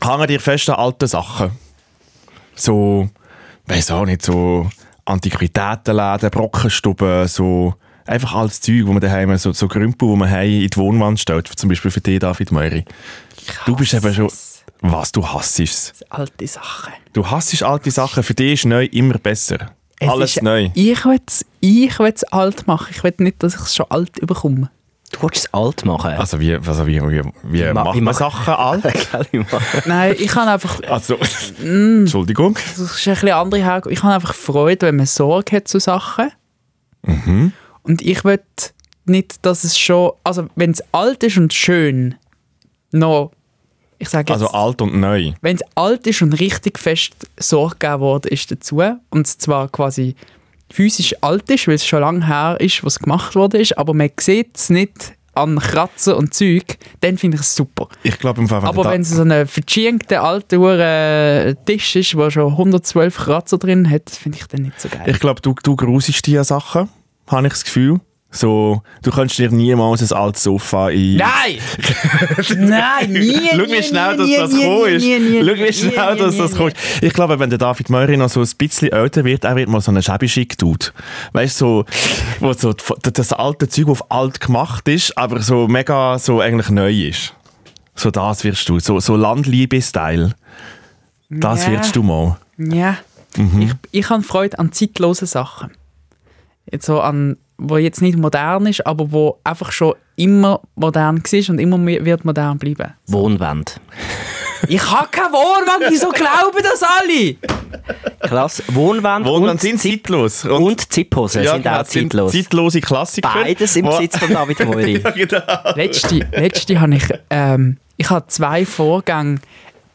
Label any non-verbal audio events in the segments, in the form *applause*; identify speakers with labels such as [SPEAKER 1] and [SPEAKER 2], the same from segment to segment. [SPEAKER 1] hängen dich fest an alten Sachen. So, weiß auch nicht, so Antiquitätenläden, Brockenstuben, so einfach alles Zeug, wo man daheim, so, so Grümpel, wo man heim in die Wohnwand stellt, zum Beispiel für dich, David Meury. Du bist eben schon... Was, du hasst es?
[SPEAKER 2] Alte Sachen.
[SPEAKER 1] Du hasst alte Sachen, für dich ist neu immer besser.
[SPEAKER 2] Es
[SPEAKER 1] Alles
[SPEAKER 2] ist-
[SPEAKER 1] neu.
[SPEAKER 2] Ich will es ich will's alt machen. Ich will nicht, dass ich es schon alt überkomme.
[SPEAKER 3] Du willst es alt machen.
[SPEAKER 1] Also *laughs* wie, also wie, wie, wie
[SPEAKER 3] Ma-
[SPEAKER 1] macht
[SPEAKER 3] wie
[SPEAKER 1] man
[SPEAKER 3] macht-
[SPEAKER 1] Sachen
[SPEAKER 2] *laughs*
[SPEAKER 1] alt?
[SPEAKER 3] Gell, ich mache-
[SPEAKER 1] *laughs*
[SPEAKER 2] Nein, ich kann einfach...
[SPEAKER 1] Also,
[SPEAKER 2] Mm.
[SPEAKER 1] Entschuldigung.
[SPEAKER 2] Das ist ein bisschen andere Herkunft. Ich habe einfach Freude, wenn man Sorge hat zu Sachen.
[SPEAKER 1] Mhm.
[SPEAKER 2] Und ich will nicht, dass es schon... Also wenn es alt ist und schön, noch... Ich sage jetzt,
[SPEAKER 1] Also alt und neu.
[SPEAKER 2] wenn es alt ist und richtig fest Sorge gegeben worden ist dazu, und es zwar quasi physisch alt ist, weil es schon lange her ist, was gemacht worden ist, aber man sieht es nicht an Kratzen und Zeug, dann finde ich es super.
[SPEAKER 1] Ich glaube im Fall, wenn
[SPEAKER 2] Aber
[SPEAKER 1] der
[SPEAKER 2] wenn
[SPEAKER 1] Da-
[SPEAKER 2] es so ein verchinkter alter Uhr- Tisch ist, wo schon 112 Kratzer drin hat, das finde ich dann nicht so geil.
[SPEAKER 1] ich glaube, du, du grusest dich an Sachen, habe ich das Gefühl. So, du kannst dir niemals ein altes Sofa in... *laughs*
[SPEAKER 2] Nein! Nein, nie!
[SPEAKER 1] Schau,
[SPEAKER 2] nie,
[SPEAKER 1] wie schnell dass
[SPEAKER 2] nie,
[SPEAKER 1] das
[SPEAKER 2] nie,
[SPEAKER 1] gekommen
[SPEAKER 2] nie,
[SPEAKER 1] ist.
[SPEAKER 2] nie, nie,
[SPEAKER 1] Schau, wie
[SPEAKER 2] nie,
[SPEAKER 1] schnell
[SPEAKER 2] nie,
[SPEAKER 1] dass das
[SPEAKER 2] nie,
[SPEAKER 1] gekommen ist. Ich glaube, wenn der David Möri noch so ein bisschen älter wird, er wird mal so einen Schäbischick tut. Weißt du, so, wo so die- das alte Zeug, das auf alt gemacht ist, aber so mega so eigentlich neu ist. So das wirst du. So, so Landliebe-Style. Das
[SPEAKER 2] Ja.
[SPEAKER 1] wirst du mal.
[SPEAKER 2] Ja.
[SPEAKER 1] Mhm.
[SPEAKER 2] Ich, ich habe Freude an zeitlosen Sachen. Jetzt so an, wo jetzt nicht modern ist, aber wo einfach schon immer modern war und immer mehr wird
[SPEAKER 1] *laughs*
[SPEAKER 2] modern bleiben.
[SPEAKER 3] Wohnwand.
[SPEAKER 2] Ich habe keine Wohnwand, wieso glauben das alle?
[SPEAKER 3] Klasse. Wohnwand,
[SPEAKER 1] Wohnen
[SPEAKER 3] und,
[SPEAKER 1] sind zeitlos.
[SPEAKER 3] und, Zipphose
[SPEAKER 1] ja,
[SPEAKER 3] sind
[SPEAKER 1] genau,
[SPEAKER 3] auch zeitlos.
[SPEAKER 1] Sind zeitlose Klassiker.
[SPEAKER 3] Beides
[SPEAKER 1] *laughs*
[SPEAKER 3] im
[SPEAKER 1] Wo-
[SPEAKER 3] Besitz von David Moiri.
[SPEAKER 1] Ja, genau.
[SPEAKER 2] Letzte, letzte habe ich, ähm, ich habe zwei Vorgänge.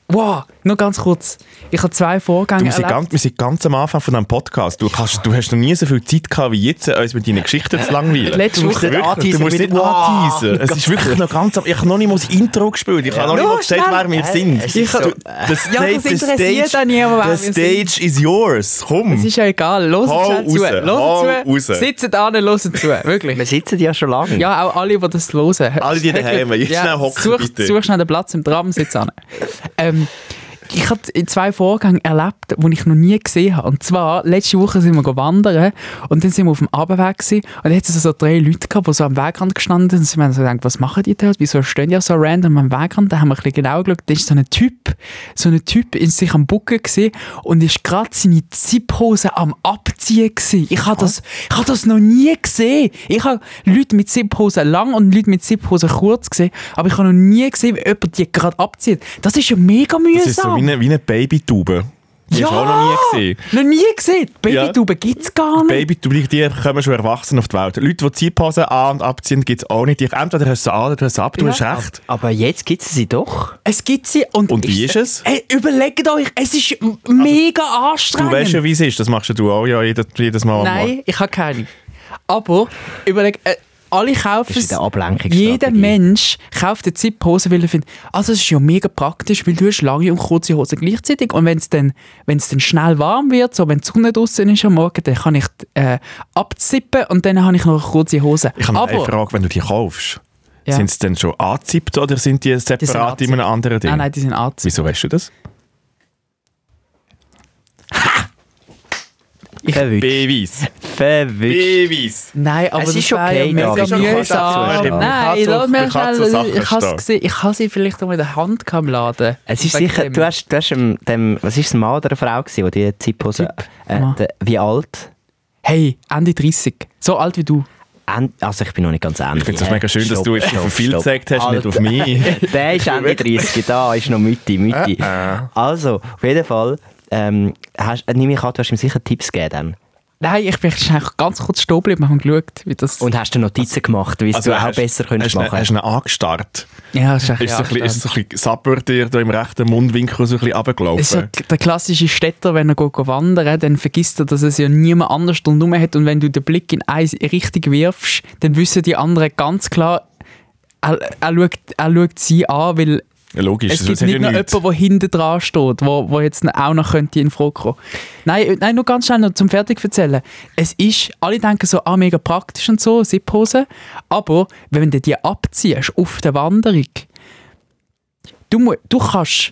[SPEAKER 2] Wow, nur ganz kurz. Ich habe zwei Vorgänge
[SPEAKER 1] Du, wir, sind
[SPEAKER 2] erlebt.
[SPEAKER 1] ganz, wir sind ganz am Anfang von diesem Podcast. Du, kannst, du hast noch nie so viel Zeit gehabt wie jetzt, uns mit deinen Geschichten zu langweilen.
[SPEAKER 2] Letzte
[SPEAKER 1] du musst
[SPEAKER 2] Woche-
[SPEAKER 1] nicht anteasen. Du musst
[SPEAKER 3] mit-
[SPEAKER 1] nicht
[SPEAKER 2] Ah,
[SPEAKER 3] Wow.
[SPEAKER 1] anteasen. Es ist wirklich noch ganz am... Ich habe noch nicht mal das Intro gespielt. Ich habe noch nicht
[SPEAKER 2] Nur
[SPEAKER 1] mal gesagt,
[SPEAKER 2] schnell.
[SPEAKER 1] wer wir sind.
[SPEAKER 3] es
[SPEAKER 2] ist so-
[SPEAKER 1] Du- das
[SPEAKER 2] Ja, das
[SPEAKER 1] Stage- das
[SPEAKER 2] interessiert
[SPEAKER 1] Stage-
[SPEAKER 2] auch niemand, wer
[SPEAKER 1] Das
[SPEAKER 2] wir
[SPEAKER 1] Stage is yours.
[SPEAKER 2] Es
[SPEAKER 1] Komm.
[SPEAKER 2] ist ja egal, los
[SPEAKER 1] Hau
[SPEAKER 2] schnell zu.
[SPEAKER 1] raus, hau
[SPEAKER 2] Los zu.
[SPEAKER 1] raus.
[SPEAKER 2] Sitzt an, los zu. Wirklich.
[SPEAKER 3] Wir sitzen ja schon lange.
[SPEAKER 2] Ja, auch alle, die das hören.
[SPEAKER 1] Alle, die daheim, jetzt schnell hocken,
[SPEAKER 2] such,
[SPEAKER 1] bitte.
[SPEAKER 2] Such schnell den Platz im Tram, sitz an. ähm, ich habe zwei Vorgänge erlebt, die ich noch nie gesehen habe. Und zwar, letzte Woche sind wir go wandern und dann sind wir auf dem Abendweg gewesen, und dann hat es so drei Leute gehabt, die so am Wegrand gestanden sind. Und sie haben so gedacht, was machen die dort? Wieso stehen die so random am Wegrand? Da haben wir ein bisschen genau geschaut. Da ist so ein Typ, so ein Typ in sich am Bucken gewesen und ist gerade seine Zipphose am Abziehen gewesen. Ich habe das, ich habe das noch nie gesehen. Ich habe Leute mit Ziphosen lang und Leute mit Ziphosen kurz gesehen, aber ich habe noch nie gesehen, wie jemand die gerade abzieht. Das ist ja mega mühsam.
[SPEAKER 1] Das ist so wie eine, wie eine Babytube. Die hast du auch noch nie gesehen.
[SPEAKER 2] Noch nie gesehen.
[SPEAKER 1] Ja.
[SPEAKER 2] Babytauben gibt es gar nicht.
[SPEAKER 1] Baby, du bleibst die kommen schon erwachsen auf die Welt. Leute, die Zeitposen an- und abziehen, gibt es auch nicht. Die- Entweder hast du sie an oder du hast sie ab. Du
[SPEAKER 2] Ja.
[SPEAKER 1] hast recht.
[SPEAKER 3] Aber jetzt gibt es sie doch.
[SPEAKER 2] es gibt sie. Und,
[SPEAKER 1] Und wie ist es? Also,
[SPEAKER 2] Ey, überlegt euch, es ist m- mega anstrengend.
[SPEAKER 1] Du weißt ja, wie es ist. Das machst ja du auch ja, jedes, jedes Mal.
[SPEAKER 2] Nein, ich habe keine. Aber überleg, äh, alle kaufen
[SPEAKER 3] Das ist eine Ablenkungsstrategie.
[SPEAKER 2] Jeder Mensch kauft eine Zip-Hose, weil er findet, also es ist ja mega praktisch, weil du hast lange und kurze Hosen gleichzeitig und wenn es dann, wenn's dann schnell warm wird, so wenn die Sonne draußen ist am Morgen, dann kann ich äh, abzippen und dann habe ich noch eine kurze Hose.
[SPEAKER 1] Ich habe noch eine Frage, wenn du die kaufst.
[SPEAKER 2] Ja.
[SPEAKER 1] Sind sie denn schon angezippt oder sind die separat in einem anderen Ding?
[SPEAKER 2] nein, nein, die sind Arzt.
[SPEAKER 1] Wieso weißt du das?
[SPEAKER 3] Verwünscht.
[SPEAKER 1] Babys.
[SPEAKER 3] Verwünscht.
[SPEAKER 1] Babys.
[SPEAKER 2] Nein, aber
[SPEAKER 3] Es
[SPEAKER 2] das
[SPEAKER 3] ist
[SPEAKER 2] war
[SPEAKER 3] okay,
[SPEAKER 2] ja mega
[SPEAKER 3] David.
[SPEAKER 1] Es ist okay,
[SPEAKER 2] mühsam.
[SPEAKER 1] dass du-
[SPEAKER 2] Nein,
[SPEAKER 1] Du
[SPEAKER 2] lass
[SPEAKER 1] kannst
[SPEAKER 2] mir
[SPEAKER 1] auf- du kannst auf
[SPEAKER 2] schnell,
[SPEAKER 1] Sachen
[SPEAKER 2] ich habe
[SPEAKER 1] stehen.
[SPEAKER 2] gesehen, ich habe sie vielleicht auch mit der Hand am Laden.
[SPEAKER 3] Es ist
[SPEAKER 2] Wegen
[SPEAKER 3] sicher,
[SPEAKER 2] dem.
[SPEAKER 3] du hast, du hast dem, dem, was ist es, ein Mann oder eine Frau gewesen, die die Zipphose,
[SPEAKER 2] Typ.
[SPEAKER 3] äh,
[SPEAKER 2] Mann.
[SPEAKER 3] der, wie alt?
[SPEAKER 2] Hey, Ende 30. So alt wie du.
[SPEAKER 3] End, also ich bin noch nicht ganz Ende.
[SPEAKER 1] Ich finde es mega schön, dass du jetzt auf viel gezeigt hast, nicht auf mich.
[SPEAKER 3] *laughs*
[SPEAKER 1] Äh,
[SPEAKER 3] Der ist Ende 30, da ist noch Mitte, Mitte. Also, auf jeden Fall, ähm, hast, äh, nehme ich an, du hast ihm sicher Tipps gegeben dann.
[SPEAKER 2] Nein, ich bin eigentlich ganz kurz stehen geblieben und habe geschaut, wie das...
[SPEAKER 3] Und hast du Notizen gemacht, wie es du auch besser könntest
[SPEAKER 1] Also hast,
[SPEAKER 3] machen.
[SPEAKER 1] Hast du ihn angestarrt?
[SPEAKER 2] ja, das ist, echt
[SPEAKER 1] Ist so ein bisschen,
[SPEAKER 2] anstrengend.
[SPEAKER 1] ist so ein bisschen Sapper dir da im rechten Mundwinkel so ein bisschen runtergelaufen?
[SPEAKER 2] Es ist ja der klassische Städter, wenn er geht go wandern dann vergisst er, dass es ja niemand anders rundherum hat. Und wenn du den Blick in eine Richtung wirfst, dann wissen die anderen ganz klar, er, er, schaut, er schaut sie an, weil
[SPEAKER 1] Ja, Logisch,
[SPEAKER 2] es gibt
[SPEAKER 1] hat
[SPEAKER 2] nicht
[SPEAKER 1] ja
[SPEAKER 2] noch
[SPEAKER 1] nichts.
[SPEAKER 2] jemanden, der hinten dran steht, wo, wo jetzt auch noch könnte in Frage kommen. Nein, äh, nein, nur ganz schnell noch zum fertig erzählen. Es ist, alle denken so, ah, mega praktisch und so, Sipphosen, aber wenn du die abziehst auf der Wanderung, du, mu- du kannst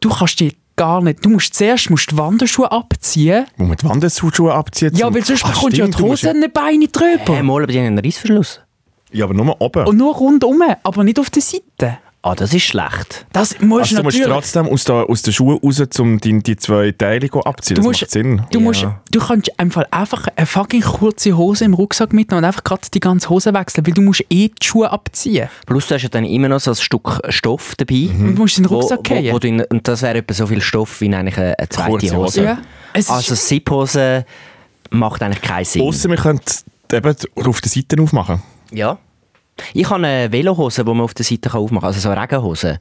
[SPEAKER 2] du kannst die gar nicht. Du musst zuerst musst die Wanderschuhe abziehen.
[SPEAKER 1] Wo man die Wanderschuhe abzieht.
[SPEAKER 2] Ja,
[SPEAKER 1] zum-
[SPEAKER 2] weil sonst
[SPEAKER 1] Ah,
[SPEAKER 2] bekommst du ja
[SPEAKER 1] stimmt,
[SPEAKER 2] die
[SPEAKER 1] musst ja-
[SPEAKER 2] Hosenbeine drüber.
[SPEAKER 3] Hey, mal, aber die haben einen Reissverschluss.
[SPEAKER 1] Ja, aber nur oben.
[SPEAKER 2] Und nur rundum, aber nicht auf der Seite.
[SPEAKER 3] Ah, das ist schlecht.
[SPEAKER 2] Das musst
[SPEAKER 1] also, du musst
[SPEAKER 2] natürlich...
[SPEAKER 1] trotzdem aus, der, aus den Schuhen raus, um die, die zwei Teile go abziehen.
[SPEAKER 2] Du
[SPEAKER 1] das
[SPEAKER 2] musst-
[SPEAKER 1] macht Sinn.
[SPEAKER 2] Du, musst, du kannst einfach, einfach eine fucking kurze Hose im Rucksack mitnehmen und einfach gerade die ganze Hose wechseln, weil du musst eh die Schuhe abziehen.
[SPEAKER 3] Plus, du hast ja dann immer noch so ein Stück Stoff dabei.
[SPEAKER 1] Mhm.
[SPEAKER 2] Und du musst in den
[SPEAKER 3] Wo,
[SPEAKER 2] Rucksack
[SPEAKER 3] wo, wo du in, und das wäre etwa so viel Stoff wie in eigentlich eine, eine zweite
[SPEAKER 1] Kurze Hose.
[SPEAKER 3] Hose.
[SPEAKER 2] Ja. Es ist-
[SPEAKER 3] Also Sipphose macht eigentlich keinen Sinn.
[SPEAKER 1] Außer wir können eben auf den Seiten aufmachen.
[SPEAKER 3] Ja. Ich habe eine Velohose, die man auf der Seite kann aufmachen kann, also so eine Regenhose.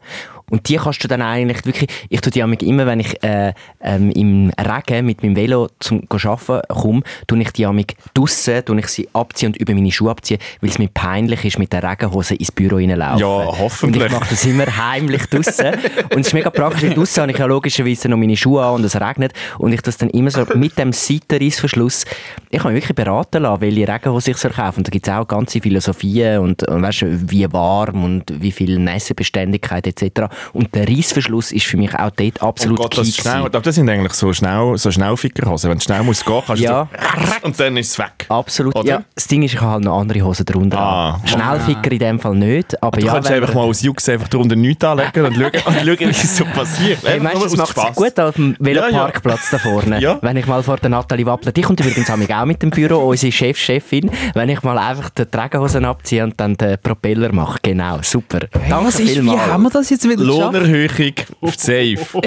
[SPEAKER 3] Und die kannst du dann eigentlich wirklich, ich tue die amig immer, wenn ich äh, ähm, im Regen mit meinem Velo zum go arbeiten komme, tue ich die amig draussen, tue ich sie abziehen und über meine Schuhe abziehen, weil es mir peinlich ist, mit der Regenhose ins Büro reinlaufen.
[SPEAKER 1] Ja, hoffentlich.
[SPEAKER 3] Und ich mache das immer heimlich draussen. und es ist mega praktisch, weil draussen habe ich ja logischerweise noch meine Schuhe an und es regnet. Und ich das dann immer so mit dem Seitenreissverschluss, ich habe mich wirklich beraten lassen, welche Regenhose ich soll kaufen. Und da gibt es auch ganze Philosophien und, und weißt, wie warm und wie viel Nässebeständigkeit etc. Und der Reissverschluss ist für mich auch dort absolut
[SPEAKER 1] Oh Gott, das, ist
[SPEAKER 3] key
[SPEAKER 1] schnell,
[SPEAKER 3] gewesen.
[SPEAKER 1] aber das sind eigentlich so schnell, so Schnellfickerhosen. Wenn du schnell musst gehen, kannst
[SPEAKER 3] Ja.
[SPEAKER 1] du so, *laughs* und dann ist es weg.
[SPEAKER 3] Absolut,
[SPEAKER 1] Oder?
[SPEAKER 3] ja. Das Ding ist, ich habe halt noch andere Hosen drunter.
[SPEAKER 1] Ah.
[SPEAKER 3] an. Schnellficker in dem Fall nicht, aber
[SPEAKER 1] Du
[SPEAKER 3] ja...
[SPEAKER 1] kannst
[SPEAKER 3] wenn-
[SPEAKER 1] einfach mal aus Jux einfach darunter nichts anlegen und
[SPEAKER 3] *laughs*
[SPEAKER 1] schauen, und schauen wie es so passiert.
[SPEAKER 3] Hey,
[SPEAKER 1] Einfach
[SPEAKER 3] meinst du,
[SPEAKER 1] nur
[SPEAKER 3] es
[SPEAKER 1] aus
[SPEAKER 3] macht sich
[SPEAKER 1] Spass.
[SPEAKER 3] gut auf dem Veloparkplatz da vorne?
[SPEAKER 1] *laughs* Ja.
[SPEAKER 3] Wenn ich mal vor der Nathalie Wappler, die kommt übrigens am auch mit dem Büro, unsere Chef, Chefin, wenn ich mal einfach die Trägerhosen abziehe und dann den Propeller mache. Genau, super. Danke
[SPEAKER 2] Was ist, wie
[SPEAKER 3] vielmals.
[SPEAKER 2] haben wir das jetzt wieder geschafft?
[SPEAKER 1] Lohnerhöhung auf die
[SPEAKER 3] *laughs*
[SPEAKER 1] Safe.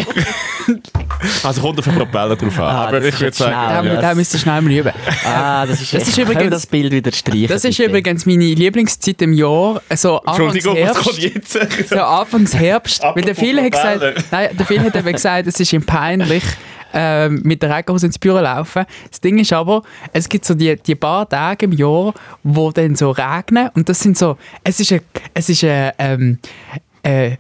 [SPEAKER 1] also kommt auf den Propeller drauf an.
[SPEAKER 3] Ah,
[SPEAKER 1] aber
[SPEAKER 3] das
[SPEAKER 1] ich
[SPEAKER 3] ist
[SPEAKER 1] würde
[SPEAKER 3] jetzt schnell.
[SPEAKER 1] sagen,
[SPEAKER 2] Den,
[SPEAKER 1] ja.
[SPEAKER 2] den müsst ihr schnell mal üben.
[SPEAKER 3] Ah, das ist,
[SPEAKER 2] Das ist
[SPEAKER 3] Können wir
[SPEAKER 2] übrigens-
[SPEAKER 3] das Bild wieder streichen.
[SPEAKER 2] Das ist
[SPEAKER 3] bitte?
[SPEAKER 2] übrigens meine Lieblingszeit im Jahr. Also Anfangs
[SPEAKER 1] Entschuldigung, was kommt *laughs*
[SPEAKER 2] Herbst.
[SPEAKER 1] jetzt?
[SPEAKER 2] So Anfangs Herbst. weil der
[SPEAKER 1] Apropos
[SPEAKER 2] viele hat
[SPEAKER 1] Propeller.
[SPEAKER 2] gesagt, nein, der viele hat eben gesagt, es ist ihm peinlich, ähm, mit der Regenhose ins Büro laufen. Das Ding ist aber, es gibt so die, die paar Tage im Jahr, wo dann so regnen und das sind so, es ist eine, es ist eine, ähm, äh,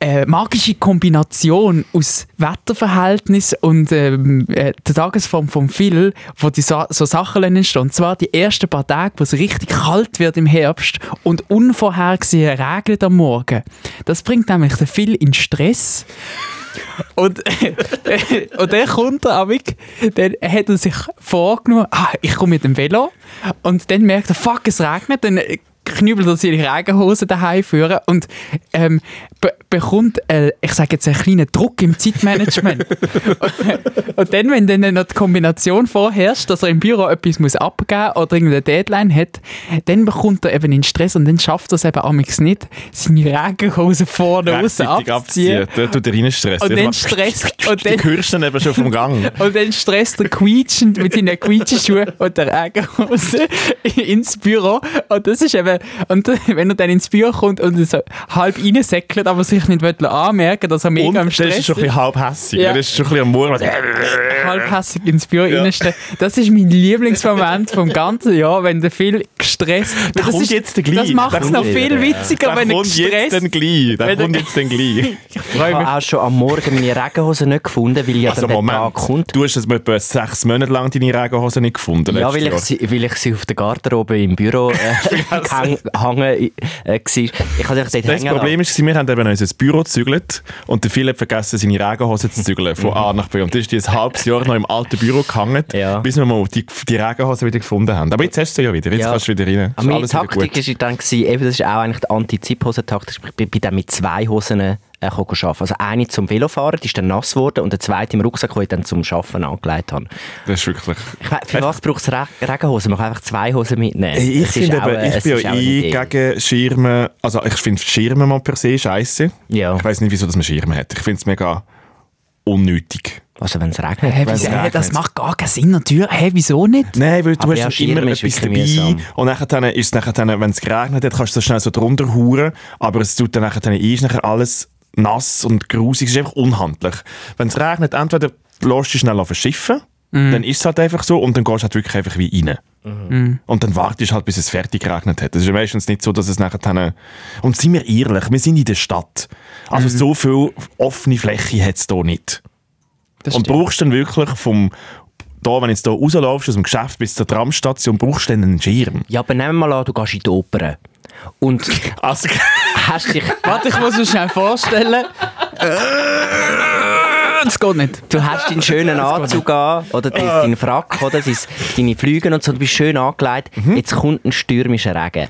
[SPEAKER 2] äh, magische Kombination aus Wetterverhältnis und ähm, äh, der Tagesform von Phil, wo die so, so Sachen entstehen. Und zwar die ersten paar Tage, wo es richtig kalt wird im Herbst und unvorhergesehen regnet am Morgen. Das bringt nämlich den Phil in Stress. Und, *laughs* und dann kommt er amig, dann hat er sich vorgenommen, ah, ich komme mit dem Velo. Und dann merkt er, fuck, es regnet. Dann knübelt er seine Regenhose daheim führen und ähm, be bekommt, äh, ich sage jetzt, einen kleinen Druck im Zeitmanagement. *laughs* und dann, wenn dann noch die Kombination vorherrscht, dass er im Büro etwas muss abgeben oder irgendeine Deadline hat, dann bekommt er eben in Stress und dann schafft er es eben amix nicht, seine Regenhose vorne raus
[SPEAKER 1] Rechtzeitig
[SPEAKER 2] abzuziehen.
[SPEAKER 1] abziehen. Da tut er rein Stress.
[SPEAKER 2] Und
[SPEAKER 1] Ich
[SPEAKER 2] dann
[SPEAKER 1] mach-
[SPEAKER 2] stresst und
[SPEAKER 1] Du
[SPEAKER 2] dann,
[SPEAKER 1] hörst dann eben schon vom Gang.
[SPEAKER 2] und dann stresst er quietschend mit seinen Quietschschuhen und der Regenhose ins Büro. Und das ist eben, und wenn er dann ins Büro kommt und so halb reinsäckelt, aber sich nicht will anmerken, dass er mega
[SPEAKER 1] Und
[SPEAKER 2] am
[SPEAKER 1] das
[SPEAKER 2] Stress
[SPEAKER 1] ist schon ein bisschen halb hässig.
[SPEAKER 2] Ja.
[SPEAKER 1] Das ist schon ein bisschen am Murren.
[SPEAKER 2] halbhässig ins Büro ja. Das ist mein Lieblingsmoment vom ganzen Jahr, wenn der Phil gestresst
[SPEAKER 1] Der
[SPEAKER 2] das
[SPEAKER 1] kommt
[SPEAKER 2] ist,
[SPEAKER 1] jetzt gleich.
[SPEAKER 2] Das macht es
[SPEAKER 1] Der
[SPEAKER 2] noch
[SPEAKER 1] kommt-
[SPEAKER 2] viel witziger,
[SPEAKER 1] Der
[SPEAKER 2] Genau, wenn er
[SPEAKER 1] kommt jetzt
[SPEAKER 2] gestresst
[SPEAKER 1] dann gleich. Der
[SPEAKER 2] Wenn er-
[SPEAKER 1] kommt jetzt dann gleich.
[SPEAKER 3] Ich habe auch schon am Morgen meine Regenhose nicht gefunden, weil ja
[SPEAKER 1] Also
[SPEAKER 3] dann der
[SPEAKER 1] Moment,
[SPEAKER 3] Tag kommt.
[SPEAKER 1] du hast jetzt etwa sechs Monate lang deine Regenhose nicht gefunden.
[SPEAKER 3] Ja,
[SPEAKER 1] letztes
[SPEAKER 3] weil ich,
[SPEAKER 1] Jahr.
[SPEAKER 3] sie, weil ich sie auf der Garderobe
[SPEAKER 1] *laughs*
[SPEAKER 3] im Büro äh, *laughs* hang- hangen äh, war. Ich habe sie
[SPEAKER 1] Das
[SPEAKER 3] dort hängen
[SPEAKER 1] Problem ist, wir haben eben unser Büro gezügelt und der Philipp vergessen, seine Regenhose zu zügeln von A nach B. Und das ist jetzt ein halbes Jahr noch im alten Büro gehangen,
[SPEAKER 3] Ja.
[SPEAKER 1] bis wir mal die, die Regenhose wieder gefunden haben. Aber jetzt hast du sie ja wieder, jetzt
[SPEAKER 3] Ja.
[SPEAKER 1] kannst du wieder rein. Ist
[SPEAKER 3] Aber meine
[SPEAKER 1] alles wieder
[SPEAKER 3] Taktik
[SPEAKER 1] gut.
[SPEAKER 3] war dann, gewesen, eben, das ist auch eigentlich die Anti-Zip-Hosen-Taktik, ich bin- bin dann mit zwei Hosen äh, arbeiten. Also eine zum Velofahren, die ist dann nass geworden und der zweite im Rucksack, den ich dann zum Arbeiten angelegt habe.
[SPEAKER 1] Das ist wirklich...
[SPEAKER 3] Ich meine, für was braucht es Re Regenhosen? Man kann einfach zwei Hosen mitnehmen.
[SPEAKER 1] Ey, Äh, ich
[SPEAKER 3] Das ist
[SPEAKER 1] finde
[SPEAKER 3] auch,
[SPEAKER 1] aber,
[SPEAKER 3] äh,
[SPEAKER 1] ich
[SPEAKER 3] es
[SPEAKER 1] bin
[SPEAKER 3] ist
[SPEAKER 1] ja
[SPEAKER 3] auch eine
[SPEAKER 1] eh
[SPEAKER 3] Idee.
[SPEAKER 1] gegen Schirme, also ich finde Schirme mal per se scheiße.
[SPEAKER 3] Ja.
[SPEAKER 1] Ich weiß nicht, wieso dass man Schirme hat. Ich finde es mega unnötig.
[SPEAKER 3] Also wenn es regnet.
[SPEAKER 2] Hey,
[SPEAKER 3] weiss
[SPEAKER 2] wieso?
[SPEAKER 3] ich
[SPEAKER 2] Hey,
[SPEAKER 1] regnet.
[SPEAKER 2] das macht gar keinen Sinn, natürlich. Hey, wieso nicht?
[SPEAKER 1] Nein, weil du
[SPEAKER 3] Aber
[SPEAKER 1] hast
[SPEAKER 3] ja,
[SPEAKER 1] dann
[SPEAKER 3] Schirm
[SPEAKER 1] immer
[SPEAKER 3] ist
[SPEAKER 1] etwas dabei
[SPEAKER 3] wirklich mühsam.
[SPEAKER 1] und nachher ist es nachher, dann, wenn es geregnet hat, kannst du so schnell so drunter huren, aber es tut dann nachher, dann ist nachher alles nass und grusig, es ist einfach unhandlich. Wenn es regnet, entweder lässt du schnell auf verschiffen,
[SPEAKER 3] Mhm.
[SPEAKER 1] dann ist es halt einfach so und dann gehst du halt wirklich einfach wie rein.
[SPEAKER 3] Mhm.
[SPEAKER 1] Und dann wartest du halt, bis es fertig geregnet hat. Es ist ja meistens nicht so, dass es nachher dann... Und sind wir ehrlich, wir sind in der Stadt. Also
[SPEAKER 3] Mhm.
[SPEAKER 1] so viel offene Fläche hat es hier nicht.
[SPEAKER 2] Das
[SPEAKER 1] Und
[SPEAKER 2] stimmt.
[SPEAKER 1] brauchst dann wirklich vom da, wenn jetzt hier rauslaufst aus dem Geschäft bis zur Tramstation, brauchst du dann einen Schirm.
[SPEAKER 3] Ja, aber nehmen wir mal an, du gehst in die Oper und
[SPEAKER 1] *laughs* Also,
[SPEAKER 3] hast dich...
[SPEAKER 1] *laughs*
[SPEAKER 2] Warte, ich muss mir schnell vorstellen. Das geht nicht.
[SPEAKER 3] Du hast deinen schönen Anzug an, oder dein, deinen Frack, oder dein, deine Flüge und so, du bist schön angelegt. Jetzt kommt ein stürmischer Regen.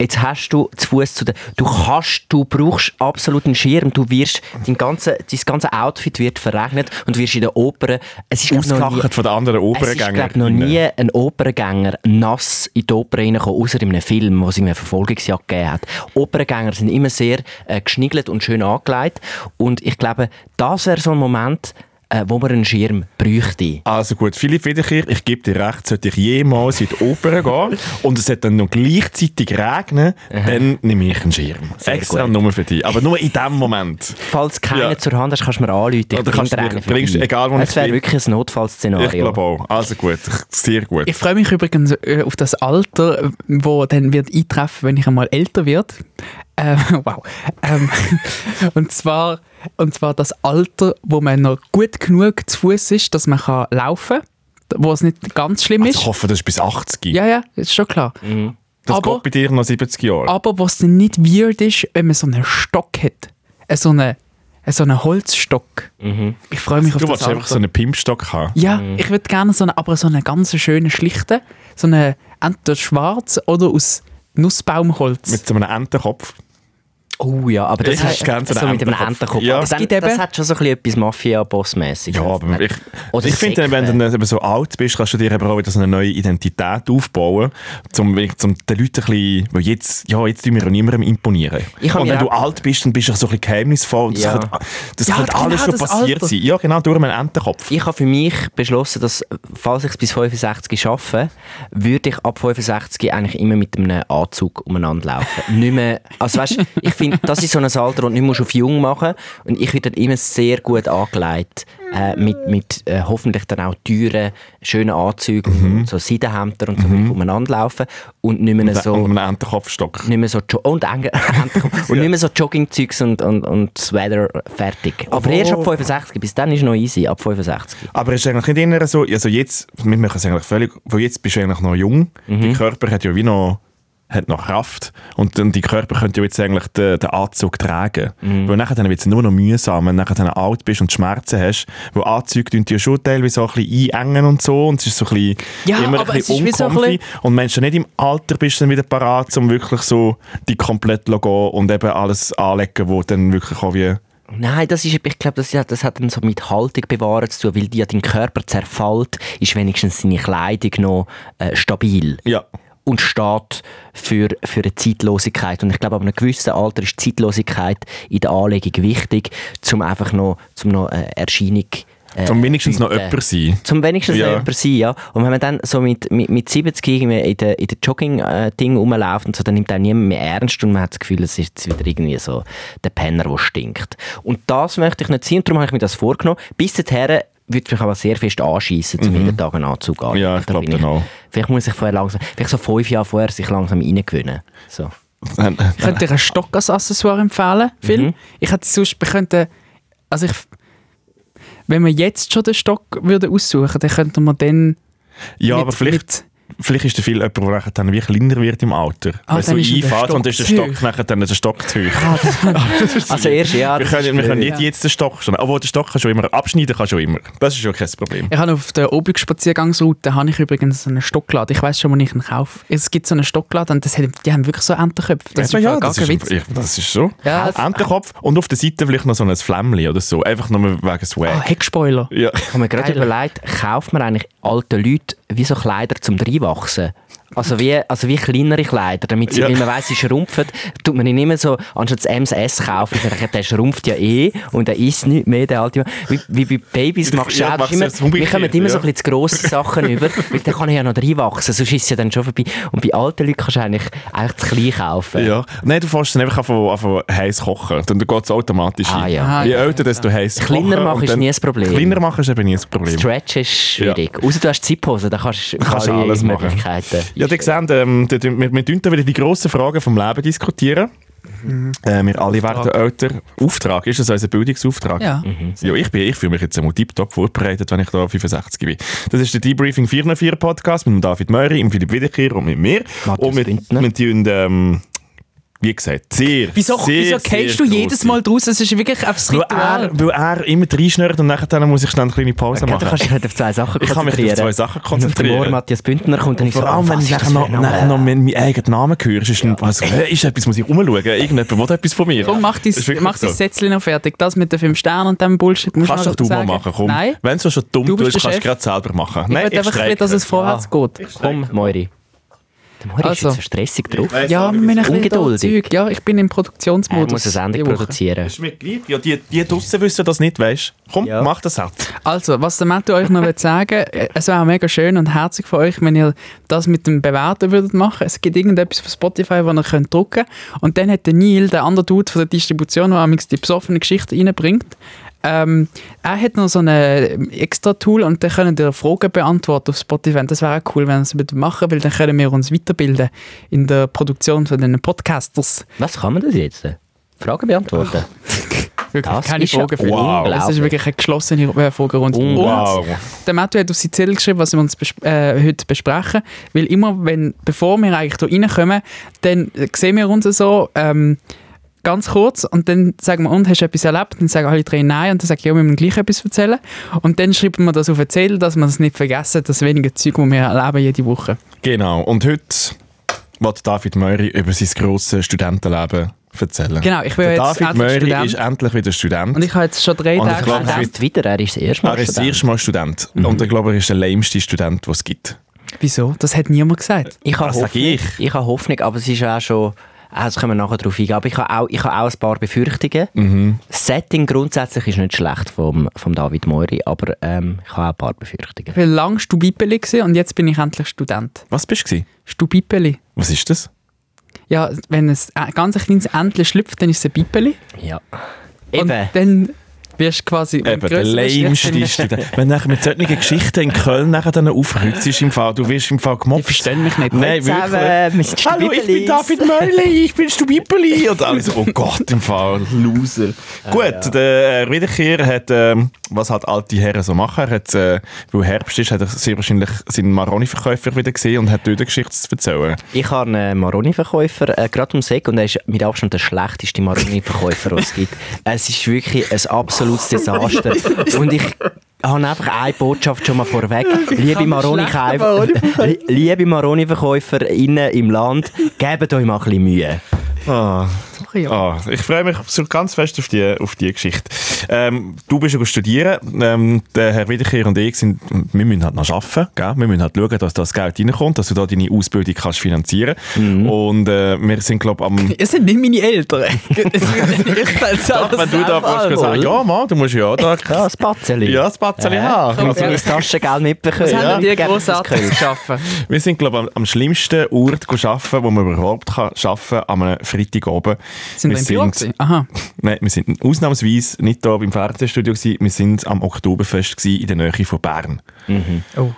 [SPEAKER 3] Jetzt hast du zu Fuß zu den, du kannst, du brauchst absolut einen Schirm, du wirst, dein ganze, dein ganze Outfit wird verregnet und du wirst in der Oper, es ist glaub, noch nie,
[SPEAKER 1] Ausgelacht von den anderen
[SPEAKER 3] es ist,
[SPEAKER 1] Operngängern.
[SPEAKER 3] glaub, noch nie ein Operngänger nass in die Oper reingekommen, außer in einem Film, wo es irgendwie eine Verfolgungsjagd gegeben hat. Operngänger sind immer sehr äh, geschniegelt und schön angelegt. Und ich glaube, das wäre so ein Moment, äh, wo man einen Schirm bräuchte.
[SPEAKER 1] Also gut, Philipp Wiederkehr, ich gebe dir recht, sollte ich jemals in die Oper
[SPEAKER 3] *laughs*
[SPEAKER 1] gehen und es hat dann noch gleichzeitig regnen, dann nehme ich einen Schirm. Extra
[SPEAKER 3] gut.
[SPEAKER 1] nur für dich, aber nur in dem Moment.
[SPEAKER 3] Falls keiner
[SPEAKER 1] Ja.
[SPEAKER 3] zur Hand hast, kannst du mir anrufen. Ich
[SPEAKER 1] Oder kannst du
[SPEAKER 3] bring dir
[SPEAKER 1] mir-
[SPEAKER 3] einen vorbei.
[SPEAKER 1] bringst du- egal, wo
[SPEAKER 3] Es
[SPEAKER 1] ich
[SPEAKER 3] wäre
[SPEAKER 1] bin.
[SPEAKER 3] wirklich ein Notfallszenario.
[SPEAKER 1] Ich glaube auch. Also gut, ich- sehr gut. Also
[SPEAKER 2] Ich freue mich übrigens äh, auf das Alter, wo dann wird eintreffen, wenn ich einmal älter wird. Ähm, *laughs* wow. Ähm, *laughs* und zwar und zwar das Alter, wo man noch gut genug zu Fuß ist, dass man kann laufen, wo es nicht ganz schlimm
[SPEAKER 1] Also ich
[SPEAKER 2] ist.
[SPEAKER 1] hoffe, das ist bis 80.
[SPEAKER 2] Ja, ja, ist schon klar.
[SPEAKER 1] Mhm. das
[SPEAKER 2] aber-
[SPEAKER 1] geht bei dir noch 70
[SPEAKER 3] Ah,
[SPEAKER 1] Jahre.
[SPEAKER 2] Aber was dann nicht weird ist, wenn man so einen Stock hat, Äh, so einen, äh, so einen Holzstock. Ich freue mich auf
[SPEAKER 1] Mhm. du
[SPEAKER 2] das
[SPEAKER 1] wolltest
[SPEAKER 2] Alter.
[SPEAKER 1] einfach so einen Pimpstock haben.
[SPEAKER 2] Ja, ich würde gerne so einen, aber so einen ganz schönen schlichten, so einen entweder schwarz oder aus Nussbaumholz.
[SPEAKER 1] Mit so einem Entenkopf.
[SPEAKER 3] Oh ja, aber
[SPEAKER 1] Ich
[SPEAKER 3] das
[SPEAKER 1] hätte gerne so
[SPEAKER 3] so
[SPEAKER 1] einen
[SPEAKER 3] mit einem
[SPEAKER 1] Entenkopf.
[SPEAKER 3] Entenkopf.
[SPEAKER 1] Ja.
[SPEAKER 3] Das,
[SPEAKER 2] Es gibt
[SPEAKER 3] das
[SPEAKER 2] eben-
[SPEAKER 3] hat schon so ein bisschen etwas Mafia-Boss-mäßig.
[SPEAKER 1] Ja, aber ich,
[SPEAKER 3] Oder
[SPEAKER 1] ich finde, dann, wenn du
[SPEAKER 3] Sekte.
[SPEAKER 1] dann eben so alt bist, kannst du dir eben auch wieder so eine neue Identität aufbauen, um zum den Leuten ein bisschen, weil jetzt, ja, jetzt tun wir ja niemandem imponieren.
[SPEAKER 3] Ich hab
[SPEAKER 1] und
[SPEAKER 3] mir
[SPEAKER 1] wenn du
[SPEAKER 3] auch-
[SPEAKER 1] alt bist, dann bist du auch so ein bisschen geheimnisvoll und das
[SPEAKER 3] Ja.
[SPEAKER 1] könnte, das
[SPEAKER 2] Ja,
[SPEAKER 1] könnte
[SPEAKER 2] genau
[SPEAKER 1] alles schon
[SPEAKER 2] das
[SPEAKER 1] passiert
[SPEAKER 2] Alter.
[SPEAKER 1] sein. Ja, genau, durch einen Entenkopf.
[SPEAKER 3] Ich habe für mich beschlossen, dass, falls ich es bis 65 schaffe, würde ich ab 65 eigentlich immer mit einem Anzug umeinander laufen. *laughs* nicht mehr, also weißt, ich finde, das ist so ein Alter, und nicht musst du auf jung machen. Und ich werde dann immer sehr gut angelegt, äh, mit, mit äh, hoffentlich dann auch teuren, schönen Anzügen, und so Seidenhemder und so mhm. umeinander laufen und nicht mehr so
[SPEAKER 1] Und einen Entenkopfstock.
[SPEAKER 3] nicht mehr so jo oh, und, *laughs* Enge- und nicht mehr so Joggingzeugs und, und, und Sweater fertig. Aber
[SPEAKER 1] Obwohl-
[SPEAKER 3] erst ab 65, bis dann ist noch easy, ab 65.
[SPEAKER 1] Aber es ist eigentlich nicht immer so, also jetzt, wir machen es eigentlich völlig, weil jetzt bist du eigentlich noch jung,
[SPEAKER 2] Mhm.
[SPEAKER 1] dein Körper hat ja wie noch, hat noch Kraft und dann dein Körper könnte ja jetzt eigentlich den, den Anzug tragen.
[SPEAKER 2] Mhm.
[SPEAKER 1] Weil nachher dann wird es nur noch mühsam, wenn du nachher dann alt bist und Schmerzen hast, weil Anzüge tun die ja schon teilweise so ein bisschen einengen und so und es ist so ein bisschen,
[SPEAKER 2] Ja,
[SPEAKER 1] immer ein
[SPEAKER 2] aber
[SPEAKER 1] bisschen
[SPEAKER 2] es ist wie so ein
[SPEAKER 1] unkomfy. und wenn du nicht im Alter bist, dann wieder parat, um wirklich so die komplett zu gehen und eben alles anlegen, wo dann wirklich auch wie...
[SPEAKER 3] Nein, das ist, ich glaube, das, hat- das hat dann so mit Haltung bewahren zu tun, weil die ja dein Körper zerfällt, ist wenigstens seine Kleidung noch äh, stabil.
[SPEAKER 1] Ja.
[SPEAKER 3] Und steht für, für eine Zeitlosigkeit. Und ich glaube, ab einem gewissen Alter ist die Zeitlosigkeit in der Anlegung wichtig, um einfach noch, zum noch äh, Erscheinung äh,
[SPEAKER 1] Um wenigstens noch
[SPEAKER 3] bieten.
[SPEAKER 1] jemand zu sein. *laughs*
[SPEAKER 3] Zum wenigstens
[SPEAKER 1] Ja.
[SPEAKER 3] ja. jemand sein, ja. Und wenn man dann so mit, mit, mit 70 irgendwie in der, in der Jogging-Ding rumläuft und so, dann nimmt einen niemand mehr ernst und man hat das Gefühl, es ist jetzt wieder irgendwie so der Penner, der stinkt. Und das möchte ich nicht sein, und darum habe ich mir das vorgenommen. Bis dahin würde es mich aber sehr fest anschießen, zum jeden Tag einen Anzug an.
[SPEAKER 1] Mhm. Ja, ich
[SPEAKER 3] Da bin
[SPEAKER 1] glaub dann auch.
[SPEAKER 3] Vielleicht muss ich vorher langsam, vielleicht so fünf Jahre vorher sich langsam reingewöhnen. So.
[SPEAKER 2] Ich könnte dir einen Stock als Accessoire empfehlen, Phil.
[SPEAKER 1] Mhm.
[SPEAKER 2] Ich hätte sonst, wir könnten, also ich, wenn wir jetzt schon den Stock würde aussuchen, dann könnten wir dann
[SPEAKER 1] Ja,
[SPEAKER 2] mit-
[SPEAKER 1] aber vielleicht...
[SPEAKER 2] mit-
[SPEAKER 1] Vielleicht ist der viel jemand, der nachher dann wie kleiner wird im Alter.
[SPEAKER 2] Ah,
[SPEAKER 1] Weil so
[SPEAKER 2] dann ist ihm der Ah,
[SPEAKER 1] einfährt und dann ist der
[SPEAKER 2] Stock zu
[SPEAKER 1] Stock nachher dann der Stock zu hoch. *laughs*
[SPEAKER 3] Also erst, ja,
[SPEAKER 1] wir,
[SPEAKER 3] das
[SPEAKER 1] können,
[SPEAKER 3] ist
[SPEAKER 1] wir können
[SPEAKER 3] blöd.
[SPEAKER 1] nicht jetzt den Stock schon. Obwohl, den Stock kannst du immer abschneiden, kannst du immer. Das ist ja kein Problem.
[SPEAKER 2] ich habe auf der Obligspaziergangsroute habe ich übrigens so einen Stockladen. Ich weiß schon, wo ich ihn kaufe. Es gibt so einen Stockladen und das hat, die haben wirklich so Entenköpfe. Das
[SPEAKER 1] Eben,
[SPEAKER 2] ist
[SPEAKER 1] ja,
[SPEAKER 2] gar
[SPEAKER 1] das,
[SPEAKER 2] kein
[SPEAKER 1] ist,
[SPEAKER 2] Witz.
[SPEAKER 1] ja, das ist so.
[SPEAKER 2] Ja,
[SPEAKER 1] Ja,
[SPEAKER 2] das-
[SPEAKER 1] Entenkopf und auf der Seite vielleicht noch so ein Flämmchen oder so. Einfach nur wegen
[SPEAKER 2] Ah,
[SPEAKER 1] Swag.
[SPEAKER 2] Heckspoiler.
[SPEAKER 1] Ja.
[SPEAKER 3] Ich habe mir gerade
[SPEAKER 2] Geil.
[SPEAKER 3] überlegt, kauft man eigentlich alten Leuten wie so Kleider um zum Dreinwachsen? Also wie, also wie kleinere Kleider, damit sie,
[SPEAKER 1] Ja.
[SPEAKER 3] weil man weiss, sie schrumpfen, tut man ihn immer so, anstatt das MSS kaufen, sondern der schrumpft ja eh und der isst nicht mehr, der alte Mann. Wie, wie bei Babys machst du
[SPEAKER 1] Ja,
[SPEAKER 3] auch, das ist
[SPEAKER 1] machst du das
[SPEAKER 3] immer, wir
[SPEAKER 1] umgekehrt,
[SPEAKER 3] kommen immer so
[SPEAKER 1] ja.
[SPEAKER 3] ein bisschen zu grosse Sachen *laughs* über, weil der kann ja noch reinwachsen, sonst ist es ja dann schon vorbei. Und bei alten Leuten kannst du eigentlich, eigentlich zu klein kaufen.
[SPEAKER 1] ja. Nein, du fährst dann einfach anfangen- anfangen heiß kochen. Dann geht es automatisch
[SPEAKER 3] Ah,
[SPEAKER 1] ein.
[SPEAKER 3] ja.
[SPEAKER 2] Ah,
[SPEAKER 1] Je
[SPEAKER 2] ja.
[SPEAKER 1] älter, desto heiß
[SPEAKER 3] Kleiner machen ist nie ein Problem.
[SPEAKER 1] Kleiner machen ist eben nie ein Problem.
[SPEAKER 3] Stretch ist schwierig. Außer du hast Zipphose, dann kannst du
[SPEAKER 1] Kannst du
[SPEAKER 3] alle
[SPEAKER 1] alles machen.
[SPEAKER 3] Möglichkeiten.
[SPEAKER 1] Ja, ihr seht, ähm, dort- wir, wir tun da wieder die grossen Fragen vom Leben diskutieren. Äh, wir alle werden älter. Auftrag, ist das unser Bildungsauftrag? Mhm.
[SPEAKER 2] Ja.
[SPEAKER 1] Ja, ich, bin- ich fühle mich jetzt einmal tiptop vorbereitet, wenn ich da 65 bin. Das ist der Debriefing 404 Podcast mit dem David Möri, dem Philipp Wiederkehr und mit mir.
[SPEAKER 3] Matthias
[SPEAKER 1] und wir,
[SPEAKER 3] Bündner.
[SPEAKER 1] wir tun ähm, wie gesagt, sehr,
[SPEAKER 2] Wieso,
[SPEAKER 1] sehr,
[SPEAKER 2] wieso kennst du
[SPEAKER 1] sehr
[SPEAKER 2] jedes
[SPEAKER 1] grosse.
[SPEAKER 2] Mal draus? Es ist wirklich einfach das
[SPEAKER 1] Weil
[SPEAKER 2] Ritual.
[SPEAKER 1] er, weil er immer reinschnürt und nachher muss ich schnell eine kleine Pause
[SPEAKER 3] Du
[SPEAKER 1] machen.
[SPEAKER 3] kannst dich nicht auf zwei Sachen
[SPEAKER 1] Ich kann mich
[SPEAKER 3] konzentrieren.
[SPEAKER 1] auf zwei Sachen
[SPEAKER 3] Wenn auf den Ohr
[SPEAKER 1] konzentrieren.
[SPEAKER 3] Matthias Bündner kommt, dann ich so,
[SPEAKER 1] Vor allem,
[SPEAKER 3] oh,
[SPEAKER 1] wenn
[SPEAKER 3] was
[SPEAKER 1] ich
[SPEAKER 3] ist
[SPEAKER 1] nachher
[SPEAKER 3] das
[SPEAKER 1] noch,
[SPEAKER 3] für ein
[SPEAKER 1] nachher
[SPEAKER 3] Name?
[SPEAKER 1] noch meinen meinen eigenen Namen höre, ist, ein- also, äh, ist etwas, muss ich umschauen. Irgendjemand will etwas von mir.
[SPEAKER 2] Komm, mach dein,
[SPEAKER 1] Das ist wirklich
[SPEAKER 2] mach
[SPEAKER 1] so.
[SPEAKER 2] dein Sätzchen noch fertig. Das mit den 5 Sternen und dem Bullshit musst
[SPEAKER 1] Kannst
[SPEAKER 2] noch
[SPEAKER 1] doch du mal
[SPEAKER 2] sagen.
[SPEAKER 1] machen, komm.
[SPEAKER 2] Nein.
[SPEAKER 1] Wenn du schon dumm
[SPEAKER 2] Du bist
[SPEAKER 1] tust,
[SPEAKER 2] der
[SPEAKER 1] kannst du
[SPEAKER 2] Chef.
[SPEAKER 1] gerade selber machen.
[SPEAKER 2] Ich
[SPEAKER 1] Nein,
[SPEAKER 2] will einfach,
[SPEAKER 1] streike
[SPEAKER 2] wieder, dass es
[SPEAKER 1] nicht.
[SPEAKER 2] vorwärts geht.
[SPEAKER 3] Komm, Moiri. Der Moiri
[SPEAKER 2] Also.
[SPEAKER 3] ist jetzt so stressig drauf.
[SPEAKER 1] weiss
[SPEAKER 2] Ja,
[SPEAKER 1] auch
[SPEAKER 2] wir
[SPEAKER 1] nicht,
[SPEAKER 2] müssen
[SPEAKER 1] wieso.
[SPEAKER 2] ein bisschen
[SPEAKER 3] Ungeduldig.
[SPEAKER 2] Zeug. Ja, ich bin im
[SPEAKER 3] Er
[SPEAKER 2] Produktionsmodus.
[SPEAKER 3] muss ein Ende
[SPEAKER 2] die Woche.
[SPEAKER 3] produzieren.
[SPEAKER 1] Ist mir gleich. Ja, die, die draussen wissen das nicht, weißt du? Komm,
[SPEAKER 3] Ja.
[SPEAKER 1] mach das halt.
[SPEAKER 2] Also, was der Matthew euch noch *laughs* will sagen äh, es wäre mega schön und herzig von euch, wenn ihr das mit dem Bewerten würdet machen. Es gibt irgendetwas von Spotify, wo ihr könnt drücken Und dann hat der Neil, der andere Dude von der Distribution, der amigs die besoffene Geschichte reinbringt, ähm, er hat noch so ein extra Tool und dann könnt ihr Fragen beantworten auf Spotify. Und das wäre auch cool, wenn ihr es mit machen weil dann können wir uns weiterbilden in der Produktion von den Podcasters.
[SPEAKER 3] Was kann man das jetzt? Fragen beantworten.
[SPEAKER 2] Wirklich,
[SPEAKER 3] Das
[SPEAKER 2] keine
[SPEAKER 3] ist ja
[SPEAKER 2] Fragen für
[SPEAKER 1] wow.
[SPEAKER 2] ihn. Das ist wirklich eine geschlossene äh, Fragerunde. Und
[SPEAKER 1] Oh, Wow.
[SPEAKER 2] der Matthew hat auf seinen Zettel geschrieben, was wir uns bes äh, heute besprechen. Weil immer, wenn, bevor wir eigentlich hier reinkommen, dann äh, sehen wir uns so ähm, ganz kurz und dann sagen wir, und hast du etwas erlebt? Und dann sagen alle drei nein und dann sagen ja, wir müssen gleich etwas erzählen. Und dann schreibt man das auf den Zettel, dass wir es nicht vergessen, das wenige Zeug, das wir erleben jede Woche.
[SPEAKER 1] Genau. Und heute wird David Möri über sein grosses Studentenleben erzählen.
[SPEAKER 2] Genau, ich bin
[SPEAKER 1] Der
[SPEAKER 2] jetzt
[SPEAKER 1] David
[SPEAKER 2] endlich
[SPEAKER 1] Möri
[SPEAKER 2] Student.
[SPEAKER 1] ist endlich wieder Student.
[SPEAKER 2] Und ich habe jetzt schon drei
[SPEAKER 1] Und ich
[SPEAKER 2] Tage
[SPEAKER 1] glaub,
[SPEAKER 2] gedacht,
[SPEAKER 1] es
[SPEAKER 3] Er ist wieder, er ist das erste Mal.
[SPEAKER 1] er ist das
[SPEAKER 3] Student.
[SPEAKER 1] erste Mal Student.
[SPEAKER 2] Mhm.
[SPEAKER 1] Und ich glaube, er ist der lämste Student, den es gibt.
[SPEAKER 2] wieso? Das hat niemand gesagt.
[SPEAKER 3] Ich habe
[SPEAKER 1] Das sag
[SPEAKER 3] Hoffnung,
[SPEAKER 1] ich.
[SPEAKER 3] ich. habe Hoffnung, aber es ist auch schon, ah, das können wir nachher drauf eingehen, aber ich habe auch, ich habe auch ein paar Befürchtungen.
[SPEAKER 1] Mhm.
[SPEAKER 3] Das Setting grundsätzlich ist nicht schlecht vom, vom David Moiri, aber ähm, ich habe auch ein paar Befürchtungen.
[SPEAKER 2] Ich war lange Stubipeli gewesen und jetzt bin ich endlich Student.
[SPEAKER 1] Was bist du? gewesen?
[SPEAKER 2] Stubipeli.
[SPEAKER 1] Was ist das?
[SPEAKER 2] Ja, wenn es ein ganz kleines Entchen schlüpft, dann ist es ein Bipeli.
[SPEAKER 3] Ja.
[SPEAKER 2] Und
[SPEAKER 3] Eben.
[SPEAKER 2] dann wirst du quasi
[SPEAKER 1] Eben, der lämste Student. Wenn nachher mit solchen Geschichten in Köln nachher dann aufkreuzt ist im Fall, du wirst im Fall
[SPEAKER 2] Die
[SPEAKER 1] gemobbt.
[SPEAKER 2] verstehen mich nicht.
[SPEAKER 1] Nein, wirklich.
[SPEAKER 3] Zusammen, wir sind
[SPEAKER 1] Hallo, ich bin
[SPEAKER 3] Stübilis.
[SPEAKER 1] David Möli, ich bin Stubipeli. Und alle so, oh Gott, im Fall, Loser.
[SPEAKER 2] Ah,
[SPEAKER 1] Gut, der äh, Wiederkehr hat, ähm, was halt alte Herren so machen, er hat, äh, weil Herbst ist, hat er sehr wahrscheinlich seinen Maroni-Verkäufer wieder gesehen und hat dort eine Geschichte zu erzählen.
[SPEAKER 3] Ich habe einen Maroni-Verkäufer äh, gerade ums Eck und er ist mit Abstand der schlechteste Maroni-Verkäufer, den es gibt. Es ist wirklich ein
[SPEAKER 1] *laughs*
[SPEAKER 3] absolutes Desaster. Und ich habe einfach eine Botschaft schon mal vorweg. Liebe
[SPEAKER 2] kann schlechten
[SPEAKER 3] Maroni-Käufer, li- liebe Maroni-VerkäuferInnen im Land, gebt euch mal ein bisschen Mühe.
[SPEAKER 1] Ah,
[SPEAKER 2] Ja.
[SPEAKER 1] ah, ich freue mich so ganz fest auf die, auf die Geschichte. Ähm, du bist ja studieren, ähm, der Herr Wiederkehr und ich sind, wir müssen halt noch arbeiten, gell? wir müssen halt schauen, dass das Geld reinkommt, dass du da deine Ausbildung kannst finanzieren kannst. Und äh, wir sind, glaube ich, am...
[SPEAKER 2] Es sind nicht
[SPEAKER 1] *laughs*
[SPEAKER 2] meine Eltern. ich
[SPEAKER 1] Doch, wenn du da kannst sagen, ja Mann, du musst ja da
[SPEAKER 3] Ja, das Batzeli.
[SPEAKER 1] ja, Also, das Batzeli
[SPEAKER 3] Äh,
[SPEAKER 1] haben.
[SPEAKER 3] Wenn ihr das Taschengeld mitbekommen.
[SPEAKER 2] Was haben die
[SPEAKER 3] gebt uns das
[SPEAKER 2] grossartig
[SPEAKER 3] Geld.
[SPEAKER 2] geschaffen?
[SPEAKER 1] Wir sind, glaube ich, am, am schlimmsten Ort go arbeiten, wo man überhaupt kann arbeiten kann, an einem Freitag oben.
[SPEAKER 2] Sind wir im Büro gewesen? Aha.
[SPEAKER 1] Nein, wir sind ausnahmsweise nicht hier beim Fernsehstudio, gewesen, wir sind am Oktoberfest gewesen, in der Nähe von Bern.
[SPEAKER 2] Oh.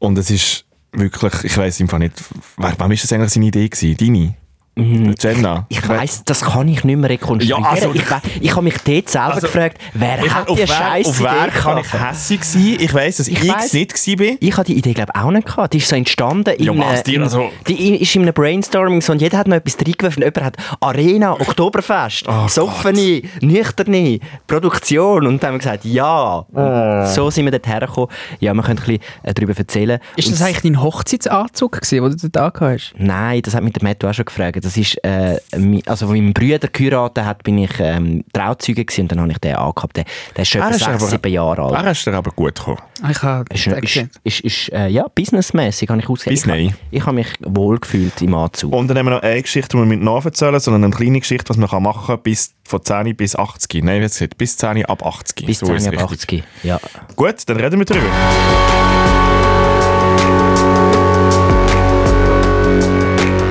[SPEAKER 1] Und es ist wirklich, ich weiß im Fall nicht, wer, wem ist das eigentlich seine Idee gewesen? Deine? Jenna?
[SPEAKER 3] Mhm. Ich weiss, das kann ich nicht mehr rekonstruieren.
[SPEAKER 1] Ja, also-
[SPEAKER 3] ich wei- ich habe mich dort selber
[SPEAKER 1] Also,
[SPEAKER 3] gefragt, wer
[SPEAKER 1] Ich-
[SPEAKER 3] hat
[SPEAKER 1] auf
[SPEAKER 3] die
[SPEAKER 1] wer- Auf
[SPEAKER 3] Scheiße
[SPEAKER 1] wer kann ich hässig sein? Ich weiss, dass ich, es
[SPEAKER 3] Ich weiss-
[SPEAKER 1] nicht gewesen bin.
[SPEAKER 3] Ich hatte die Idee, glaube ich, auch nicht gehabt. Die ist so entstanden.
[SPEAKER 1] Ja,
[SPEAKER 3] in
[SPEAKER 1] was,
[SPEAKER 3] einem-
[SPEAKER 1] die also-
[SPEAKER 3] Die i- ist in einem Brainstorming so und jeder hat noch etwas reingeworfen. Jemand hat Arena, Oktoberfest,
[SPEAKER 1] Oh
[SPEAKER 3] Soffene, Nüchterne, Produktion. Und dann haben wir gesagt, ja. Und So sind wir dort hergekommen. Ja, wir können ein bisschen äh, darüber erzählen.
[SPEAKER 2] Ist
[SPEAKER 3] Und
[SPEAKER 2] das eigentlich dein Hochzeitsanzug, gewesen, den du da gehabt hast?
[SPEAKER 3] Nein, das hat mich der Matthew auch schon gefragt. Das ist, äh, mi- also, als mein Bruder geheiratet hat, bin ich ähm, Trauzeuge gewesen und dann habe ich den angehabt. Der, der ist schon
[SPEAKER 1] Ah,
[SPEAKER 3] etwa sechs, sieben Jahre alt.
[SPEAKER 1] Er ist dir aber gut gekommen.
[SPEAKER 2] Ah, Ich habe
[SPEAKER 3] Ist, ist, ist, ist, äh, ja, businessmäßig habe ich ausgesehen.
[SPEAKER 1] Business.
[SPEAKER 3] Ich, hab- ich habe mich wohlgefühlt im Anzug.
[SPEAKER 1] Und dann haben wir noch eine Geschichte, die wir mit nachverzählen, sondern eine kleine Geschichte, was man kann machen kann, bis von 10 bis 80. Nein, wie hat's gesagt, bis 10 ab 80.
[SPEAKER 3] bis
[SPEAKER 1] ist
[SPEAKER 3] 10 ab
[SPEAKER 1] richtig.
[SPEAKER 3] 80. Ja.
[SPEAKER 1] Gut, dann reden wir drüber.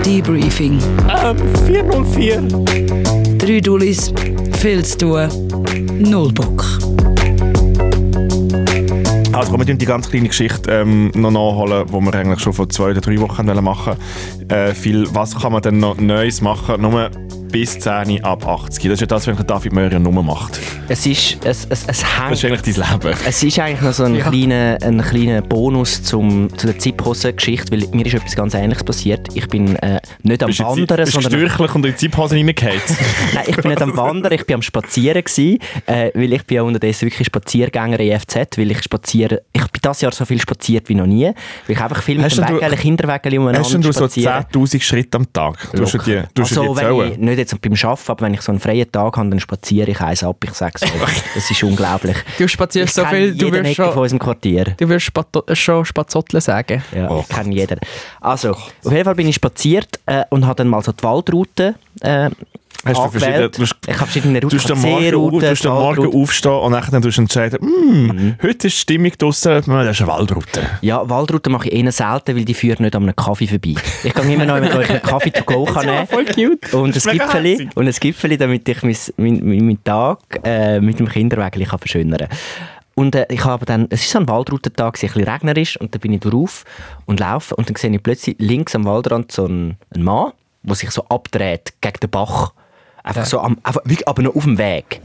[SPEAKER 4] Debriefing. 404. Drei Dullis, viel zu tun, null Bock.
[SPEAKER 1] Also komm, wir tun die ganz kleine Geschichte ähm, noch nachholen, die wir eigentlich schon vor zwei oder drei Wochen wollen machen äh, viel, Was kann man denn noch Neues machen, nur bis 10 ab 80? Das ist ja das, was David Möhrer nur macht.
[SPEAKER 3] es ist, es, es, es
[SPEAKER 1] Das
[SPEAKER 3] hängt.
[SPEAKER 1] ist eigentlich dein Leben.
[SPEAKER 3] Es ist eigentlich noch so ein,
[SPEAKER 2] Ja.
[SPEAKER 3] kleiner, ein kleiner Bonus zum, zu der Ziphosen-Geschichte, weil mir ist etwas ganz Ähnliches passiert. Ich bin äh, nicht am
[SPEAKER 1] Bist du jetzt-
[SPEAKER 3] Wandern,
[SPEAKER 1] bist
[SPEAKER 3] sondern...
[SPEAKER 1] stürchlich und in die Zipphose
[SPEAKER 3] *laughs*
[SPEAKER 1] reingehauen.
[SPEAKER 3] Nein, ich bin nicht am Wandern, ich bin am Spazieren gewesen, äh, weil ich bin ja unterdessen wirklich Spaziergänger in FZ, weil ich spaziere, ich bin das Jahr so viel spaziert wie noch nie, weil ich einfach viel mit
[SPEAKER 1] Hast
[SPEAKER 3] dem
[SPEAKER 1] denn du-
[SPEAKER 3] Wägeli, Kinderwägeli umeinander
[SPEAKER 1] Hast denn du so
[SPEAKER 3] spaziere.
[SPEAKER 1] 10'000 Schritte am Tag? Du hast du die, du hast du
[SPEAKER 3] also,
[SPEAKER 1] die
[SPEAKER 3] wenn ich,
[SPEAKER 1] zählen.
[SPEAKER 3] nicht jetzt beim Arbeiten, aber wenn ich so einen freien Tag habe, dann spaziere ich eins ab, ich sag's
[SPEAKER 1] *laughs*
[SPEAKER 3] euch. Das ist unglaublich.
[SPEAKER 2] Du spazierst so
[SPEAKER 3] kenne
[SPEAKER 2] viel, du
[SPEAKER 3] jeden
[SPEAKER 2] wirst
[SPEAKER 3] Ecke von
[SPEAKER 2] schon,
[SPEAKER 3] unserem Quartier.
[SPEAKER 2] du wirst Spato- schon Spazottle sagen.
[SPEAKER 3] Ja,
[SPEAKER 1] Oh
[SPEAKER 3] kann jeder. Also, auf jeden Fall bin ich spaziert äh, und habe dann mal so die Waldroute äh,
[SPEAKER 1] Hast du
[SPEAKER 3] angewählt.
[SPEAKER 1] verschiedene- du hast-
[SPEAKER 3] ich habe verschiedene
[SPEAKER 1] Du
[SPEAKER 3] Routen.
[SPEAKER 1] musst am
[SPEAKER 3] ich habe
[SPEAKER 1] Morgen, auf, du
[SPEAKER 3] Seerouten,
[SPEAKER 1] musst am Morgen
[SPEAKER 3] Waldrouten.
[SPEAKER 1] aufstehen und dann musst du entscheiden, «Mm,
[SPEAKER 3] Mhm.
[SPEAKER 1] heute ist die Stimmung draussen, das ist eine Waldroute.
[SPEAKER 3] Ja, Waldroute mache ich eher selten, weil die führen nicht an einem Kaffee vorbei. Ich gehe immer noch, wenn ich einen Kaffee to
[SPEAKER 1] *laughs*
[SPEAKER 3] go kann nehmen
[SPEAKER 2] Voll cute.
[SPEAKER 3] und
[SPEAKER 1] ist
[SPEAKER 3] ein
[SPEAKER 1] mega
[SPEAKER 3] Gipfeli,
[SPEAKER 1] herzig.
[SPEAKER 3] und ein Gipfeli, damit ich meinen mein, mein, mein Tag äh, mit dem Kinderwägel kann verschönern Und äh, ich habe dann, es ist so ein Waldroutentag, gewesen, ein bisschen regnerisch, und dann bin ich drauf und laufe und dann sehe ich plötzlich links am Waldrand so einen, einen Mann, der sich so abdreht gegen den Bach. Einfach so am, einfach, wirklich, aber noch auf dem Weg.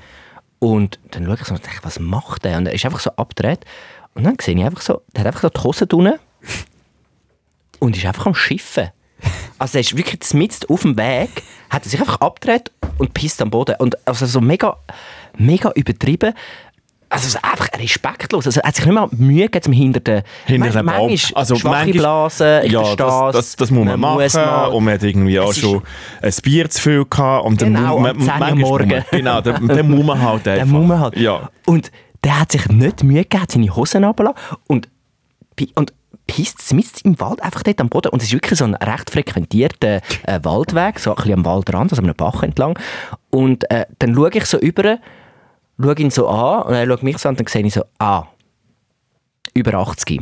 [SPEAKER 3] Und dann schaue ich so und denke, was macht der? Und er ist einfach so abgedreht. Und dann sehe ich einfach so, der hat einfach so die Hose drinnen und ist einfach am Schiffen. Also er ist wirklich mitten auf dem Weg, hat er sich einfach abgedreht und pisst am Boden. Und also so mega, mega übertrieben. Also so einfach respektlos. Also er hat sich nicht mal Mühe gegeben zum hinter den...
[SPEAKER 1] Hinter dem
[SPEAKER 3] Man-
[SPEAKER 1] Baum. Also
[SPEAKER 3] manchmal schwache Blasen, ich
[SPEAKER 1] ja,
[SPEAKER 3] verstehe
[SPEAKER 1] das, das, das muss man, machen.
[SPEAKER 3] mal.
[SPEAKER 1] und man hat irgendwie auch
[SPEAKER 3] Es ist-
[SPEAKER 1] schon ein Bier zu viel gehabt. Und dann
[SPEAKER 3] Genau,
[SPEAKER 1] muss man,
[SPEAKER 3] am 10 Uhr
[SPEAKER 1] manchmal muss man-
[SPEAKER 3] morgen.
[SPEAKER 1] *laughs* Genau, dann, dann muss man
[SPEAKER 3] *laughs*
[SPEAKER 1] halt einfach.
[SPEAKER 3] Der Mumme hat.
[SPEAKER 1] Ja.
[SPEAKER 3] Und der hat sich nicht Mühe gegeben, hat seine Hosen runtergelassen und, pi- und pisst mitten im Wald einfach dort am Boden. Und es ist wirklich so ein recht frequentierter äh, Waldweg, so ein bisschen am Waldrand, also am Bach entlang. Und äh, dann schaue ich so über, schaue ihn so an und er schaut mich so an und dann sehe ich so, ah, über 80.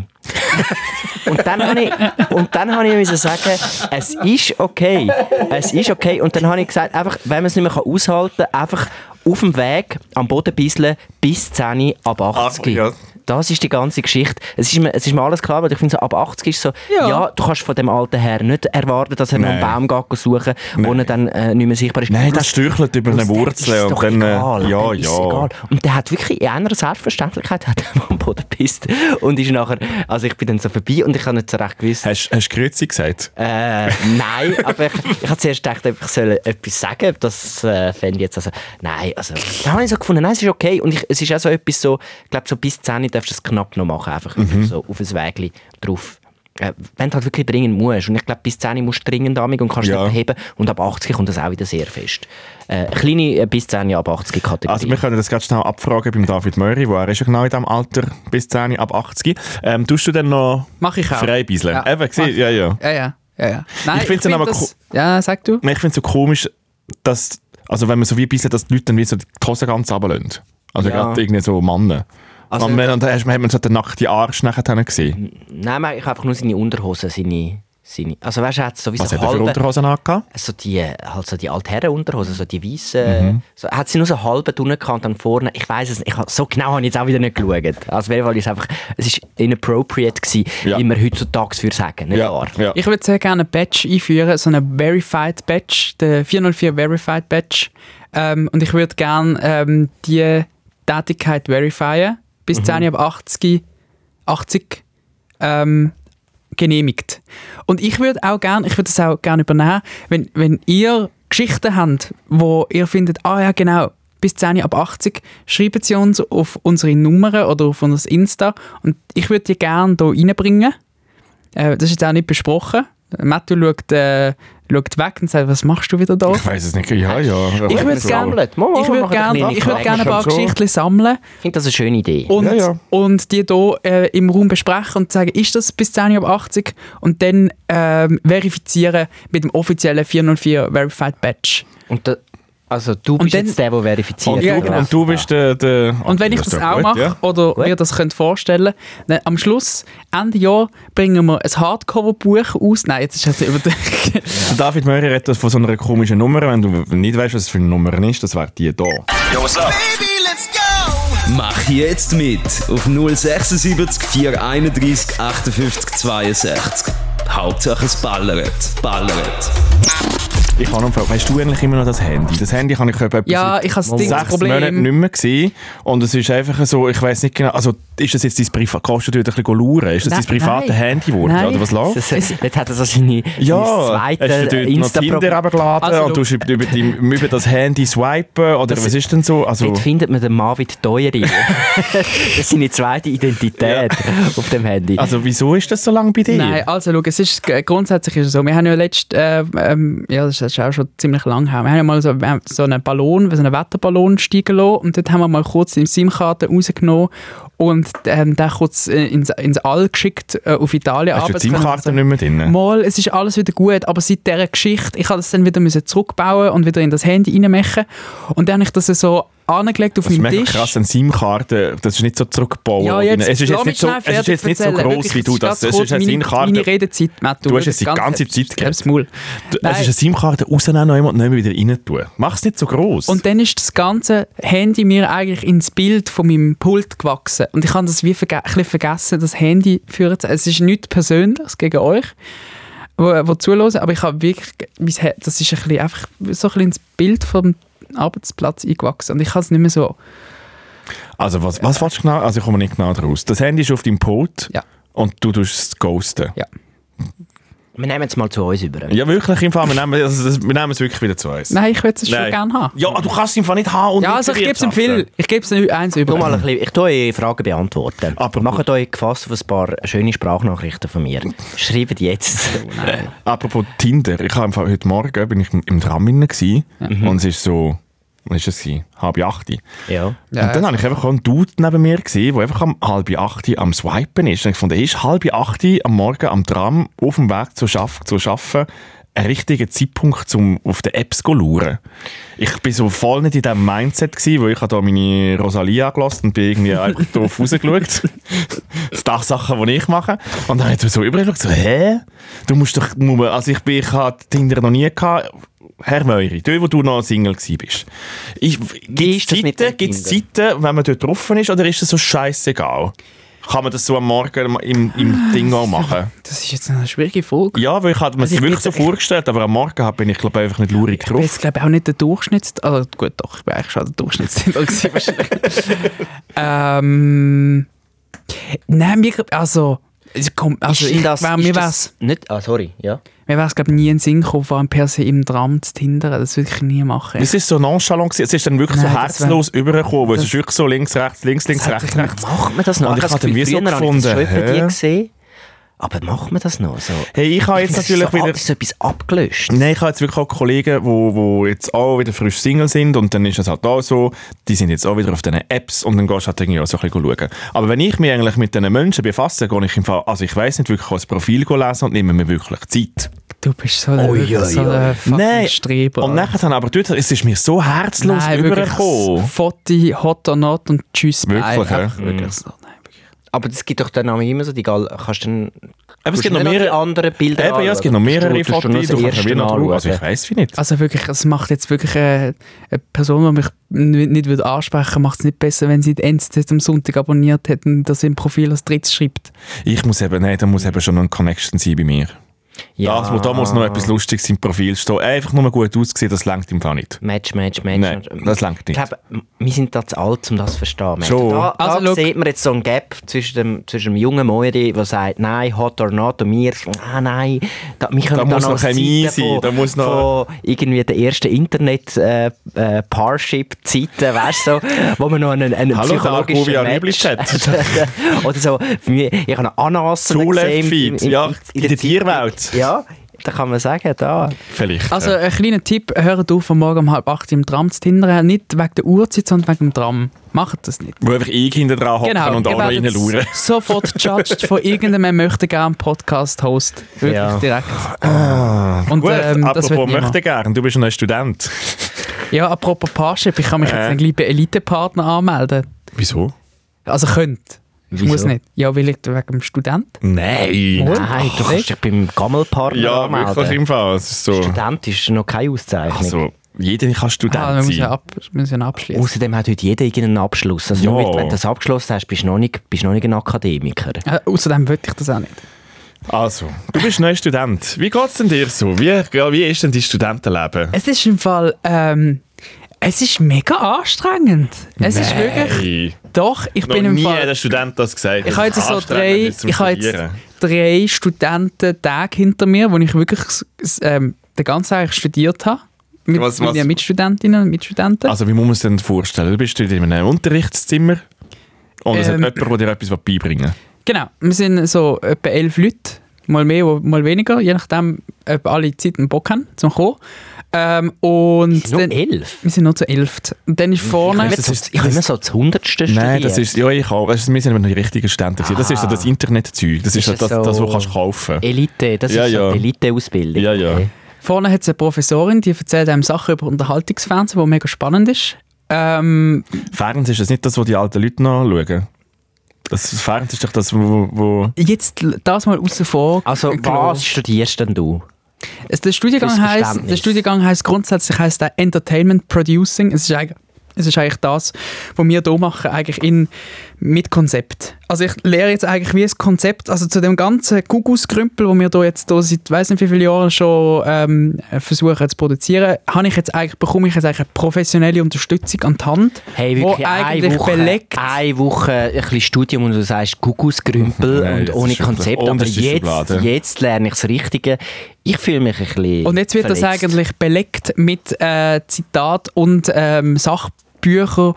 [SPEAKER 3] Und dann habe ich, und dann habe ich müssen sagen, es ist okay. Es ist okay. Und dann habe ich gesagt, einfach, wenn man es nicht mehr kann aushalten kann, einfach auf dem Weg am Boden bisseln bis 10 Uhr ab 80.
[SPEAKER 1] Ach, Ah, ja.
[SPEAKER 3] Das ist die ganze Geschichte. Es ist mir, es ist mir alles klar, weil ich finde, so ab 80 ist so, ja.
[SPEAKER 2] Ja.
[SPEAKER 3] du kannst von dem alten Herr nicht erwarten, dass er
[SPEAKER 1] Nein.
[SPEAKER 3] noch einen Baum geht suchen wo er dann äh, nicht mehr sichtbar ist.
[SPEAKER 1] Nein,
[SPEAKER 3] Plus-
[SPEAKER 1] das stürchelt über
[SPEAKER 3] plus
[SPEAKER 1] eine
[SPEAKER 3] dem
[SPEAKER 1] Wurzel.
[SPEAKER 3] ist
[SPEAKER 1] Und
[SPEAKER 3] doch
[SPEAKER 1] dann, äh,
[SPEAKER 3] egal.
[SPEAKER 1] ja,
[SPEAKER 3] Dem ist es
[SPEAKER 1] ja.
[SPEAKER 3] egal. Und der hat wirklich in einer Selbstverständlichkeit *laughs* hat er am Boden gepisst und ist nachher, also ich bin dann so vorbei und ich habe nicht so recht gewusst,
[SPEAKER 1] Hast hast du Grüezi gesagt?
[SPEAKER 3] äh, nein, aber ich, ich habe zuerst gedacht, ob ich soll etwas sagen, ob das äh, fände ich jetzt, also nein, also da habe ich so gefunden, nein, es ist okay und ich, es ist auch so etwas so, ich glaube so bis 10 Uhr darfst du es knapp noch machen, einfach
[SPEAKER 1] Mhm.
[SPEAKER 3] über so auf ein Wägli drauf. Äh, wenn du halt wirklich dringend musst. Und ich glaube, bis 10 Uhr musst du dringend damit und kannst
[SPEAKER 1] Ja.
[SPEAKER 3] nicht heben. Und ab 80 kommt das auch wieder sehr fest. Äh, kleine äh, bis 10 Uhr ab 80 Kategorie.
[SPEAKER 1] Also wir können das ganz schnell abfragen beim David Möri, wo er ist ja genau in diesem Alter, bis 10, ab 80. Ähm, tust du denn noch
[SPEAKER 2] Mach ich auch.
[SPEAKER 1] frei bisseln?
[SPEAKER 2] Ja.
[SPEAKER 1] Eben, gesehen, ja, ja.
[SPEAKER 2] Ja, ja. ja, ja. Nein,
[SPEAKER 1] Ich find's dann aber
[SPEAKER 2] das- Ja, sag du.
[SPEAKER 1] Ich finde es so komisch, dass, also wenn man so wie bisselt, dass die Leute dann wie so die Hose ganz runterlassen. Also
[SPEAKER 3] Ja.
[SPEAKER 1] gerade irgendwie so Männer.
[SPEAKER 3] Also-
[SPEAKER 1] und man- und dann hast- hat man so den nackten Arsch nachher dann gesehen.
[SPEAKER 3] Nein, man- ich habe einfach nur seine Unterhosen, seine... seine also weißt du, er hat sowieso
[SPEAKER 1] Was hat er für Unterhosen angehabt?
[SPEAKER 3] so die, halt so die Altherren-Unterhosen, so die weißen.
[SPEAKER 1] Mhm.
[SPEAKER 3] So, hat sie nur so halb unten gehabt und dann vorne, ich weiß es nicht, ich, hab- so genau habe ich jetzt auch wieder nicht geschaut. Also wäre es einfach, es ist inappropriate gewesen,
[SPEAKER 1] Ja.
[SPEAKER 3] wie man heutzutage würde sagen, nicht wahr?
[SPEAKER 1] ja.
[SPEAKER 2] Ich würde sehr gerne einen Badge einführen, so einen Verified Badge, den 404 Verified Badge. Ähm, und ich würde gerne ähm, die Tätigkeit verifieren, bis 10 ab 80, 80 ähm, genehmigt. Und ich würde auch gerne, ich würde das auch gerne übernehmen, wenn, wenn ihr Geschichten habt, wo ihr findet, ah ja genau, bis 10 ab 80, schreiben sie uns auf unsere Nummern oder auf unser Insta und ich würde die gerne hier reinbringen. Äh, das ist jetzt auch nicht besprochen. Matthew schaut, äh, schaut weg und sagt, was machst du wieder da?
[SPEAKER 1] Ich weiß es nicht. Ja, ja.
[SPEAKER 2] Ich würd gerne-
[SPEAKER 3] Sammelt. Mo, mo,
[SPEAKER 2] Ich würde
[SPEAKER 3] wir machen eine
[SPEAKER 2] gerne
[SPEAKER 3] kleine
[SPEAKER 2] ich würd
[SPEAKER 3] Collection
[SPEAKER 2] gerne ein paar
[SPEAKER 1] schon.
[SPEAKER 2] Geschichten sammeln
[SPEAKER 3] Ich finde das eine schöne Idee.
[SPEAKER 2] und,
[SPEAKER 1] Ja, ja.
[SPEAKER 2] und die hier äh, im Raum besprechen und sagen, ist das bis 10 Uhr ab 80 und dann ähm, verifizieren mit dem offiziellen 404 Verified Badge.
[SPEAKER 3] Und da, also du bist
[SPEAKER 2] dann-
[SPEAKER 3] jetzt der, der verifiziert.
[SPEAKER 1] Und,
[SPEAKER 2] Ja,
[SPEAKER 1] du,
[SPEAKER 2] genau.
[SPEAKER 1] und du bist der... der
[SPEAKER 2] Und wenn
[SPEAKER 1] Okay,
[SPEAKER 2] ich das
[SPEAKER 1] ist doch
[SPEAKER 2] auch
[SPEAKER 1] gut,
[SPEAKER 2] mache
[SPEAKER 1] ja.
[SPEAKER 2] oder
[SPEAKER 3] Gut.
[SPEAKER 2] mir das könnt vorstellen dann am Schluss, Ende Jahr, bringen wir ein Hardcover-Buch aus. Nein, jetzt ist das übertrieben.
[SPEAKER 1] Der David Möri redet von so einer komischen Nummer. Wenn du nicht weißt, was es für eine Nummer ist, das wäre die hier.
[SPEAKER 5] Mach jetzt mit auf 076 431 58 62. Hauptsache es ballert, ballert.
[SPEAKER 1] Ich habe noch gefragt, weißt du eigentlich immer noch das Handy? Das Handy kann ich etwa
[SPEAKER 2] Ja,
[SPEAKER 1] seit
[SPEAKER 2] ich habe das Ding, das
[SPEAKER 1] sechs
[SPEAKER 2] Problem.
[SPEAKER 1] Monate nicht mehr gesehen. Und es ist einfach so, ich weiß nicht genau, also ist das jetzt dein Privat, kannst du dort ein bisschen schauen? Ist das
[SPEAKER 2] Nein,
[SPEAKER 1] dein privates
[SPEAKER 2] nein.
[SPEAKER 1] Handy geworden?
[SPEAKER 2] Nein.
[SPEAKER 1] Oder was läuft?
[SPEAKER 3] Das, dort hat er so seine,
[SPEAKER 1] Ja,
[SPEAKER 3] seine
[SPEAKER 1] hast du
[SPEAKER 3] zweite
[SPEAKER 1] dort noch Tinder
[SPEAKER 3] Insta-Programm.
[SPEAKER 1] runtergeladen
[SPEAKER 2] Also,
[SPEAKER 1] und du über, über, die, über das Handy swipen oder
[SPEAKER 3] Das-
[SPEAKER 1] was ist denn so? Also,
[SPEAKER 3] Dort findet man den Marvid Teueri. *laughs* das ist seine zweite Identität auf dem Handy.
[SPEAKER 1] also wieso ist das so lange bei dir?
[SPEAKER 2] Nein, also schau, es ist, äh, grundsätzlich ist es so, wir haben ja letzt, äh, ähm, ja das ist auch schon ziemlich lang her, wir haben ja mal so, wir haben so einen Ballon, so einen Wetterballon steigen lassen und dort haben wir mal kurz die SIM-Karte rausgenommen und ähm, den kurz äh, ins, ins All geschickt äh, auf Italien.
[SPEAKER 1] Hast du
[SPEAKER 2] Aber
[SPEAKER 1] die
[SPEAKER 2] es können-
[SPEAKER 1] SIM-Karte nicht mehr drin?
[SPEAKER 2] Mal, es ist alles wieder gut, aber seit dieser Geschichte, ich habe das dann wieder müssen zurückbauen und wieder in das Handy reinmachen und dann habe ich das so angelegt auf
[SPEAKER 1] Das ist
[SPEAKER 2] meinem
[SPEAKER 1] mega
[SPEAKER 2] Tisch.
[SPEAKER 1] krass, eine SIM-Karte, das ist nicht so zurückgebaut.
[SPEAKER 2] Ja,
[SPEAKER 1] worden.
[SPEAKER 2] jetzt,
[SPEAKER 1] Oh, es ist
[SPEAKER 2] lass
[SPEAKER 1] jetzt
[SPEAKER 2] mich
[SPEAKER 1] nicht so,
[SPEAKER 2] schnell
[SPEAKER 1] es ist
[SPEAKER 2] fertig
[SPEAKER 1] jetzt nicht so
[SPEAKER 2] erzählen.
[SPEAKER 1] groß wie
[SPEAKER 2] Wirklich,
[SPEAKER 1] du das.
[SPEAKER 2] ganz
[SPEAKER 1] Es ist eine
[SPEAKER 2] kurz
[SPEAKER 1] SIM-Karte.
[SPEAKER 2] Meine, meine Redezeit, Matt,
[SPEAKER 1] Du hast jetzt die ganze Zeit
[SPEAKER 2] Ich hab's
[SPEAKER 1] gegeben.
[SPEAKER 2] Maul. Nein.
[SPEAKER 1] Es ist eine SIM-Karte rausnehmen noch und nicht mehr wieder rein tun. Mach es nicht so groß.
[SPEAKER 2] Und dann ist das ganze Handy mir eigentlich ins Bild von meinem Pult gewachsen. Und ich habe das wie verge ein bisschen vergessen, das Handy führen zu. Es ist nichts Persönliches gegen euch, wo, wo zuhören, aber ich habe wirklich, mein He- das ist ein bisschen, einfach so ein bisschen ins Bild vom Arbeitsplatz eingewachsen. Und ich kann es nicht mehr so.
[SPEAKER 1] Also was, was willst du genau? Also ich komme nicht genau draus. Das Handy ist auf deinem Pult
[SPEAKER 2] Ja.
[SPEAKER 1] und du tust es ghosten.
[SPEAKER 2] Ja.
[SPEAKER 3] Wir nehmen es mal zu uns über.
[SPEAKER 1] Ja, wirklich, im Fall, wir nehmen, also, das- wir nehmen es wirklich wieder zu uns.
[SPEAKER 2] Nein, ich würde es schon
[SPEAKER 1] Nein.
[SPEAKER 2] gerne haben.
[SPEAKER 1] Ja, du kannst es im Fall nicht haben und
[SPEAKER 2] Ja,
[SPEAKER 1] nicht
[SPEAKER 2] also ich gebe es ihm
[SPEAKER 1] bewirtschaften.
[SPEAKER 2] viel. Ich gebe es ihm eins über.
[SPEAKER 3] Tu mal ein bisschen, ich tue eure Fragen beantworten.
[SPEAKER 1] Aber-
[SPEAKER 3] Macht euch gefasst auf ein paar schöne Sprachnachrichten von mir.
[SPEAKER 1] *laughs*
[SPEAKER 3] Schreibt jetzt.
[SPEAKER 1] Äh, Apropos Tinder, ich habe im Fall heute Morgen bin ich im- im Tram inne gsi
[SPEAKER 2] Mhm.
[SPEAKER 1] und es ist so, was ist es gsi? Halb acht.
[SPEAKER 3] ja.
[SPEAKER 2] Ja,
[SPEAKER 1] und dann habe ich einfach auch einen Dude neben mir gesehen, der einfach am halb acht am Swipen ist. Und ich fand, er ist halb acht am Morgen am Tram auf dem Weg zur Schaff zu arbeiten, ein richtiger Zeitpunkt, um auf den Apps zu schauen. Ich bin so voll nicht in diesem Mindset, gewesen, weil ich habe da meine Rosalia gelassen und bin irgendwie einfach drauf *laughs* rausgeschaut. Das sind auch Sachen, die ich mache. Und dann hat er so übergeschaut, so, hä? Du musst doch, muss man- also ich bin, ich hatte Tinder noch nie gehabt. Herr Meury, dort, wo du noch Single gewesen bist.
[SPEAKER 3] Wie
[SPEAKER 1] Gibt
[SPEAKER 3] ist das mit dem
[SPEAKER 1] es
[SPEAKER 3] Tinder?
[SPEAKER 1] Zeiten, wenn man dort drauf ist, oder ist das so scheißegal? Kann man das so am Morgen im, im Ding auch machen?
[SPEAKER 2] Ah, Das ist jetzt eine schwierige Frage.
[SPEAKER 1] Ja, weil ich habe mir es
[SPEAKER 2] ich
[SPEAKER 1] wirklich
[SPEAKER 2] bin
[SPEAKER 1] so
[SPEAKER 2] jetzt- ich-
[SPEAKER 1] vorgestellt, aber am Morgen hab- bin ich glaube einfach nicht lurig
[SPEAKER 2] Ich bin
[SPEAKER 1] drauf.
[SPEAKER 2] jetzt glaube ich auch nicht der Durchschnitts... Also gut, doch, ich bin eigentlich schon der Durchschnittszimmer *laughs* gewesen, wahrscheinlich. ähm, nein, mir, also... es kommt- Also
[SPEAKER 3] Ist
[SPEAKER 2] ich,
[SPEAKER 3] das-
[SPEAKER 2] wär-
[SPEAKER 3] ist
[SPEAKER 2] mir wäre
[SPEAKER 3] das
[SPEAKER 2] es
[SPEAKER 3] Nicht, ah, sorry, ja.
[SPEAKER 2] mir wär's, glaub, nie in den Sinn gekommen, vor allem per se im Tram zu tindern. Das würde ich nie machen.
[SPEAKER 1] Es ist so nonchalant, gewesen. es ist dann wirklich
[SPEAKER 2] Nein,
[SPEAKER 1] so
[SPEAKER 2] das wär-
[SPEAKER 1] herzlos übergekommen, weil es ist wirklich so links, rechts, links, links,
[SPEAKER 2] Das hat
[SPEAKER 1] rechts,
[SPEAKER 2] sich
[SPEAKER 1] rechts.
[SPEAKER 3] Macht man das noch?
[SPEAKER 1] Und
[SPEAKER 3] Ich
[SPEAKER 1] ich
[SPEAKER 3] habe das
[SPEAKER 1] hatte
[SPEAKER 3] Gefühl,
[SPEAKER 1] wie so
[SPEAKER 3] früher habe ich das schon
[SPEAKER 1] gefunden,
[SPEAKER 3] öfter die
[SPEAKER 1] hä?
[SPEAKER 3] gesehen. Aber macht man das noch so?
[SPEAKER 1] Hey, ich
[SPEAKER 2] *laughs*
[SPEAKER 1] habe jetzt
[SPEAKER 3] Das
[SPEAKER 1] natürlich
[SPEAKER 3] ist so, ab-
[SPEAKER 1] wieder...
[SPEAKER 3] Ist so etwas abgelöscht?
[SPEAKER 1] Nein, ich habe jetzt wirklich auch Kollegen, wo, wo jetzt auch wieder frisch Single sind und dann ist das halt auch so, die sind jetzt auch wieder auf diesen Apps und dann gehst du halt irgendwie auch so ein bisschen schauen. Aber wenn ich mich eigentlich mit diesen Menschen befasse, gehe ich im Fall, also ich weiss nicht wirklich, was Profil lesen und nehme mir wirklich Zeit.
[SPEAKER 2] Du bist so ein
[SPEAKER 3] Ui, ui,
[SPEAKER 2] so ein fucking Streber.
[SPEAKER 1] und nachher dann aber dort, es ist mir so herzlos
[SPEAKER 2] Nein, wirklich.
[SPEAKER 1] übergekommen.
[SPEAKER 2] Foti, hot or not und tschüss, bye.
[SPEAKER 1] Wirklich,
[SPEAKER 2] Einfach
[SPEAKER 1] hä?
[SPEAKER 3] Mhm.
[SPEAKER 2] wirklich so, nein, wirklich.
[SPEAKER 3] Aber es gibt doch dann auch immer so die Gal kannst dann
[SPEAKER 1] Eben, es
[SPEAKER 3] tust
[SPEAKER 1] gibt
[SPEAKER 3] du
[SPEAKER 1] noch
[SPEAKER 3] nicht die
[SPEAKER 1] mehrere...
[SPEAKER 3] anderen Bilder
[SPEAKER 1] Eben, ja, es gibt noch mehrere Fotos, du kannst mir noch drauf- also ich
[SPEAKER 3] Also
[SPEAKER 1] weiss wie nicht.
[SPEAKER 2] Also wirklich, es macht jetzt wirklich äh, eine Person, die mich nicht, nicht würde ansprechen macht es nicht besser, wenn sie die NZZ am Sonntag abonniert hat und das im Profil als drittes schreibt.
[SPEAKER 1] Ich muss eben, nein, da muss eben schon eine Connection sein bei mir.
[SPEAKER 3] ja.
[SPEAKER 1] Das, da muss noch etwas Lustiges im Profil stehen. Einfach nur gut aussehen, das langt im Fall nicht.
[SPEAKER 3] Match, Match, Match.
[SPEAKER 1] Nein,
[SPEAKER 3] Und-
[SPEAKER 1] das langt nicht.
[SPEAKER 3] Ich glaube, wir sind da zu alt, um das zu verstehen. Mensch.
[SPEAKER 1] Schon.
[SPEAKER 3] Da, da
[SPEAKER 2] Also, look-
[SPEAKER 3] sieht man jetzt so einen Gap zwischen dem, zwischen dem jungen Moiri, der sagt, nein, hot or not, und mir, ah, nein, da, wir können
[SPEAKER 1] Da muss noch
[SPEAKER 3] Zeiten
[SPEAKER 1] Chemie sein, da muss noch-
[SPEAKER 3] von irgendwie der ersten Internet-Parship-Zeiten, weißt du, so, wo man noch einen, einen
[SPEAKER 1] Hallo,
[SPEAKER 3] psychologischen
[SPEAKER 1] Dark Movie
[SPEAKER 3] Match-
[SPEAKER 1] Ribli-Chat.
[SPEAKER 3] *laughs* Oder so, für mich, ich habe einen Ananas
[SPEAKER 1] True Left
[SPEAKER 3] gesehen im-
[SPEAKER 1] Feed, ja, in der Tierwelt.
[SPEAKER 3] Ja, da kann man sagen, da.
[SPEAKER 1] Vielleicht.
[SPEAKER 2] Also
[SPEAKER 1] ja.
[SPEAKER 2] ein kleiner Tipp, hört auf, am Morgen um halb acht im Tram zu tindern. Nicht wegen der Uhrzeit, sondern wegen dem Tram. Macht das nicht.
[SPEAKER 1] Wo einfach ich hinten dran hocken und
[SPEAKER 2] Genau, ihr
[SPEAKER 1] auch noch
[SPEAKER 2] werdet ähm,
[SPEAKER 1] reinlauern.
[SPEAKER 2] *laughs* sofort judged von irgendeinem möchte gerne Podcast-Host. Wirklich
[SPEAKER 3] Ja.
[SPEAKER 2] direkt. Und
[SPEAKER 1] Gut,
[SPEAKER 2] ähm, das wird
[SPEAKER 1] apropos
[SPEAKER 2] niemand.
[SPEAKER 1] möchte gern, du bist noch ein Student.
[SPEAKER 2] Ja, apropos Parship, ich kann mich jetzt
[SPEAKER 1] Äh.
[SPEAKER 2] dann gleich bei Elite-Partner anmelden.
[SPEAKER 1] Wieso?
[SPEAKER 2] Also könnt. Ich muss nicht. Ja, weil ich wegen dem Student.
[SPEAKER 1] Nein!
[SPEAKER 3] Nein, du kannst dich beim Gammelpartner
[SPEAKER 1] Ja,
[SPEAKER 3] anmelden.
[SPEAKER 1] wirklich im Fall. Es ist so.
[SPEAKER 3] Student ist noch keine Auszeichnung.
[SPEAKER 1] Also, jeder kann Student
[SPEAKER 2] Ah, wir müssen,
[SPEAKER 1] sein.
[SPEAKER 2] ab, wir müssen abschließen.
[SPEAKER 3] Außerdem hat heute jeder irgendeinen Abschluss. Also
[SPEAKER 1] Ja.
[SPEAKER 2] Ah,
[SPEAKER 3] nur weil, wenn du das abgeschlossen hast, bist du noch nicht, bist du noch nicht ein Akademiker.
[SPEAKER 2] Äh, außerdem will ich das auch nicht.
[SPEAKER 1] Also, du bist neuer Student. Wie geht's denn dir so? Wie, ja, wie ist denn dein Studentenleben?
[SPEAKER 2] Es ist im Fall, ähm, es ist mega anstrengend. Es ist wirklich,
[SPEAKER 1] Hey,
[SPEAKER 2] doch, ich
[SPEAKER 1] noch
[SPEAKER 2] bin im
[SPEAKER 1] nie
[SPEAKER 2] Fall...
[SPEAKER 1] hat ein Student das gesagt.
[SPEAKER 2] Ich
[SPEAKER 1] Das
[SPEAKER 2] habe
[SPEAKER 1] ist
[SPEAKER 2] jetzt so drei,
[SPEAKER 1] anstrengend, zum
[SPEAKER 2] ich habe jetzt
[SPEAKER 1] Studieren.
[SPEAKER 2] drei Studententage hinter mir, wo ich wirklich s- s- ähm, den ganzen Tag studiert habe. Mit
[SPEAKER 1] Was- was-
[SPEAKER 2] meinen Mitstudentinnen und Mitstudenten.
[SPEAKER 1] Also, wie muss man sich denn vorstellen? Du bist in einem Unterrichtszimmer und es hat
[SPEAKER 2] Ähm.
[SPEAKER 1] jemand, der dir etwas beibringen will.
[SPEAKER 2] Genau, wir sind so etwa elf Leute, mal mehr, mal weniger, je nachdem, ob alle Zeit einen Bock haben zum Kommen. Ähm, und
[SPEAKER 3] Nur
[SPEAKER 2] dann,
[SPEAKER 3] elf.
[SPEAKER 2] wir sind nur zu elf. Und dann Oh ist vorne...
[SPEAKER 1] Nein,
[SPEAKER 3] Nein,
[SPEAKER 1] das
[SPEAKER 3] ich
[SPEAKER 1] ist-
[SPEAKER 3] kann immer so das Hundertste
[SPEAKER 1] Nein,
[SPEAKER 3] studieren.
[SPEAKER 1] das ist, ja, ich auch. Weißt du, Wir sind nicht die richtigen Studenten. gewesen. Das ist so das Internetzeug. Ah. Das ist,
[SPEAKER 3] Ist
[SPEAKER 1] so E-
[SPEAKER 3] es
[SPEAKER 1] das,
[SPEAKER 3] so-
[SPEAKER 1] das, was du kannst kaufen
[SPEAKER 3] Elite, das
[SPEAKER 1] Ja,
[SPEAKER 3] ist so
[SPEAKER 1] ja.
[SPEAKER 3] die Elite-Ausbildung.
[SPEAKER 1] Ja, ja.
[SPEAKER 3] Okay.
[SPEAKER 2] Vorne hat es eine Professorin, die erzählt einem Sachen über Unterhaltungsfernsehen, die mega spannend ist. Ähm,
[SPEAKER 1] Fernsehen ist das nicht das, was die alten Leute noch schauen. Das das Fernsehen ist doch das, wo... wo
[SPEAKER 2] jetzt l- das mal außen vor.
[SPEAKER 3] Also,
[SPEAKER 2] gelassen.
[SPEAKER 3] was studierst denn du?
[SPEAKER 2] Es, der Studiengang
[SPEAKER 3] Fürs
[SPEAKER 2] heißt,
[SPEAKER 3] Verständnis.
[SPEAKER 2] der Studiengang heißt grundsätzlich heißt der Entertainment Producing. Es ist eigentlich es ist eigentlich das, was wir hier machen, eigentlich in, mit Konzept. Also ich lehre jetzt eigentlich wie ein Konzept, also zu dem ganzen Gugus-Krümpel, wo wir hier jetzt hier seit weiss nicht wie vielen Jahren schon ähm, versuchen zu produzieren, habe ich jetzt eigentlich, bekomme ich jetzt eigentlich eine professionelle Unterstützung an die Hand,
[SPEAKER 3] Hey,
[SPEAKER 2] wo
[SPEAKER 3] wirklich
[SPEAKER 2] eigentlich
[SPEAKER 3] eine Woche,
[SPEAKER 2] belegt
[SPEAKER 3] eine Woche ein bisschen Studium und du sagst Gugus-Grümpel
[SPEAKER 1] Nein,
[SPEAKER 3] und
[SPEAKER 1] das
[SPEAKER 3] ohne
[SPEAKER 1] ist wirklich
[SPEAKER 3] Konzept. Aber
[SPEAKER 1] unterste
[SPEAKER 3] jetzt,
[SPEAKER 1] Schublade.
[SPEAKER 3] jetzt lerne ich das Richtige. Ich fühle mich ein bisschen
[SPEAKER 2] Und jetzt wird das
[SPEAKER 3] verletzt.
[SPEAKER 2] eigentlich belegt mit äh, Zitat und ähm, Sachbüchern,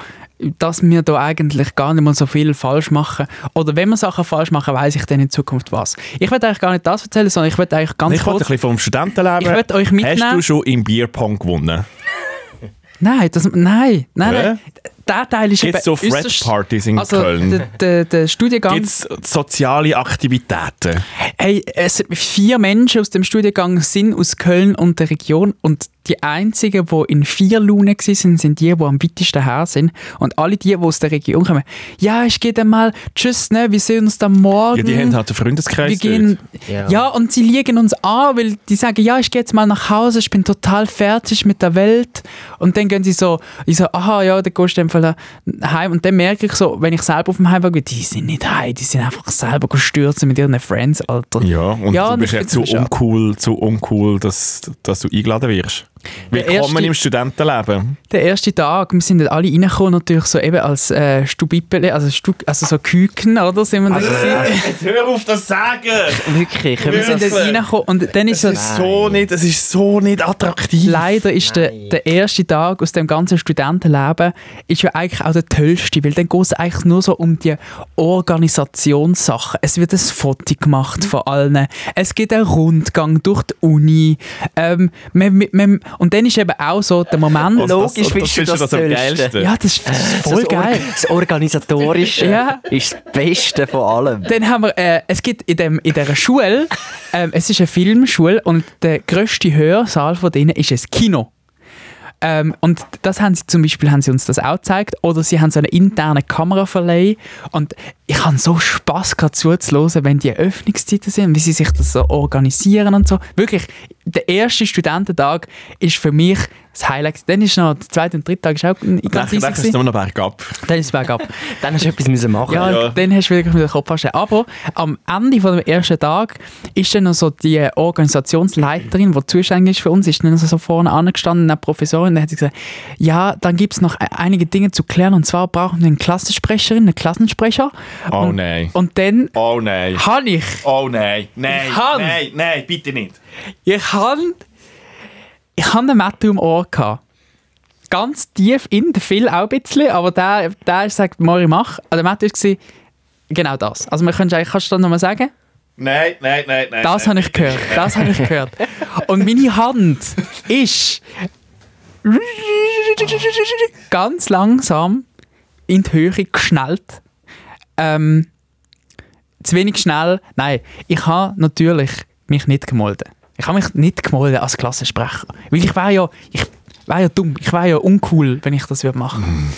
[SPEAKER 2] dass wir da eigentlich gar nicht mal so viel falsch machen. Oder wenn wir Sachen falsch machen, weiß ich dann in Zukunft was. Ich will eigentlich gar nicht das erzählen, sondern ich will eigentlich ganz
[SPEAKER 1] ich wollte ein
[SPEAKER 2] kurz...
[SPEAKER 1] bisschen vom Studentenleben.
[SPEAKER 2] Ich wollte euch mitnehmen.
[SPEAKER 1] Hast du schon im Bierpong gewonnen?
[SPEAKER 2] Nein, das, nein, nein,
[SPEAKER 1] Hä?
[SPEAKER 2] nein. Der Teil ist
[SPEAKER 1] Gibt es so
[SPEAKER 2] eben äusserst-
[SPEAKER 1] Fred-Partys in
[SPEAKER 2] also,
[SPEAKER 1] Köln?
[SPEAKER 2] Der, der, der Studiengang...
[SPEAKER 1] Gibt es soziale Aktivitäten?
[SPEAKER 2] Hey, es, vier Menschen aus dem Studiengang sind aus Köln und der Region und die einzigen, die in vier Launen waren, sind, sind die, die am weitesten her sind. Und alle die, die aus der Region kommen, ja, ich gehe dann mal, tschüss, ne, wir sehen uns dann morgen.
[SPEAKER 1] Ja, die haben halt einen
[SPEAKER 2] wir
[SPEAKER 1] Freundeskreis.
[SPEAKER 2] gehen, ja.
[SPEAKER 3] Ja.
[SPEAKER 2] und sie liegen uns an, weil die sagen, ja, ich gehe jetzt mal nach Hause, ich bin total fertig mit der Welt. Und dann gehen sie so, ich so, aha, ja, dann gehst du einfach heim. Und dann merke ich so, wenn ich selber auf dem Heimweg bin, die sind nicht heim, die sind einfach selber gestürzt mit ihren Friends, Alter.
[SPEAKER 1] dort. Ja, und
[SPEAKER 2] Ja,
[SPEAKER 1] du
[SPEAKER 2] und
[SPEAKER 1] bist
[SPEAKER 2] ich
[SPEAKER 1] ja
[SPEAKER 2] find's
[SPEAKER 1] zu
[SPEAKER 2] aber schade.
[SPEAKER 1] uncool, zu uncool dass, dass du eingeladen wirst.
[SPEAKER 2] Der
[SPEAKER 1] Willkommen
[SPEAKER 2] erste-
[SPEAKER 1] im Studentenleben.
[SPEAKER 2] Der erste Tag, wir sind dann alle reingekommen, natürlich so eben als äh, Stubipele, also, Stu also so Küken, oder? Sind wir also,
[SPEAKER 1] Jetzt hör auf das sagen!
[SPEAKER 3] Wirklich, können
[SPEAKER 2] wir
[SPEAKER 3] wir
[SPEAKER 2] sind dann reingekommen und dann ist so,
[SPEAKER 1] Das ist so nicht, das ist so nicht attraktiv.
[SPEAKER 2] leider ist der, der erste Tag aus dem ganzen Studentenleben ist ja eigentlich auch der tollste, weil dann geht es eigentlich nur so um die Organisationssachen. Es wird ein Foto gemacht von allen, es gibt einen Rundgang durch die Uni ähm, man, man, man, und dann ist eben auch so der Moment...
[SPEAKER 1] Und
[SPEAKER 3] Logisch
[SPEAKER 1] und
[SPEAKER 3] findest du
[SPEAKER 1] findest
[SPEAKER 3] das
[SPEAKER 1] am
[SPEAKER 3] Tollste.
[SPEAKER 1] geilsten.
[SPEAKER 2] ja, das ist, das ist voll
[SPEAKER 3] das Or-
[SPEAKER 2] geil.
[SPEAKER 3] Das
[SPEAKER 2] *laughs*
[SPEAKER 3] Organisatorische
[SPEAKER 2] Ja.
[SPEAKER 3] ist das Beste von allem.
[SPEAKER 2] Dann haben wir, äh, es gibt in, dem, in dieser Schule, ähm, es ist eine Filmschule und der grösste Hörsaal von denen ist ein Kino. Ähm, und das haben sie zum Beispiel haben sie uns das auch gezeigt oder sie haben so einen internen Kameraverleih und ich habe so Spass gehabt zuzuhören, wenn die Öffnungszeiten sind, wie sie sich das so organisieren und so. Wirklich, der erste Studententag ist für mich das Highlight. Dann ist noch der zweite und dritte Tag ist auch ganz
[SPEAKER 1] Nachher
[SPEAKER 2] easy
[SPEAKER 1] nachher ist es
[SPEAKER 2] gewesen.
[SPEAKER 1] nur noch bergab.
[SPEAKER 2] Dann ist es bergab.
[SPEAKER 3] Dann hast du etwas müssen machen
[SPEAKER 2] Ja,
[SPEAKER 1] Ja.
[SPEAKER 2] dann hast du wirklich mit dem Kopf anstellen. Aber am Ende von dem ersten Tag ist dann noch so die Organisationsleiterin, die zuständig ist für uns, ist dann so vorne angestanden, eine Professorin, dann hat sie gesagt, ja, dann gibt es noch e- einige Dinge zu klären und zwar brauchen wir eine Klassensprecherin, einen Klassensprecher.
[SPEAKER 1] Oh
[SPEAKER 2] und,
[SPEAKER 1] nein.
[SPEAKER 2] Und dann
[SPEAKER 1] Oh nein.
[SPEAKER 2] habe ich,
[SPEAKER 1] Oh nein. Nein.
[SPEAKER 2] Hans!
[SPEAKER 1] Nein, nein, bitte nicht.
[SPEAKER 2] ich habe, ich habe einen Mathe im Ohr gehabt. Ganz tief in, der Phil auch ein bisschen, aber der, der sagt, Mori, mach. Also der Mathe war genau das. Also man könnte eigentlich, kannst du das nochmal sagen?
[SPEAKER 1] Nein, nein, nein, nein.
[SPEAKER 2] Das habe ich gehört. Das habe ich gehört. Und meine Hand ist ganz langsam in die Höhe geschnellt. Ähm, zu wenig schnell. Nein, ich habe natürlich mich nicht gemolden. Ich habe mich nicht gemolden als Klassensprecher. Weil ich wäre ja, ich wäre ja dumm. Ich wäre ja uncool, wenn ich das würde machen würde.
[SPEAKER 3] Mhm.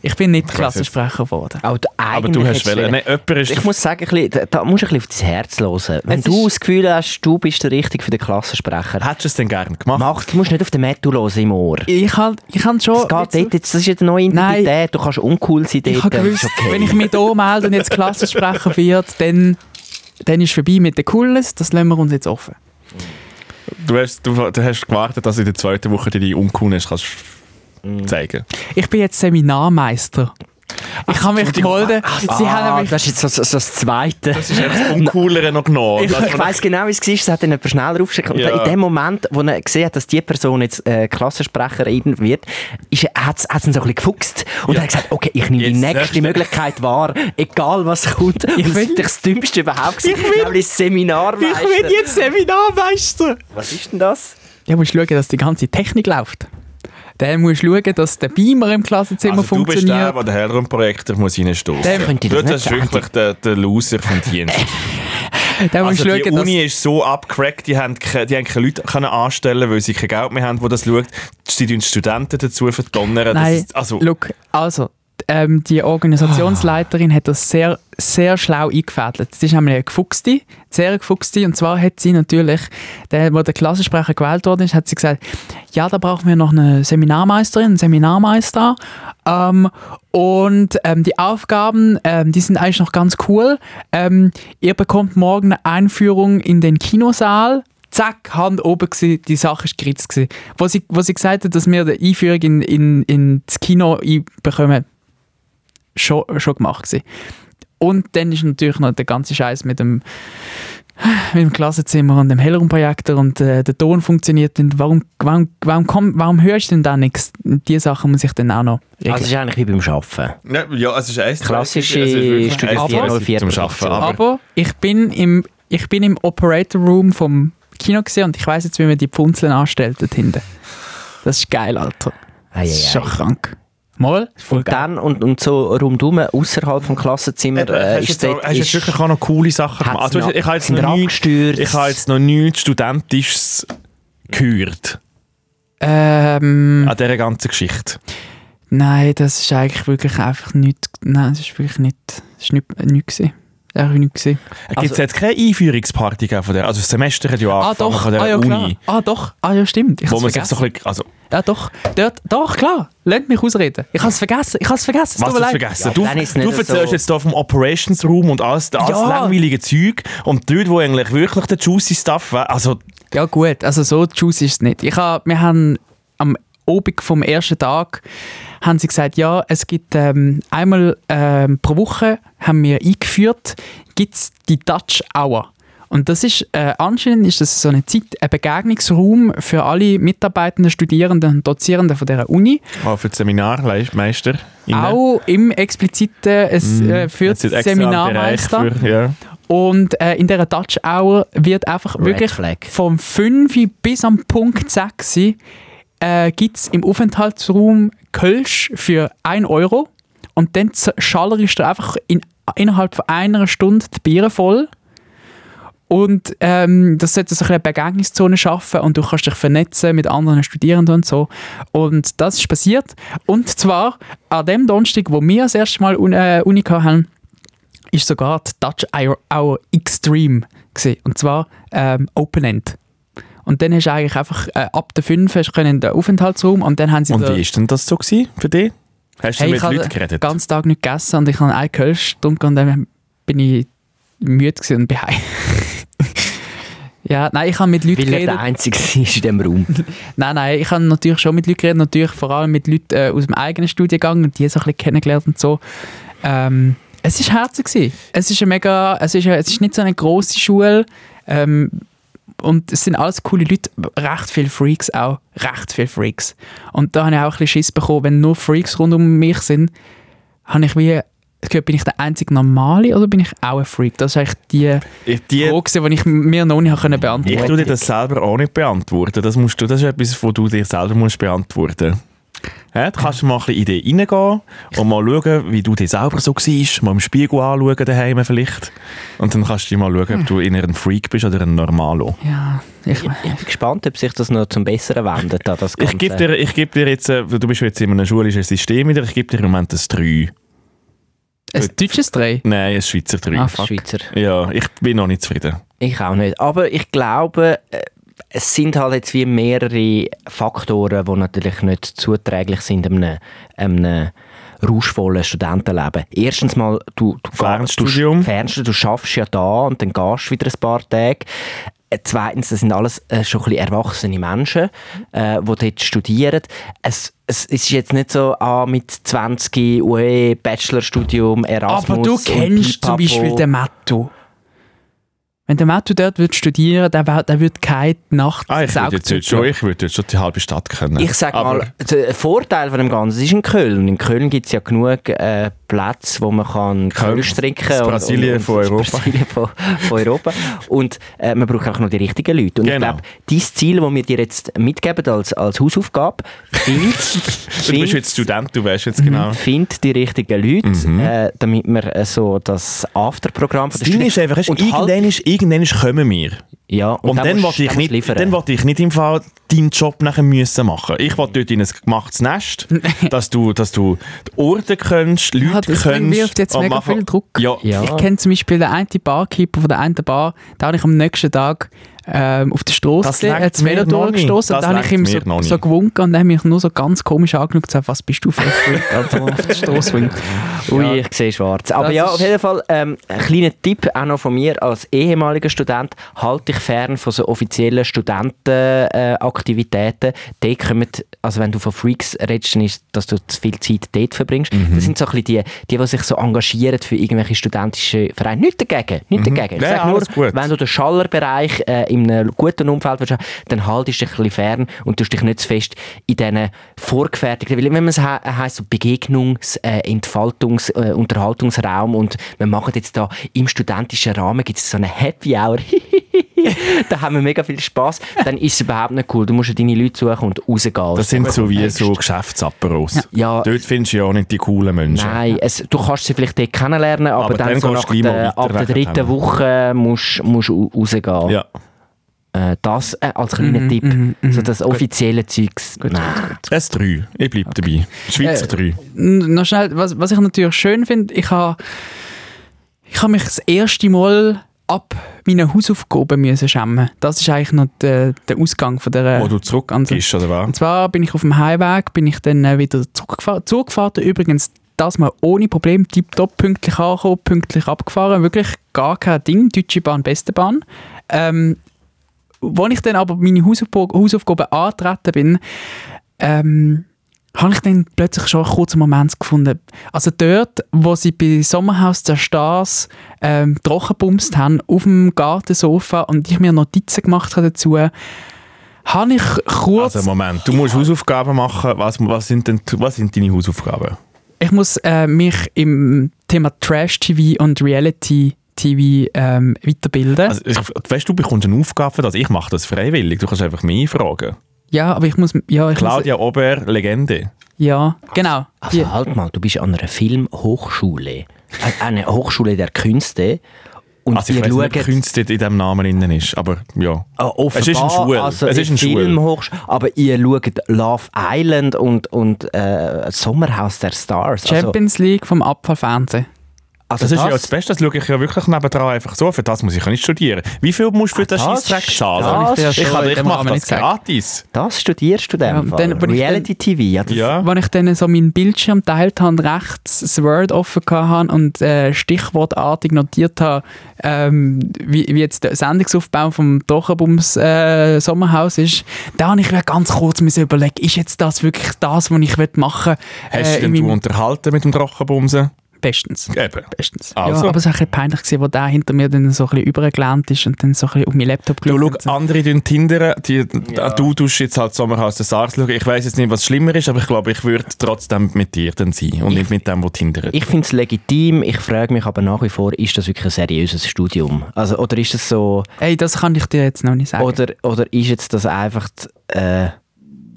[SPEAKER 2] Ich bin nicht Klassensprecher geworden.
[SPEAKER 3] Auch die
[SPEAKER 1] Aber du
[SPEAKER 3] eigene
[SPEAKER 1] hast
[SPEAKER 3] hättest
[SPEAKER 1] wollen. ne? Nein, jemand ist...
[SPEAKER 3] Ich muss sagen, ein bisschen- da- da musst du ein bisschen auf dein Herz hören. Wenn
[SPEAKER 2] Es
[SPEAKER 3] du
[SPEAKER 2] ist-
[SPEAKER 3] das Gefühl hast, du bist der Richtige für den Klassensprecher,
[SPEAKER 1] Hättest du es denn gerne gemacht?
[SPEAKER 3] mach, du musst nicht auf den Metto hören im Ohr.
[SPEAKER 2] Ich habe ich hab schon...
[SPEAKER 3] Es geht dort, jetzt, das ist ja eine neue
[SPEAKER 2] Nein.
[SPEAKER 3] Identität, du kannst uncool sein dort.
[SPEAKER 2] Ich habe
[SPEAKER 3] das ist
[SPEAKER 2] gewusst, wenn ich mich hier melde und jetzt Klassensprecher wird, dann dann ist es vorbei mit den Cooles, das lassen wir uns jetzt offen.
[SPEAKER 1] Du hast, du, du hast gewartet, dass in der zweiten Woche dir die Uncoolen kannst zeigen.
[SPEAKER 2] Ich bin jetzt Seminarmeister. Ich kann mich gemeldet. Sie haben
[SPEAKER 3] Ah,
[SPEAKER 2] nämlich
[SPEAKER 3] das ist jetzt so, so, so das Zweite.
[SPEAKER 1] Das ist einfach das Uncoolere noch genommen.
[SPEAKER 3] Ich,
[SPEAKER 1] Dass
[SPEAKER 3] ich
[SPEAKER 1] man-
[SPEAKER 3] weiss genau, wie es war. Es hat ihn jemand schnell raufgeschickt. Und
[SPEAKER 1] Ja.
[SPEAKER 3] in dem Moment, wo er gesehen hat, dass die Person jetzt äh, Klassensprecherin wird, ist er- hat's es ihn so ein bisschen gefuchst. Und er hat gesagt, okay, ich nehme die
[SPEAKER 1] Jetzt
[SPEAKER 3] nächste
[SPEAKER 1] nächste.
[SPEAKER 3] Möglichkeit wahr, egal was kommt. Und das ist das Dümmste überhaupt. Ich will, nämlich das Seminarmeister.
[SPEAKER 2] *laughs* Ich bin jetzt Seminarmeister.
[SPEAKER 3] Was ist denn das?
[SPEAKER 2] Ja, musst schauen, dass die ganze Technik läuft. Dann musst du schauen, dass der Beamer im Klassenzimmer
[SPEAKER 1] also, du bist der,
[SPEAKER 2] funktioniert.
[SPEAKER 1] der den Hellrum-Projektor muss reinstoßen
[SPEAKER 2] Dem
[SPEAKER 3] könnte ich
[SPEAKER 1] Du,
[SPEAKER 3] das
[SPEAKER 1] das ist
[SPEAKER 3] nicht sagen.
[SPEAKER 1] wirklich der, der Loser vom Dienst.
[SPEAKER 3] *laughs*
[SPEAKER 2] Dann musst
[SPEAKER 1] Also
[SPEAKER 2] du
[SPEAKER 1] die
[SPEAKER 2] schauen, dass
[SPEAKER 1] Uni ist so abgecrackt, die haben, ke- die haben keine Leute können anstellen weil sie kein Geld mehr haben, die das schaut. Sie tun die Studenten dazu verdonnern.
[SPEAKER 2] Nein,
[SPEAKER 1] Das ist, also,
[SPEAKER 2] Look, also, ähm, die Organisationsleiterin hat das sehr, sehr schlau eingefädelt. Das ist nämlich eine gefuchste, sehr gefuchste. Und zwar hat sie natürlich, der, wo der Klassensprecher gewählt worden ist, hat sie gesagt, ja, da brauchen wir noch eine Seminarmeisterin, einen Seminarmeister. Ähm, und ähm, die Aufgaben, ähm, die sind eigentlich noch ganz cool. Ähm, ihr bekommt morgen eine Einführung in den Kinosaal. Zack, Hand oben gsi, die Sache ist geritzt gsi. Wo sie, wo sie gesagt hat, dass wir die Einführung in, in, in das Kino ein- bekommen, schon, schon gemacht gsi. Und dann ist natürlich noch der ganze Scheiß mit dem, mit dem Klassenzimmer und dem Hellraumprojektor und äh, der Ton funktioniert nicht. Warum, warum, warum, komm, warum hörst du denn da nichts? Die Sachen muss ich dann auch noch regeln.
[SPEAKER 3] Also, es ist eigentlich wie beim Arbeiten.
[SPEAKER 1] Ja, Ne, ja, es ist eins.
[SPEAKER 3] Klassische
[SPEAKER 1] es ist wirklich
[SPEAKER 3] Studie
[SPEAKER 1] eins-
[SPEAKER 3] 404
[SPEAKER 1] zum Schaffen.
[SPEAKER 3] Produktion.
[SPEAKER 1] Aber,
[SPEAKER 2] Aber ich bin im, ich bin im Operator Room vom Kino gesehen und ich weiß jetzt, wie man die Pfunzeln anstellt dort hinten. Das ist geil, Alter.
[SPEAKER 3] Ei, ei,
[SPEAKER 2] Das ist schon
[SPEAKER 3] ei.
[SPEAKER 2] krank. Mal? Voll
[SPEAKER 3] Und
[SPEAKER 2] geil.
[SPEAKER 3] dann und, und so rundum, außerhalb vom Klassenzimmer,
[SPEAKER 1] Hast
[SPEAKER 3] äh,
[SPEAKER 1] du
[SPEAKER 3] ist
[SPEAKER 1] jetzt auch-
[SPEAKER 3] dort.
[SPEAKER 1] hast du jetzt
[SPEAKER 3] ist-
[SPEAKER 1] wirklich auch noch coole Sachen
[SPEAKER 3] Hat's
[SPEAKER 1] gemacht? Also,
[SPEAKER 3] noch-
[SPEAKER 1] ich habe jetzt
[SPEAKER 3] sind
[SPEAKER 1] noch nichts-
[SPEAKER 3] abgestürzt?
[SPEAKER 1] ich habe jetzt noch nichts Studentisches gehört
[SPEAKER 2] Ähm,
[SPEAKER 1] an dieser ganzen Geschichte.
[SPEAKER 2] nein, das ist eigentlich wirklich einfach nichts. Nein, das ist wirklich nicht. Das ist nicht, nicht gewesen. Das ist einfach nicht gewesen.
[SPEAKER 1] Gibt es jetzt keine Einführungsparty gegeben von der? Also das Semester hat ja
[SPEAKER 2] Also- Ah,
[SPEAKER 1] angefangen
[SPEAKER 2] doch.
[SPEAKER 1] von der
[SPEAKER 2] Ah, ja, klar.
[SPEAKER 1] Uni.
[SPEAKER 2] Ah, doch. Ah, ja, stimmt. Ich
[SPEAKER 1] Wo
[SPEAKER 2] hab's
[SPEAKER 1] man sich
[SPEAKER 2] vergessen.
[SPEAKER 1] so ein bisschen, also,
[SPEAKER 2] Ja, doch. Dort, doch, klar. Lasst mich ausreden. Ich habe es vergessen. Ich habe es vergessen. Es
[SPEAKER 1] was
[SPEAKER 2] tut mir
[SPEAKER 1] hast du
[SPEAKER 2] leid.
[SPEAKER 1] vergessen?
[SPEAKER 3] Ja,
[SPEAKER 1] du
[SPEAKER 3] dann ist es nicht
[SPEAKER 1] du erzählst
[SPEAKER 3] so-
[SPEAKER 1] jetzt hier vom Operations Room und alles, alles
[SPEAKER 2] Ja.
[SPEAKER 1] langweilige Zeug und die Leute, die eigentlich wirklich der juicy Stuff wär- also
[SPEAKER 2] Ja gut, also so juicy ist es nicht. Ich hab, wir haben am Obig vom ersten Tag haben sie gesagt, ja, es gibt ähm, einmal ähm, pro Woche haben wir eingeführt, gibt's die Touch Hour. Und das ist, äh, anscheinend ist das so eine Zeit, ein Begegnungsraum für alle Mitarbeitenden, Studierenden und Dozierenden von dieser Uni.
[SPEAKER 1] Ah, für das Seminarmeister.
[SPEAKER 2] Auch im expliziten es, äh, für das Seminarmeister.
[SPEAKER 1] ja.
[SPEAKER 2] Und äh, in dieser Touch Hour wird einfach wirklich
[SPEAKER 3] Flag.
[SPEAKER 2] vom 5 Uhr bis am Punkt 6 Uhr, äh, gibt es im Aufenthaltsraum Kölsch für 1 Euro und dann z- schallerst du einfach in, innerhalb von einer Stunde die Biere voll. Und ähm, das sollte so ein bisschen eine Begegnungszone schaffen und du kannst dich vernetzen mit anderen Studierenden und so. Und das ist passiert. Und zwar an dem Donnerstag, wo wir das erste Mal Un äh, Uni gehabt haben, ist sogar die Dutch Hour- Hour Extreme. Gewesen. Und zwar ähm, Open End. Und dann hast du eigentlich einfach äh, ab der 5 hast du können in den Aufenthaltsraum und dann haben sie
[SPEAKER 1] Und
[SPEAKER 2] da-
[SPEAKER 1] wie ist denn das so gewesen für dich? Hast du
[SPEAKER 2] Also Hey,
[SPEAKER 1] mit
[SPEAKER 2] ich habe
[SPEAKER 1] Leuten
[SPEAKER 2] den
[SPEAKER 1] geredet?
[SPEAKER 2] ganzen Tag nicht gegessen und ich habe einen Kölsch getrunken und dann bin ich müde gewesen und bin heim. *laughs* ja, nein, ich habe mit Leuten
[SPEAKER 3] Weil er der
[SPEAKER 2] geredet.
[SPEAKER 3] Einzige *laughs* war in diesem Raum.
[SPEAKER 2] Nein, nein, ich habe natürlich schon mit Leuten geredet, natürlich vor allem mit Leuten äh, aus dem eigenen Studiengang und die so ein bisschen kennengelernt und so. Ähm, es ist herzig gewesen. Es ist eine mega, es ist, es ist nicht so eine große Schule ähm, und es sind alles coole Leute, recht viele Freaks auch, recht viele Freaks. Und da habe ich auch ein bisschen Schiss bekommen, wenn nur Freaks rund um mich sind, habe ich wie gehört, bin ich der einzige Normale oder bin ich auch ein Freak? Das ist eigentlich die
[SPEAKER 1] Ich- die-
[SPEAKER 2] Frage, gewesen, die ich mir noch nicht habe beantworten
[SPEAKER 1] Ich tue dir das selber auch nicht beantworten. Das, musst du, das ist etwas, wo du dir selber musst beantworten musst. Du kannst mal ein bisschen in dich reingehen und mal schauen, wie du dich selber so siehst. Mal im Spiegel anschauen daheim vielleicht. Und dann kannst du mal schauen, ob du eher ein Freak bist oder ein Normalo.
[SPEAKER 2] Ja, ich,
[SPEAKER 3] Ich bin gespannt, ob sich das noch zum Besseren wendet. an Das
[SPEAKER 1] Ich gebe
[SPEAKER 3] Ganze.
[SPEAKER 1] dir, ich gebe dir jetzt, äh, du bist jetzt in einem schulischen System wieder, ich gebe dir im Moment ein 3.
[SPEAKER 2] ein deutsches Dreh.
[SPEAKER 1] Nein, ein Schweizer 3.
[SPEAKER 2] Ah, fuck.
[SPEAKER 3] Schweizer.
[SPEAKER 1] Ja, ich bin noch nicht zufrieden.
[SPEAKER 3] Ich auch nicht. Aber ich glaube, äh, es sind halt jetzt wie mehrere Faktoren, die natürlich nicht zuträglich sind einem, einem rauschvollen Studentenleben. Erstens mal, du, du,
[SPEAKER 1] Fernstudium.
[SPEAKER 3] du, Fernstudium, du schaffst ja da und dann gehst du wieder ein paar Tage. Äh, Zweitens, das sind alles äh, schon ein bisschen erwachsene Menschen, äh, die dort studieren. Es, es ist jetzt nicht so ah, mit 20 UE, Bachelorstudium, Erasmus.
[SPEAKER 2] Aber du
[SPEAKER 3] und
[SPEAKER 2] kennst zum
[SPEAKER 3] Pipapo.
[SPEAKER 2] Beispiel den Matto. Wenn der Matto dort würde studieren der, wär- der würde keine Nacht
[SPEAKER 1] Ah, ich würde jetzt, heute schon, ich würde jetzt schon die halbe Stadt kennen.
[SPEAKER 3] Ich sag
[SPEAKER 1] Aber
[SPEAKER 3] mal, der Vorteil von dem Ganzen es ist in Köln. Und in Köln gibt es ja genug äh, Plätze, wo man kann Köln trinken
[SPEAKER 1] das Brasilien von
[SPEAKER 3] das
[SPEAKER 1] Europa.
[SPEAKER 3] Brasilien von, von Europa. Und äh, man braucht auch noch die richtigen Leute. Und ich
[SPEAKER 1] Genau.
[SPEAKER 3] glaube, dein Ziel, das wir dir jetzt mitgeben als, als Hausaufgabe,
[SPEAKER 1] *laughs*
[SPEAKER 3] find,
[SPEAKER 1] Du bist
[SPEAKER 3] find,
[SPEAKER 1] jetzt Student, du weißt jetzt genau.
[SPEAKER 3] find die richtigen Leute, äh, damit wir äh, so das Afterprogramm von
[SPEAKER 1] Das
[SPEAKER 3] der
[SPEAKER 1] Ding
[SPEAKER 3] Studie-
[SPEAKER 1] ist einfach, ist,
[SPEAKER 3] und halt-
[SPEAKER 1] irgendwann, ist, irgendwann ist kommen wir.
[SPEAKER 3] ja,
[SPEAKER 1] Und, dann,
[SPEAKER 3] musst-
[SPEAKER 1] wollte ich
[SPEAKER 3] dann musst
[SPEAKER 1] nicht,
[SPEAKER 3] du liefern.
[SPEAKER 1] dann wollte ich nicht im Fall deinen Job nachher müssen machen. Ich wollte dort in ein gemachtes Nest, dass du, dass du die Orte kennst, Leute
[SPEAKER 2] Ah, das
[SPEAKER 1] kennst.
[SPEAKER 2] bringt mir auf jetzt
[SPEAKER 1] und
[SPEAKER 2] mega
[SPEAKER 1] machen-
[SPEAKER 2] viel Druck.
[SPEAKER 1] Ja,
[SPEAKER 3] Ja.
[SPEAKER 2] Ich kenne zum Beispiel den einen Barkeeper von der einen Bar, da habe ich am nächsten Tag ähm, auf der Straße
[SPEAKER 1] Das
[SPEAKER 2] gesehen, er hat das
[SPEAKER 1] lenkt
[SPEAKER 2] Velo
[SPEAKER 1] mir noch nicht.
[SPEAKER 2] durchgestoßen und
[SPEAKER 1] Das
[SPEAKER 2] da habe ich ihm
[SPEAKER 1] lenkt
[SPEAKER 2] so,
[SPEAKER 1] mir noch
[SPEAKER 2] so
[SPEAKER 1] nicht.
[SPEAKER 2] gewunken und er hat mich nur so ganz komisch angeschaut und gesagt, was bist du für ein Freak, Alter, der auf der Straße winkt.
[SPEAKER 3] Ui, ich sehe schwarz. Aber
[SPEAKER 2] Das
[SPEAKER 3] ja,
[SPEAKER 2] ist-
[SPEAKER 3] auf jeden Fall, ähm, ein kleiner Tipp auch noch von mir als ehemaliger Student, halt dich fern von so offiziellen Studentenaktivitäten. Äh, Aktivitäten. Dort kommen, also wenn du von Freaks redest, dann ist, dass du zu viel Zeit dort verbringst.
[SPEAKER 2] Mhm.
[SPEAKER 3] Das sind so ein bisschen die, die, die sich so engagieren für irgendwelche studentische Vereine. Nicht dagegen, nicht
[SPEAKER 2] Mhm.
[SPEAKER 3] dagegen. Ich
[SPEAKER 1] Nein,
[SPEAKER 3] sag nur,
[SPEAKER 1] alles gut.
[SPEAKER 3] wenn du den Schallerbereich äh, in einem guten Umfeld willst, haben, dann haltest du dich ein bisschen fern und tust dich nicht zu fest in diesen vorgefertigten, weil wenn man es he heisst, so Begegnungs-, äh, Entfaltungs-, äh, Unterhaltungsraum und wir machen jetzt da im studentischen Rahmen gibt es so eine Happy Hour. *laughs* da haben wir mega viel Spass. Dann ist es überhaupt nicht cool. Du musst ja deine Leute suchen und rausgehen.
[SPEAKER 1] Das sind so wie so Geschäftsapparos.
[SPEAKER 3] Ja.
[SPEAKER 1] Dort findest du ja auch nicht die coolen Menschen.
[SPEAKER 3] Nein, es, du kannst sie vielleicht dort kennenlernen, aber,
[SPEAKER 1] Aber
[SPEAKER 3] dann,
[SPEAKER 1] dann
[SPEAKER 3] so
[SPEAKER 1] gehst
[SPEAKER 3] nach
[SPEAKER 1] du gleich mal
[SPEAKER 3] der,
[SPEAKER 1] weiter
[SPEAKER 3] ab der
[SPEAKER 1] nachher
[SPEAKER 3] dritten
[SPEAKER 1] dann.
[SPEAKER 3] Woche musst du rausgehen.
[SPEAKER 1] Ja.
[SPEAKER 3] Äh, das äh, als kleiner
[SPEAKER 2] Mhm,
[SPEAKER 3] Tipp. so das offizielle Zeugs. Nein.
[SPEAKER 1] Ein 3. Ich bleibe dabei. Schweizer 3.
[SPEAKER 2] N- noch schnell, was, was ich natürlich schön finde, ich habe ich habe mich das erste Mal ab meinen Hausaufgaben müssen schämen. Das ist eigentlich noch der, der Ausgang von der
[SPEAKER 1] Wo du zurück
[SPEAKER 2] ganzen-
[SPEAKER 1] bist, oder was?
[SPEAKER 2] Und zwar bin ich auf dem Heimweg, bin ich dann äh, wieder zurückgefahren. Zuggefahren übrigens, das mal ohne Problem, tiptop, pünktlich angekommen, pünktlich abgefahren. Wirklich gar kein Ding. Deutsche Bahn, beste Bahn. Ähm, wo ich dann aber meine Hausaufg Hausaufgaben antreten bin, ähm, habe ich dann plötzlich schon einen kurzen Moment gefunden. Also dort, wo sie bei Sommerhaus der Stars ähm, trockenbumst haben, auf dem Gartensofa und ich mir Notizen gemacht habe dazu, habe ich kurz...
[SPEAKER 1] Also Moment, du musst Hausaufgaben machen. Was, was, sind, denn, was sind deine Hausaufgaben?
[SPEAKER 2] ich muss äh, mich im Thema Trash-TV und Reality-TV ähm, weiterbilden.
[SPEAKER 1] Also, ich, weißt du, du bekommst eine Aufgabe für das. Ich mache das freiwillig. Du kannst einfach mich fragen.
[SPEAKER 2] ja, aber ich muss... Ja, ich muss,
[SPEAKER 1] Claudia Ober, Legende.
[SPEAKER 2] ja genau.
[SPEAKER 3] Also
[SPEAKER 2] Die-
[SPEAKER 3] halt mal, du bist an einer Filmhochschule. An- Eine Hochschule der Künste. Und
[SPEAKER 1] Also ich
[SPEAKER 3] ihr
[SPEAKER 1] weiß nicht, ob
[SPEAKER 3] schaut
[SPEAKER 1] Künste in diesem Namen drin ist, aber ja.
[SPEAKER 3] Ah, offenbar,
[SPEAKER 1] Es ist eine Schule.
[SPEAKER 3] Also
[SPEAKER 1] Es ist
[SPEAKER 3] in
[SPEAKER 1] eine Schule.
[SPEAKER 3] Filmhochschule. Aber ihr schaut Love Island und, und äh, Sommerhaus der Stars.
[SPEAKER 2] Champions League vom Abfallfernsehen.
[SPEAKER 3] also, also
[SPEAKER 1] Das ist ja das Beste, das schaue ich ja wirklich nebendran einfach so. Für das muss ich ja nicht studieren. Wie viel musst du für den
[SPEAKER 3] Ah, das
[SPEAKER 1] Scheissdreck
[SPEAKER 3] ist-
[SPEAKER 1] zahlen?
[SPEAKER 3] das
[SPEAKER 1] ich
[SPEAKER 2] ist-
[SPEAKER 1] kann, ich
[SPEAKER 2] dem kann
[SPEAKER 1] mache
[SPEAKER 2] man
[SPEAKER 1] das
[SPEAKER 2] nicht sagen.
[SPEAKER 1] gratis.
[SPEAKER 3] Das studierst du
[SPEAKER 2] Ja,
[SPEAKER 3] dann.
[SPEAKER 2] und
[SPEAKER 3] Fall.
[SPEAKER 2] dann bin ich dann-
[SPEAKER 3] Reality TV. Ja, das
[SPEAKER 1] Ja.
[SPEAKER 2] Als ich dann so meinen Bildschirm teilt habe und rechts das Word offen hatte und äh, stichwortartig notiert habe, ähm, wie, wie jetzt der Sendungsaufbau vom Drochenbums äh, Sommerhaus ist, da habe ich mir ganz kurz müssen überlegen, ist jetzt das wirklich das, was ich machen will?
[SPEAKER 1] Hast
[SPEAKER 2] äh,
[SPEAKER 1] du
[SPEAKER 2] in
[SPEAKER 1] dich
[SPEAKER 2] meinem-
[SPEAKER 1] unterhalten mit dem Drachenbumsen?
[SPEAKER 2] Bestens.
[SPEAKER 1] Eben.
[SPEAKER 2] Bestens.
[SPEAKER 1] Also.
[SPEAKER 2] Ja, aber es war ein bisschen peinlich, gewesen, wo der hinter mir dann so ein bisschen übergelangt ist und dann so ein bisschen auf meinen Laptop
[SPEAKER 1] Du
[SPEAKER 2] geschaut
[SPEAKER 1] schaust,
[SPEAKER 2] hat.
[SPEAKER 1] andere tun Tinder, die, du tust jetzt halt Sommerhaus des SARS schauen. Ich weiß jetzt nicht, was schlimmer ist, aber ich glaube, ich würde trotzdem mit dir dann sein und nicht mit dem, der tindert.
[SPEAKER 3] Ich finde es legitim, ich frage mich aber nach wie vor, ist das wirklich ein seriöses Studium? Also, oder ist das so,
[SPEAKER 2] Ey, das kann ich dir jetzt noch nicht sagen.
[SPEAKER 3] oder, oder ist jetzt das einfach, äh,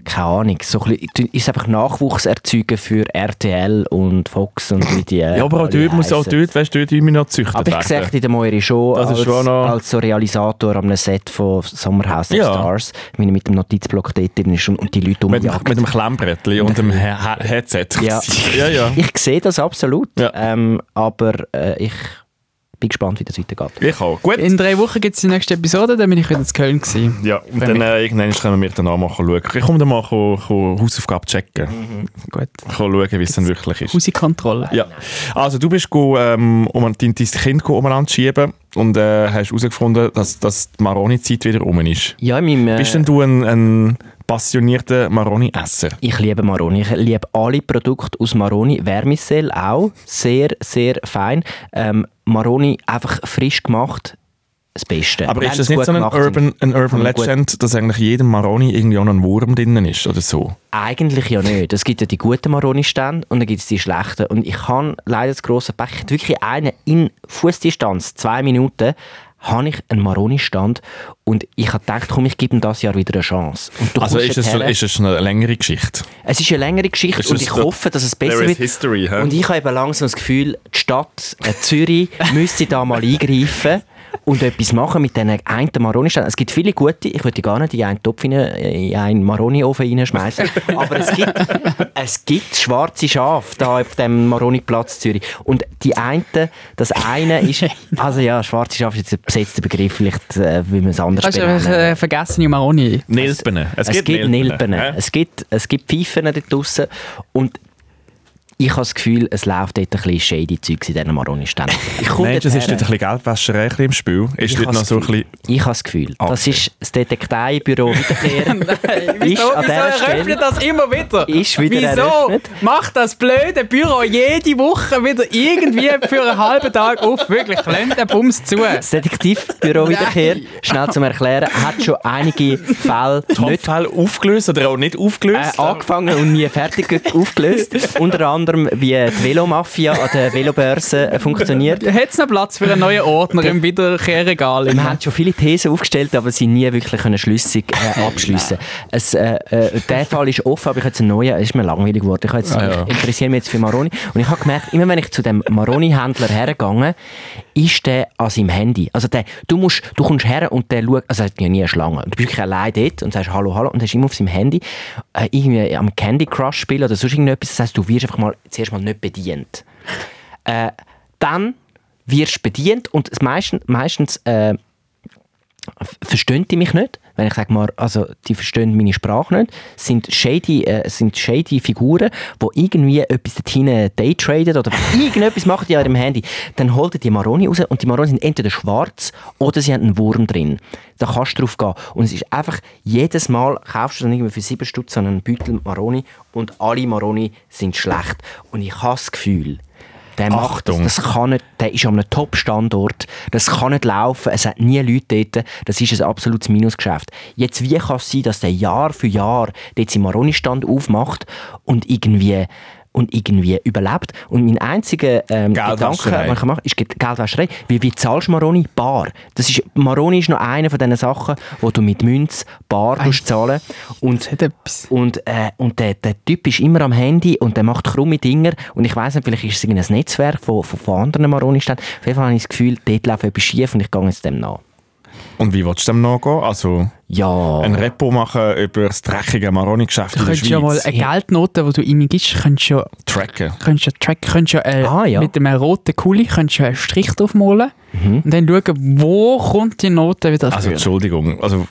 [SPEAKER 3] keine Ahnung, so ein bisschen, ist es einfach Nachwuchs erzeugen für RTL und Fox und wie die äh,
[SPEAKER 1] ja, aber auch dort muss auch dort, weißt du, dort immer noch gezüchtet
[SPEAKER 3] Aber ich sehe
[SPEAKER 1] werden.
[SPEAKER 3] den Moiri schon,
[SPEAKER 1] Das ist
[SPEAKER 3] als,
[SPEAKER 1] schon noch-
[SPEAKER 3] als so Realisator am Set von Sommerhaus der
[SPEAKER 1] Ja.
[SPEAKER 3] Stars, wenn er mit dem Notizblock dort drin ist und, und die Leute
[SPEAKER 1] Mit, dem-
[SPEAKER 3] umjagt.
[SPEAKER 1] mit dem Klemmbrettchen und dem He- He- Headset.
[SPEAKER 3] Ja.
[SPEAKER 1] *laughs* ja, ja.
[SPEAKER 3] Ich sehe das absolut,
[SPEAKER 1] Ja.
[SPEAKER 3] ähm, aber äh, ich bin gespannt, wie das weitergeht.
[SPEAKER 1] Ich auch. Gut.
[SPEAKER 2] In drei Wochen gibt es die nächste Episode, dann bin ich wieder in Köln. Gewesen.
[SPEAKER 1] Ja, und dann äh, irgendwann können wir dann auch mal schauen. Ich komme dann mal ko- ko Hausaufgabe checken.
[SPEAKER 2] Gut.
[SPEAKER 1] Ich Mhm. kann schauen, wie es dann wirklich ist.
[SPEAKER 2] Hausekontrolle.
[SPEAKER 3] Äh,
[SPEAKER 1] Ja. Also du bist go, ähm, um dein, dein Kind go umeinander schieben und äh, hast herausgefunden, dass, dass die Maroni-Zeit wieder um ist.
[SPEAKER 3] Ja, in meinem, äh,
[SPEAKER 1] Bist denn du ein, ein passionierter Maroni-Esser?
[SPEAKER 3] Ich liebe Maroni. Ich liebe alle Produkte aus Maroni. Vermicell auch. Sehr, sehr fein. Ähm, Maroni einfach frisch gemacht. Das Beste.
[SPEAKER 1] Aber
[SPEAKER 3] Wenn
[SPEAKER 1] ist das
[SPEAKER 3] sie
[SPEAKER 1] nicht
[SPEAKER 3] gut
[SPEAKER 1] so ein
[SPEAKER 3] gemacht sind.
[SPEAKER 1] Urban, ein Urban
[SPEAKER 3] Wenn sie gut-
[SPEAKER 1] Legend, dass eigentlich jedem Maroni irgendwie auch noch ein Wurm drinnen ist oder so?
[SPEAKER 3] Eigentlich ja nicht. Es gibt ja die guten Maroni-Stände und dann gibt es die schlechten. Und ich habe leider das grosse Pech, ich hatte wirklich einen in Fußdistanz, zwei Minuten, habe ich einen Maroni-Stand und ich habe gedacht, komm, ich gebe ihm das Jahr wieder eine Chance. Und du
[SPEAKER 1] Also
[SPEAKER 3] kommst
[SPEAKER 1] ist es,
[SPEAKER 3] dorthin.
[SPEAKER 1] ist es eine längere Geschichte?
[SPEAKER 3] Es ist eine längere Geschichte
[SPEAKER 1] Ist
[SPEAKER 3] und
[SPEAKER 1] es
[SPEAKER 3] ich
[SPEAKER 1] the-
[SPEAKER 3] hoffe, dass es besser
[SPEAKER 1] there is
[SPEAKER 3] wird.
[SPEAKER 1] history, hä?
[SPEAKER 3] Und ich habe eben langsam das Gefühl, die Stadt äh,
[SPEAKER 1] *laughs*
[SPEAKER 3] Zürich müsste da mal eingreifen und etwas machen mit diesen einen Maroni-Ständen. Es gibt viele gute, ich würde die gar nicht in einen Topf, rein, äh, in einen
[SPEAKER 1] *laughs*
[SPEAKER 3] Maroni-Ofen reinschmeißen, aber es gibt, es gibt schwarze Schafe da auf dem Maroni-Platz Zürich. Und die einen, das eine
[SPEAKER 1] *laughs*
[SPEAKER 3] ist, also ja, schwarze Schafe ist jetzt ein besetzter Begriff, vielleicht äh, wie man es anders
[SPEAKER 2] Hast du einfach
[SPEAKER 3] benennen.
[SPEAKER 2] äh, vergessen, Maroni?
[SPEAKER 1] Nilpenen.
[SPEAKER 3] Es, gibt Nilpen. Es gibt, es gibt Pfeifen da draussen. Und ich habe das Gefühl, es läuft dort ein bisschen shady Zeugs in diesen Maroni-Ständen. Ich komme
[SPEAKER 1] Meinst du, es
[SPEAKER 3] dorthin.
[SPEAKER 1] ist dort ein bisschen Geldwäscherei ein bisschen im Spiel? Ist
[SPEAKER 3] Ich
[SPEAKER 1] dort
[SPEAKER 3] habe
[SPEAKER 1] noch
[SPEAKER 3] das
[SPEAKER 1] so ein bisschen...
[SPEAKER 3] Gefühl- ich habe das Gefühl, das
[SPEAKER 1] Ah, Okay.
[SPEAKER 3] ist
[SPEAKER 1] *laughs*
[SPEAKER 3] das Detektivbüro Wiederkehr. Ist
[SPEAKER 2] Wieso,
[SPEAKER 3] an
[SPEAKER 2] wieso
[SPEAKER 3] dieser Stelle-
[SPEAKER 2] eröffnet das immer wieder?
[SPEAKER 3] Ist wieder
[SPEAKER 2] wieso
[SPEAKER 3] eröffnet.
[SPEAKER 2] macht das blöde Büro jede Woche wieder irgendwie für einen halben Tag auf? Wirklich, lernt den Bums zu.
[SPEAKER 3] Das Detektivbüro Wiederkehr, schnell zum Erklären, hat schon einige Fälle nicht
[SPEAKER 1] Topfhell aufgelöst oder auch nicht
[SPEAKER 3] äh,
[SPEAKER 1] aufgelöst?
[SPEAKER 3] angefangen und nie fertig aufgelöst. Unter anderem, wie die Velomafia an der Velobörse äh, funktioniert.
[SPEAKER 2] Hat es noch Platz für einen neuen Ordner im Wiederkehrregal?
[SPEAKER 3] Wir haben schon viele Thesen aufgestellt, aber sie nie wirklich können schlüssig äh, abschliessen es, äh, äh, Der Fall ist offen, aber ich habe jetzt einen neuen, es ist mir langweilig geworden. Ich, habe jetzt,
[SPEAKER 1] ja.
[SPEAKER 3] ich interessiere mich jetzt für Maroni. Und ich habe gemerkt, immer wenn ich zu dem Maroni-Händler hergegangen ist der an seinem Handy. Also der, du, musst, du kommst her und der schaut, also er hat ja nie eine Schlange. Du bist wirklich allein dort und sagst Hallo, Hallo und er ist immer auf seinem Handy äh, irgendwie am Candy Crush spielen oder sonst irgendetwas. Das heisst, du wirst einfach mal zuerst mal nicht bedient Äh, dann wirst du bedient und es meistens, meistens äh, f- verstehen die mich nicht, wenn ich sage mal, also die verstehen meine Sprache nicht, Es sind shady, äh, es sind shady Figuren, die irgendwie etwas dorthin daytraden oder irgendetwas machen die an ihrem Handy, dann holt ihr die Maroni raus und die Maroni sind entweder schwarz oder sie haben einen Wurm drin. Da kannst du drauf gehen und es ist einfach, jedes Mal kaufst du dann irgendwie für 7 Stutz so einen Beutel Maroni und alle Maroni sind schlecht und ich habe das Gefühl, der macht das,
[SPEAKER 1] Achtung.
[SPEAKER 3] das kann nicht, der ist an einem Top-Standort, das kann nicht laufen, es hat nie Leute dort, das ist ein absolutes Minusgeschäft. Jetzt, wie kann es sein, dass der Jahr für Jahr dort seinen Maroni-Stand aufmacht und irgendwie und irgendwie überlebt. Und mein einziger ähm, Gedanke,
[SPEAKER 1] Geldwäscherei.
[SPEAKER 3] den ich mache, ist Geld- Geldwäscherei. Wie, wie zahlst du Maroni? Bar. Das ist, Maroni ist noch eine von diesen Sachen, wo du mit Münz bar musst zahlen und
[SPEAKER 2] Hat etwas.
[SPEAKER 3] und, äh, und der, der Typ ist immer am Handy und der macht krumme Dinger. Und ich weiß nicht, vielleicht ist es irgendein Netzwerk von, von, von anderen Maroni-Ständen. Auf jeden Fall habe ich das Gefühl, dort läuft etwas schief und ich gehe jetzt dem nach.
[SPEAKER 1] Und wie willst du dem nachgehen? Also
[SPEAKER 3] Ja.
[SPEAKER 1] ein Repo machen über das dreckige Maroni-Geschäft
[SPEAKER 2] Du
[SPEAKER 1] in der
[SPEAKER 2] könntest
[SPEAKER 1] Schweiz?
[SPEAKER 2] ja mal eine Geldnote, die du ihm gibst, könntest ja,
[SPEAKER 1] tracken.
[SPEAKER 2] könntest ja, track, könntest ja, äh,
[SPEAKER 3] Ah, ja.
[SPEAKER 2] mit einem roten Kuli könntest ja einen Strich draufmalen und dann schauen, wo kommt die Note wieder
[SPEAKER 1] Also
[SPEAKER 2] früher.
[SPEAKER 1] Entschuldigung, also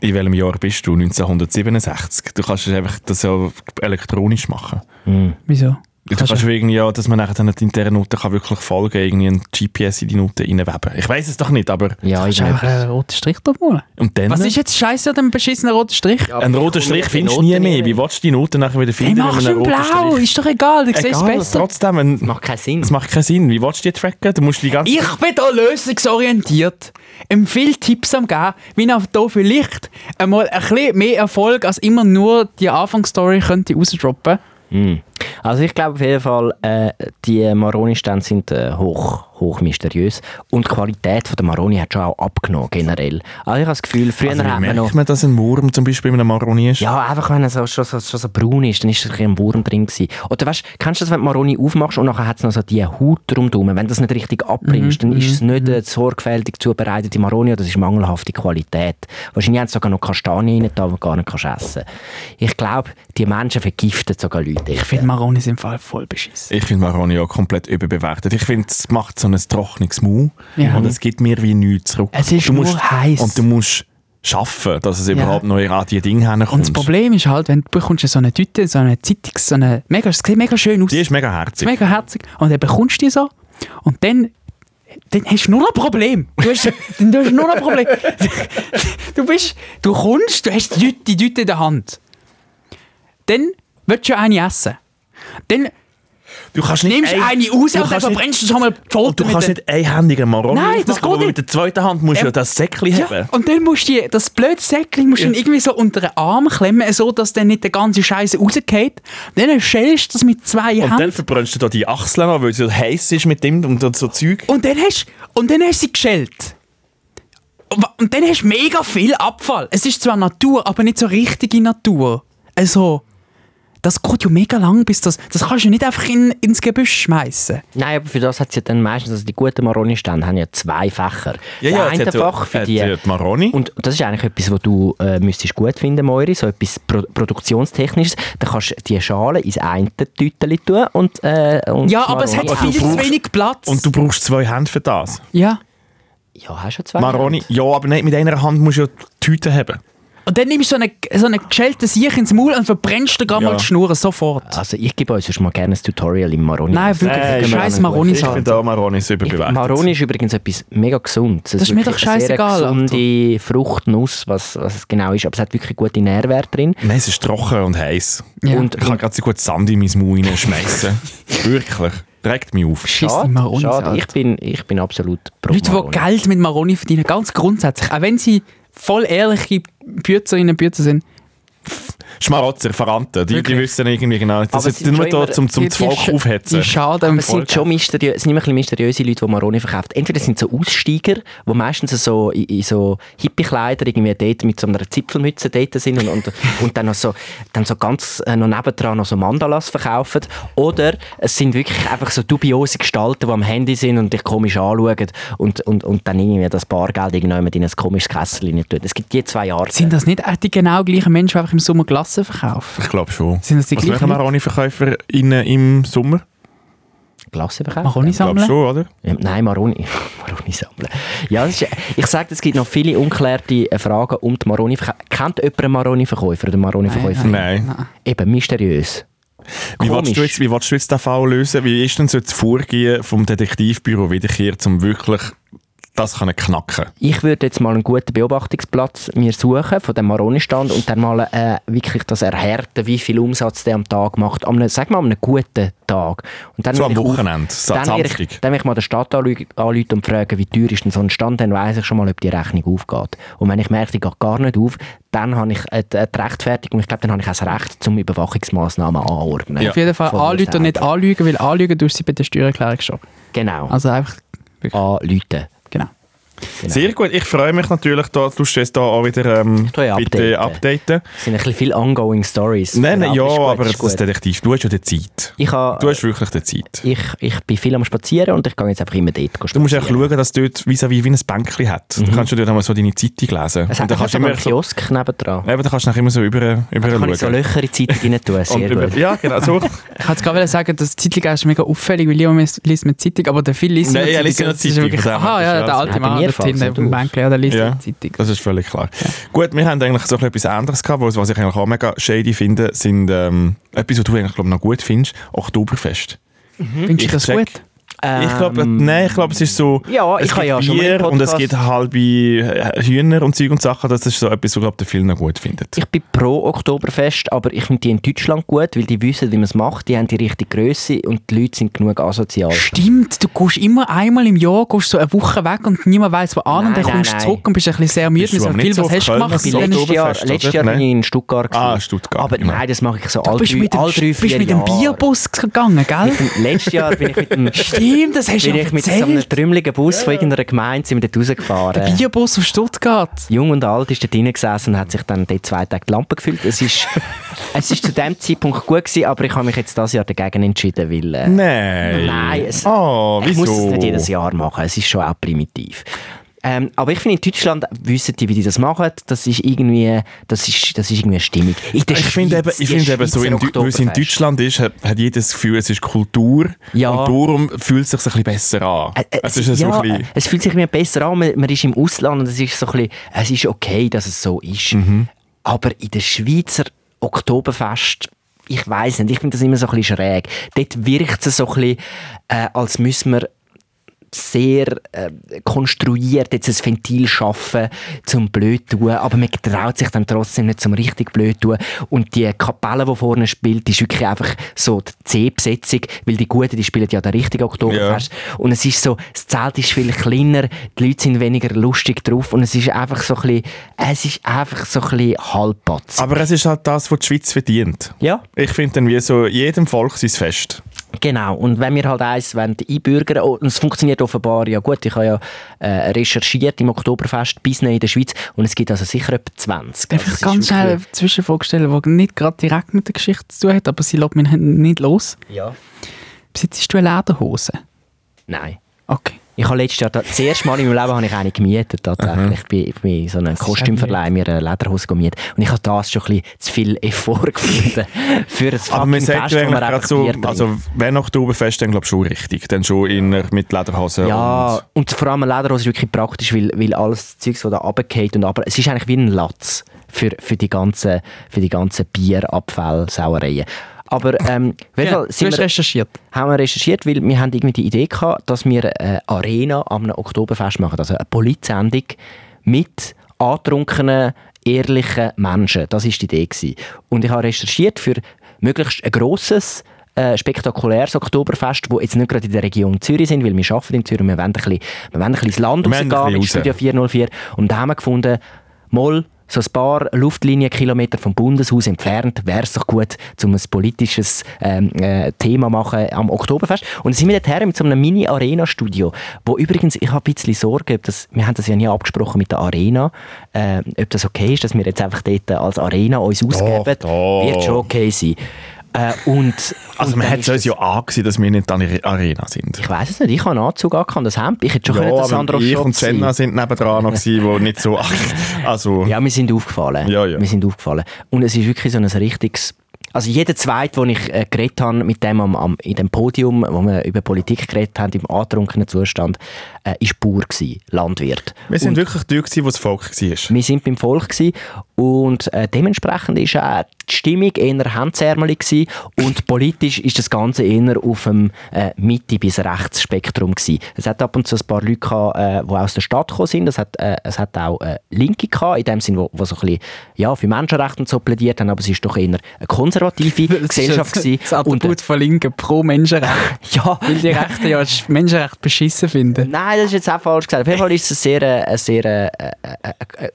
[SPEAKER 1] in welchem Jahr bist du? 1967. Du kannst es einfach das ja elektronisch machen.
[SPEAKER 2] Wieso?
[SPEAKER 1] Du kannst, ja irgendwie ja, dass man nachher dann in dieser Note kann wirklich folgen irgendwie ein GPS in die Note reinweben. Ich weiß es doch nicht, aber...
[SPEAKER 3] ja,
[SPEAKER 2] Kannst
[SPEAKER 3] ich
[SPEAKER 2] du einfach
[SPEAKER 3] glaube.
[SPEAKER 2] einen roten Strich draufmalen?
[SPEAKER 1] Und dann...
[SPEAKER 2] Was ist jetzt scheiße an dem beschissenen roten Strich?
[SPEAKER 1] Ein roter Strich findest du nie mehr. Wie willst du die Note nachher wieder
[SPEAKER 2] Hey,
[SPEAKER 1] finden,
[SPEAKER 2] machst du ihn blau, ist doch egal, du siehst
[SPEAKER 1] Egal,
[SPEAKER 2] besser.
[SPEAKER 1] trotzdem, wenn,
[SPEAKER 3] Macht keinen Sinn.
[SPEAKER 1] es äh, macht keinen Sinn. Wie willst du die tracken? Du musst die ganze
[SPEAKER 2] Ich bin da lösungsorientiert. Empfehle Tipps am Geben, wie man da vielleicht einmal ein bisschen mehr Erfolg als immer nur die Anfangsstory könnte rausdroppen.
[SPEAKER 3] Also ich glaube auf jeden Fall, äh, die Maroni-Stände sind äh, hoch, hoch mysteriös. Und die Qualität von der Maroni hat schon auch abgenommen, generell. Also ich habe das Gefühl, früher
[SPEAKER 1] also, wie
[SPEAKER 3] hat man noch...
[SPEAKER 1] merkt man, dass ein Wurm zum Beispiel in einem Maroni ist?
[SPEAKER 3] Ja, einfach wenn er so, schon, so, schon so braun ist, dann ist er ein Wurm drin gewesen. Oder weißt, kennst du das, wenn du Maroni aufmachst und nachher hat es noch so die Haut drumherum? Wenn du das nicht richtig abbringst, dann ist es nicht eine sorgfältig zubereitete Maroni oder das ist mangelhafte Qualität. Wahrscheinlich haben sie sogar noch Kastanien rein, da, die du gar nicht kannst essen Ich glaube, die Menschen vergiften sogar Leute.
[SPEAKER 2] Ich finde Maroni sind im Fall voll beschissen.
[SPEAKER 1] Ich finde Maroni auch komplett überbewertet. Ich finde, es macht so ein trockenes Mau
[SPEAKER 2] Ja.
[SPEAKER 1] und es gibt mir wie nichts zurück.
[SPEAKER 2] Es ist
[SPEAKER 1] du
[SPEAKER 2] nur
[SPEAKER 1] musst,
[SPEAKER 2] heiss.
[SPEAKER 1] Und du musst schaffen, dass es
[SPEAKER 2] Ja.
[SPEAKER 1] überhaupt noch in an die Dinge herkommst.
[SPEAKER 2] Und das Problem ist halt, wenn du bekommst so eine Tüte, so eine Zeitung, so eine, mega, es sieht mega schön aus,
[SPEAKER 1] Die ist mega herzig.
[SPEAKER 2] mega herzig, und dann bekommst du die so, und dann, dann hast du nur ein Problem. Du hast, dann hast du nur ein Problem. Du bist, du kommst, du hast die Tüte- die Tüte in der Hand. Dann willst du eine essen. Dann
[SPEAKER 1] du kannst
[SPEAKER 2] nimmst du
[SPEAKER 1] ein-
[SPEAKER 2] eine raus
[SPEAKER 1] du
[SPEAKER 2] und dann
[SPEAKER 1] kannst nicht-
[SPEAKER 2] verbrennst du schon mal die Pfoten
[SPEAKER 1] Und du
[SPEAKER 2] mit
[SPEAKER 1] kannst
[SPEAKER 2] den-
[SPEAKER 1] nicht einhändigen Maroni
[SPEAKER 2] Nein, das
[SPEAKER 1] aufmachen, weil
[SPEAKER 2] geht
[SPEAKER 1] Mit der zweiten Hand musst du
[SPEAKER 2] Ja.
[SPEAKER 1] ja das Säckchen
[SPEAKER 2] Ja,
[SPEAKER 1] haben.
[SPEAKER 2] und dann musst du die, das blöde Säckchen musst du dann irgendwie so unter den Arm klemmen, so dass dann nicht der ganze Scheiße rausgeht. Dann schälst du das mit zwei
[SPEAKER 1] Und dann
[SPEAKER 2] Händen.
[SPEAKER 1] verbrennst du da die Achseln an, weil es so heiß ist mit dem und so Zeug.
[SPEAKER 2] Und dann hast und dann hast du sie geschält. Und wa- Und dann hast du mega viel Abfall. Es ist zwar Natur, aber nicht so richtige Natur. Also, das geht ja mega lang, bis das. Das kannst du nicht einfach in, ins Gebüsch schmeißen.
[SPEAKER 3] Nein, aber für das hat sie dann meistens, also die guten Maroni-Stände haben ja zwei Fächer.
[SPEAKER 1] Ja,
[SPEAKER 3] Der
[SPEAKER 1] ja,
[SPEAKER 3] eine
[SPEAKER 1] es hat so-
[SPEAKER 3] Fach für
[SPEAKER 1] hat,
[SPEAKER 3] die.
[SPEAKER 1] äh, die Maroni.
[SPEAKER 3] Und das ist eigentlich etwas, was du äh, müsstest gut finden, Moiri, so etwas Pro Produktionstechnisches. Da kannst du die Schale ins eine Tüteli tun und, äh, und
[SPEAKER 2] Ja,
[SPEAKER 3] die
[SPEAKER 2] aber es hat
[SPEAKER 3] Maroni
[SPEAKER 2] viel
[SPEAKER 3] auch.
[SPEAKER 2] zu wenig Platz.
[SPEAKER 1] Und du brauchst zwei Hände für das.
[SPEAKER 2] ja.
[SPEAKER 3] Ja, hast du zwei?
[SPEAKER 1] Maroni,
[SPEAKER 3] Hände?
[SPEAKER 1] ja, aber nicht mit einer Hand musst du ja die Tüte haben.
[SPEAKER 2] Und dann nimmst du so einen so eine geschälten Siech ins Maul und verbrennst dir gerade mal
[SPEAKER 1] Ja.
[SPEAKER 2] die Schnur sofort.
[SPEAKER 3] Also ich gebe euch sonst mal gerne ein Tutorial im Maroni.
[SPEAKER 2] Nein, wirklich.
[SPEAKER 1] Nein, ist
[SPEAKER 2] Scheiß
[SPEAKER 3] auch nicht
[SPEAKER 2] Maroni
[SPEAKER 1] Äh, Ich
[SPEAKER 2] Salz.
[SPEAKER 1] finde auch Maroni ist
[SPEAKER 3] Ich-
[SPEAKER 1] überbewertet.
[SPEAKER 3] Maroni ist übrigens etwas mega gesundes. Es
[SPEAKER 2] Das ist mir
[SPEAKER 3] wirklich
[SPEAKER 2] doch scheißegal,
[SPEAKER 3] Eine sehr gesunde Frucht, Nuss, was, was es genau ist. Aber es hat wirklich gute Nährwerte drin.
[SPEAKER 1] Nein, es ist trocken und heiß.
[SPEAKER 2] Ja.
[SPEAKER 1] Und ich kann gerade so gut Sand in mein Maul
[SPEAKER 2] *laughs*
[SPEAKER 1] schmeißen. Wirklich. Regt mich auf.
[SPEAKER 2] Schiss nicht Maroni
[SPEAKER 3] schade.
[SPEAKER 2] Salz.
[SPEAKER 3] Ich bin, ich bin absolut pro
[SPEAKER 2] Leute, die
[SPEAKER 3] Maroni.
[SPEAKER 2] Geld mit Maroni verdienen, ganz grundsätzlich, auch wenn sie voll ehrliche Bützerinnen und Bützer sind,
[SPEAKER 1] Schmarotzer, Verrannte, die, die
[SPEAKER 2] Wirklich?
[SPEAKER 1] wissen irgendwie genau. Das
[SPEAKER 3] Aber es
[SPEAKER 1] ist
[SPEAKER 3] sind
[SPEAKER 1] nur
[SPEAKER 3] schon
[SPEAKER 1] da,
[SPEAKER 3] immer-
[SPEAKER 1] zum, zum
[SPEAKER 2] die,
[SPEAKER 1] das
[SPEAKER 2] die
[SPEAKER 1] Volk
[SPEAKER 2] sch-
[SPEAKER 1] aufhetzen.
[SPEAKER 2] die schaden
[SPEAKER 3] Aber
[SPEAKER 2] im
[SPEAKER 3] es sind
[SPEAKER 2] Volk.
[SPEAKER 3] schon mysteriö es sind immer ein bisschen mysteriöse Leute, die Maroni verkaufen. Entweder sind so Aussteiger, die meistens so in, in so Hippie-Kleider irgendwie dort mit so einer Zipfelmütze dort sind
[SPEAKER 2] *laughs*
[SPEAKER 3] und, und, und dann noch so, dann so ganz äh, noch nebendran noch so Mandalas verkaufen. Oder es sind wirklich einfach so dubiose Gestalten, die am Handy sind und dich komisch anschauen und, und, und dann irgendwie das Bargeld irgendjemand in ein komisches Kessel tun. Es gibt die zwei Arten.
[SPEAKER 2] Sind das nicht auch die genau gleichen Menschen, die einfach im Sommer Glassen verkaufen?
[SPEAKER 1] Ich glaube schon.
[SPEAKER 2] Sind das die
[SPEAKER 1] Was
[SPEAKER 2] gleichen
[SPEAKER 1] machen Maroni-Verkäufer in- im Sommer?
[SPEAKER 3] Klasse verkaufen?
[SPEAKER 2] Maroni
[SPEAKER 1] Ich glaube
[SPEAKER 2] sammeln?
[SPEAKER 1] schon, oder?
[SPEAKER 3] Ähm, Nein, Maroni. *laughs* Maroni sammeln. Ja, das ist, ich sage, es gibt noch viele unklärte äh, Fragen um die Maroni. Kennt jemand einen Maroni-Verkäufer oder Maroni-Verkäuferin?
[SPEAKER 1] Nein.
[SPEAKER 3] Eben, mysteriös.
[SPEAKER 1] Wie
[SPEAKER 3] Komisch.
[SPEAKER 1] willst, du jetzt, wie willst du jetzt den Fall lösen? Wie ist denn so das Vorgehen vom Detektivbüro wiederkehr, um wirklich das können knacken
[SPEAKER 3] Ich würde jetzt mal einen guten Beobachtungsplatz mir suchen von dem Maroni-Stand und dann mal äh, wirklich das erhärten, wie viel Umsatz der am Tag macht. Am, ne, sag mal, am einem guten Tag. Und dann
[SPEAKER 1] So
[SPEAKER 3] würde
[SPEAKER 1] am
[SPEAKER 3] ich auf-
[SPEAKER 1] Wochenende, so
[SPEAKER 3] Dann werde ich,
[SPEAKER 1] Samstag.
[SPEAKER 3] dann werde ich mal der Stadt anlü- anrufen und fragen, wie teuer ist denn so ein Stand, dann weiss ich schon mal, ob die Rechnung aufgeht. Und wenn ich merke, die geht gar nicht auf, dann habe ich äh, die äh, die Rechtfertigung, ich glaube, dann habe ich auch das Recht, zum Überwachungsmaßnahmen anordnen.
[SPEAKER 1] Ja.
[SPEAKER 2] Auf jeden Fall
[SPEAKER 3] Von
[SPEAKER 2] anrufen und
[SPEAKER 3] mir
[SPEAKER 2] nicht anlügen, weil anlügen tust du sie bei der Steuererklärung schon.
[SPEAKER 3] Genau,
[SPEAKER 2] Also
[SPEAKER 3] also,
[SPEAKER 2] einfach,
[SPEAKER 3] anrufen.
[SPEAKER 2] genau.
[SPEAKER 1] Sehr gut, ich freue mich natürlich, da, du hast jetzt da auch wieder ähm,
[SPEAKER 3] Tu ja
[SPEAKER 1] bitte updaten.
[SPEAKER 3] Es sind ein bisschen viele ongoing Stories.
[SPEAKER 1] Nein, nein, ja,
[SPEAKER 3] ist gut,
[SPEAKER 1] aber das
[SPEAKER 3] ist
[SPEAKER 1] ist
[SPEAKER 3] gut.
[SPEAKER 1] Detektiv, du hast ja die Zeit.
[SPEAKER 3] ich, ha,
[SPEAKER 1] Du hast wirklich die Zeit.
[SPEAKER 3] ich, ich bin viel am Spazieren und ich gehe jetzt einfach immer dort spazieren.
[SPEAKER 1] Du musst auch schauen, dass dort vis-à-vis wie ein Bänkchen hat. Da kannst du dort einmal so deine Zeitung lesen.
[SPEAKER 3] Es
[SPEAKER 1] Und
[SPEAKER 3] Mhm. hat,
[SPEAKER 1] dann
[SPEAKER 3] es
[SPEAKER 1] kannst
[SPEAKER 3] hat
[SPEAKER 1] du
[SPEAKER 3] aber
[SPEAKER 1] immer
[SPEAKER 3] einen
[SPEAKER 1] so,
[SPEAKER 3] Kiosk nebendran.
[SPEAKER 1] eben, dann kannst du nachher immer so über, über
[SPEAKER 3] Da kann ich so
[SPEAKER 1] schauen.
[SPEAKER 3] Löcher in die Zeitung rein
[SPEAKER 1] *laughs*
[SPEAKER 3] tun,
[SPEAKER 1] Und
[SPEAKER 3] sehr
[SPEAKER 1] über-
[SPEAKER 3] gut.
[SPEAKER 1] Ja, genau.
[SPEAKER 3] *laughs*
[SPEAKER 1] So.
[SPEAKER 2] Ich wollte gerade sagen, dass die Zeitung ist mega auffällig, weil Leo liest mit Zeitung, aber der Phil liest
[SPEAKER 1] Nein,
[SPEAKER 2] mit
[SPEAKER 1] er liest
[SPEAKER 2] Zeitung.
[SPEAKER 1] nicht
[SPEAKER 2] Das ist
[SPEAKER 1] Zeitung,
[SPEAKER 2] wirklich-
[SPEAKER 1] von dem her
[SPEAKER 2] Aha,
[SPEAKER 1] ist
[SPEAKER 2] ja,
[SPEAKER 1] es
[SPEAKER 2] der
[SPEAKER 1] ja
[SPEAKER 2] alte Mann dort
[SPEAKER 3] so. Ja, bei mir
[SPEAKER 2] hinten
[SPEAKER 3] fällt's
[SPEAKER 2] im
[SPEAKER 3] nicht auf.
[SPEAKER 2] Bänkchen, ja, der liest
[SPEAKER 1] Ja.
[SPEAKER 2] mit Zeitung.
[SPEAKER 1] Das ist völlig klar. Gut, wir haben eigentlich so ein bisschen etwas anderes gehabt, was was ich eigentlich auch mega shady finde, sind ähm, etwas, was du eigentlich glaub, noch gut findest, Oktoberfest.
[SPEAKER 2] Findest
[SPEAKER 1] Mhm. Ich
[SPEAKER 2] du das
[SPEAKER 1] check.
[SPEAKER 2] gut?
[SPEAKER 1] Ich glaube,
[SPEAKER 3] Ähm,
[SPEAKER 1] nein, ich glaube, es ist so,
[SPEAKER 3] Ja, ich
[SPEAKER 1] es
[SPEAKER 3] habe
[SPEAKER 1] gibt
[SPEAKER 3] ja schon mal im
[SPEAKER 1] Bier und es
[SPEAKER 3] Podcast-
[SPEAKER 1] gibt halbe äh, Hühner und Zeug und Sachen, das ist so etwas, was glaub, der Film noch gut findet.
[SPEAKER 3] Ich bin pro Oktoberfest, aber ich finde die in Deutschland gut, weil die wissen, wie man es macht. Die haben die richtige Größe und die Leute sind genug asozial.
[SPEAKER 2] Stimmt, du gehst immer einmal im Jahr gehst so eine Woche weg und niemand weiß, wo an.
[SPEAKER 3] Nein,
[SPEAKER 2] Und dann
[SPEAKER 3] nein,
[SPEAKER 2] kommst du
[SPEAKER 3] nein.
[SPEAKER 2] zurück und bist ein bisschen sehr müde.
[SPEAKER 1] Bist
[SPEAKER 2] Wir
[SPEAKER 1] du
[SPEAKER 2] sagen,
[SPEAKER 1] aber
[SPEAKER 2] Phil,
[SPEAKER 1] nicht so
[SPEAKER 2] was
[SPEAKER 1] auf
[SPEAKER 2] hast du
[SPEAKER 1] Köln,
[SPEAKER 2] gemacht?
[SPEAKER 1] so
[SPEAKER 3] Ich
[SPEAKER 2] Phil,
[SPEAKER 3] bin
[SPEAKER 1] oft
[SPEAKER 2] dann ist-
[SPEAKER 3] letztes Jahr,
[SPEAKER 1] Oktoberfest,
[SPEAKER 3] letztes
[SPEAKER 1] oder?
[SPEAKER 3] Jahr bin
[SPEAKER 1] Nein.
[SPEAKER 3] ich in Stuttgart.
[SPEAKER 1] Ah,
[SPEAKER 3] gewesen.
[SPEAKER 1] Stuttgart,
[SPEAKER 3] Aber
[SPEAKER 1] genau.
[SPEAKER 3] nein, das mache ich so
[SPEAKER 2] Du
[SPEAKER 3] alle
[SPEAKER 2] bist
[SPEAKER 3] drei,
[SPEAKER 2] mit dem,
[SPEAKER 3] alle drei
[SPEAKER 2] bist
[SPEAKER 3] vier
[SPEAKER 2] mit dem
[SPEAKER 3] Jahre.
[SPEAKER 2] Bierbus gegangen, gell?
[SPEAKER 3] Letztes Jahr bin ich mit dem
[SPEAKER 2] Stimmt, das *laughs* hast du
[SPEAKER 3] bin
[SPEAKER 2] ja
[SPEAKER 3] ich mit so einem Äh,
[SPEAKER 2] erzählt.
[SPEAKER 3] trümmeligen Bus von irgendeiner Gemeinde sind wir dort rausgefahren.
[SPEAKER 2] Bierbus auf Stuttgart.
[SPEAKER 3] Jung und alt ist dort drinnen gesessen und hat sich dann dort zwei Tage die Lampe gefüllt.
[SPEAKER 2] *laughs*
[SPEAKER 3] Es ist, es ist zu dem Zeitpunkt gut gewesen, aber ich habe mich jetzt dieses Jahr dagegen entschieden, weil... Äh,
[SPEAKER 1] Nein.
[SPEAKER 3] Nein, es-
[SPEAKER 1] oh,
[SPEAKER 3] Ich
[SPEAKER 1] wieso?
[SPEAKER 3] muss es nicht jedes Jahr machen, es ist schon auch primitiv. Ähm, aber ich finde, in Deutschland wissen die, wie die das machen. Das ist irgendwie, das ist, das ist irgendwie eine Stimmung. In der
[SPEAKER 1] Ich finde eben,
[SPEAKER 3] Schweiz,
[SPEAKER 1] ich
[SPEAKER 3] die
[SPEAKER 1] finde eben so,
[SPEAKER 3] Schweizer
[SPEAKER 1] in Deu- weil es in
[SPEAKER 3] Oktoberfest.
[SPEAKER 1] Deutschland ist, hat, hat jeder das Gefühl, es ist Kultur
[SPEAKER 3] Ja.
[SPEAKER 1] und darum fühlt es sich ein bisschen besser an.
[SPEAKER 3] Äh, äh,
[SPEAKER 1] es ist so ein bisschen,
[SPEAKER 3] äh, es fühlt sich mir besser an, man, man ist im Ausland und es ist so ein bisschen, es ist okay, dass es so ist.
[SPEAKER 1] Mhm.
[SPEAKER 3] Aber in der Schweizer Oktoberfest, ich weiß nicht, ich finde das immer so ein bisschen schräg. Dort wirkt es so ein bisschen, äh, als müssen wir sehr äh, konstruiert jetzt ein Ventil schaffen zum blöd tun, aber man traut sich dann trotzdem nicht zum richtig blöd tun und die Kapelle, die vorne spielt, die ist wirklich einfach so die C-Besetzung, weil die Guten, die spielen ja den richtigen Oktoberfest und es ist so, das Zelt ist viel kleiner, die Leute sind weniger lustig drauf und es ist einfach so ein bisschen, es ist einfach so ein bisschen halbpatzig.
[SPEAKER 1] aber es ist halt das, was die Schweiz verdient.
[SPEAKER 3] Ja,
[SPEAKER 1] Ich finde dann wie so, jedem Volk sein Fest.
[SPEAKER 3] Genau, und wenn wir halt eins wollen, einbürgern oh, und es funktioniert offenbar ja gut, ich habe ja äh, recherchiert im Oktoberfest bis in der Schweiz und es gibt also sicher etwa 20.
[SPEAKER 2] Darf
[SPEAKER 3] Also
[SPEAKER 2] ich
[SPEAKER 3] es
[SPEAKER 2] ganz
[SPEAKER 3] ist
[SPEAKER 2] schnell
[SPEAKER 3] wirklich-
[SPEAKER 2] eine Zwischenfrage stellen, die nicht gerade direkt mit der Geschichte zu tun hat, aber sie lässt mich nicht los.
[SPEAKER 3] Ja.
[SPEAKER 2] Besitzt du eine Lederhose?
[SPEAKER 3] Nein.
[SPEAKER 2] Okay.
[SPEAKER 3] Ich habe letztes Jahr, das erste Mal in meinem Leben habe ich eine gemietet tatsächlich. Ich bin, ich bin in so einem
[SPEAKER 2] ist
[SPEAKER 3] Kostümverleih mir eine Lederhose gemietet und ich habe das schon ein bisschen zu viel Effort *laughs* gefunden für ein
[SPEAKER 1] Aber man
[SPEAKER 3] fucking
[SPEAKER 1] sagt
[SPEAKER 3] Fest, wo
[SPEAKER 1] ja eigentlich
[SPEAKER 3] man
[SPEAKER 1] gerade
[SPEAKER 3] einfach
[SPEAKER 1] so,
[SPEAKER 3] Bier trinkt.
[SPEAKER 1] also wenn Oktoberfest, dann glaube ich schon richtig. Dann schon inner mit Lederhosen
[SPEAKER 3] Ja,
[SPEAKER 1] und...
[SPEAKER 3] und vor allem eine Lederhose ist wirklich praktisch, weil, weil alles Zeugs, das da runtergeht und aber es ist eigentlich wie ein Latz für, für die ganzen, für die ganzen Bierabfälle, Sauereien. Aber ähm, auf jeden Fall
[SPEAKER 2] du
[SPEAKER 3] sind
[SPEAKER 2] hast
[SPEAKER 3] wir,
[SPEAKER 2] recherchiert.
[SPEAKER 3] haben wir recherchiert, weil wir haben irgendwie die Idee gehabt, dass wir eine Arena am einem Oktoberfest machen, also eine Polizsendung mit antrunkenen, ehrlichen Menschen. Das war die Idee. Gewesen. Und ich habe recherchiert für möglichst ein grosses, äh, spektakuläres Oktoberfest, wo jetzt nicht gerade in der Region Zürich sind, weil wir arbeiten in Zürich und wir wollen ein bisschen, wir wollen ein bisschen ins Land
[SPEAKER 1] Wir wollen ein bisschen
[SPEAKER 3] rausgehen mit
[SPEAKER 1] raus.
[SPEAKER 3] Studio 404 und da haben wir gefunden, mal so ein paar Luftlinienkilometer vom Bundeshaus entfernt, wäre es doch gut, um ein politisches ähm, äh, Thema machen am Oktoberfest. Und dann sind wir dorthin mit so einem Mini-Arena-Studio, wo übrigens, ich habe ein bisschen Sorge, ob das, wir haben das ja nie abgesprochen mit der Arena, äh, ob das okay ist, dass wir jetzt einfach dort äh, als Arena uns ausgeben,
[SPEAKER 1] doch.
[SPEAKER 3] wird schon okay sein. Äh, und,
[SPEAKER 1] Also
[SPEAKER 3] und
[SPEAKER 1] man
[SPEAKER 3] dann
[SPEAKER 1] hat
[SPEAKER 3] ist
[SPEAKER 1] es uns ja angesehen, dass wir nicht an der Arena sind.
[SPEAKER 3] Ich weiß es nicht, ich habe einen Anzug angehabt, das Hemd, ich hätte schon
[SPEAKER 1] Ja,
[SPEAKER 3] können, dass
[SPEAKER 1] aber
[SPEAKER 3] Sandro
[SPEAKER 1] ich
[SPEAKER 3] Schott
[SPEAKER 1] und
[SPEAKER 3] sein.
[SPEAKER 1] Senna sind nebendran noch gewesen, wo nicht
[SPEAKER 3] *laughs*
[SPEAKER 1] so... Ach, also...
[SPEAKER 3] Ja, wir sind aufgefallen.
[SPEAKER 1] Ja, ja.
[SPEAKER 3] Wir sind aufgefallen. Und es ist wirklich so ein richtiges... Also jeder Zweite, den ich äh, geredet habe mit dem am, am, in dem Podium, wo wir über Politik geredet haben, im antrunkenen Zustand, äh, ist Bauer gewesen, Landwirt.
[SPEAKER 1] Wir sind wirklich die, gewesen, wo das Volk war.
[SPEAKER 3] Wir sind beim Volk gewesen und äh, dementsprechend ist auch die Stimmung eher handzärmelig gewesen
[SPEAKER 2] *laughs*
[SPEAKER 3] und politisch ist das Ganze eher auf dem äh, Mitte- bis Rechtsspektrum gewesen. Es hat ab und zu ein paar Leute gehabt, äh, die aus der Stadt gekommen sind. Es hat, äh, es hat auch äh, Linke gehabt, in dem Sinn, wo, wo so ein bisschen, ja, für Menschenrechte und so plädiert haben, aber es ist doch eher eine konservative
[SPEAKER 2] *laughs*
[SPEAKER 3] Gesellschaft
[SPEAKER 2] Das
[SPEAKER 3] gewesen.
[SPEAKER 2] ist das
[SPEAKER 3] Und, äh,
[SPEAKER 2] Attribut von Linken pro Menschenrecht.
[SPEAKER 3] *laughs* ja,
[SPEAKER 2] Weil die Rechten ja das Menschenrecht beschissen finden.
[SPEAKER 3] Nein, das ist jetzt auch falsch gesagt. Auf jeden Fall ist es eine sehr, äh, eine sehr äh, äh, äh, äh,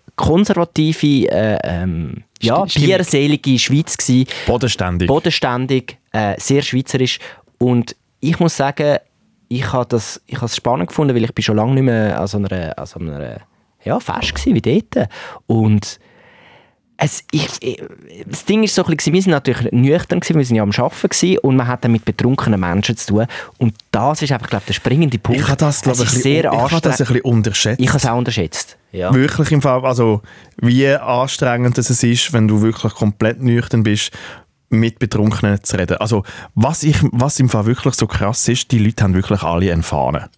[SPEAKER 3] konservative, äh, ähm, ja,
[SPEAKER 2] Sti- Stimmung.
[SPEAKER 3] bierselige Schweiz gewesen.
[SPEAKER 1] Bodenständig.
[SPEAKER 3] Bodenständig, äh, sehr schweizerisch. Und ich muss sagen, ich habe das, ich habe es spannend gefunden, weil ich bin schon lange nicht mehr an so einer, an so einer ja, Fest gewesen, wie dort. Und es, ich, ich, das Ding ist so ein bisschen, wir sind natürlich nüchtern gewesen, wir sind ja am Arbeiten gewesen und man hat dann mit betrunkenen Menschen zu tun. Und das ist einfach, glaube ich, der springende Punkt.
[SPEAKER 1] ich habe das,
[SPEAKER 3] Es
[SPEAKER 1] glaube ich,
[SPEAKER 3] ist
[SPEAKER 1] ein bisschen-
[SPEAKER 3] sehr
[SPEAKER 1] ich habe das ein
[SPEAKER 3] anstrengend.
[SPEAKER 1] bisschen unterschätzt.
[SPEAKER 3] Ich habe es auch unterschätzt. Ja.
[SPEAKER 1] Wirklich im Fall, also wie anstrengend es ist, wenn du wirklich komplett nüchtern bist, mit Betrunkenen zu reden. Also was, ich, was im Fall wirklich so krass ist, die Leute haben wirklich alle eine Fahne.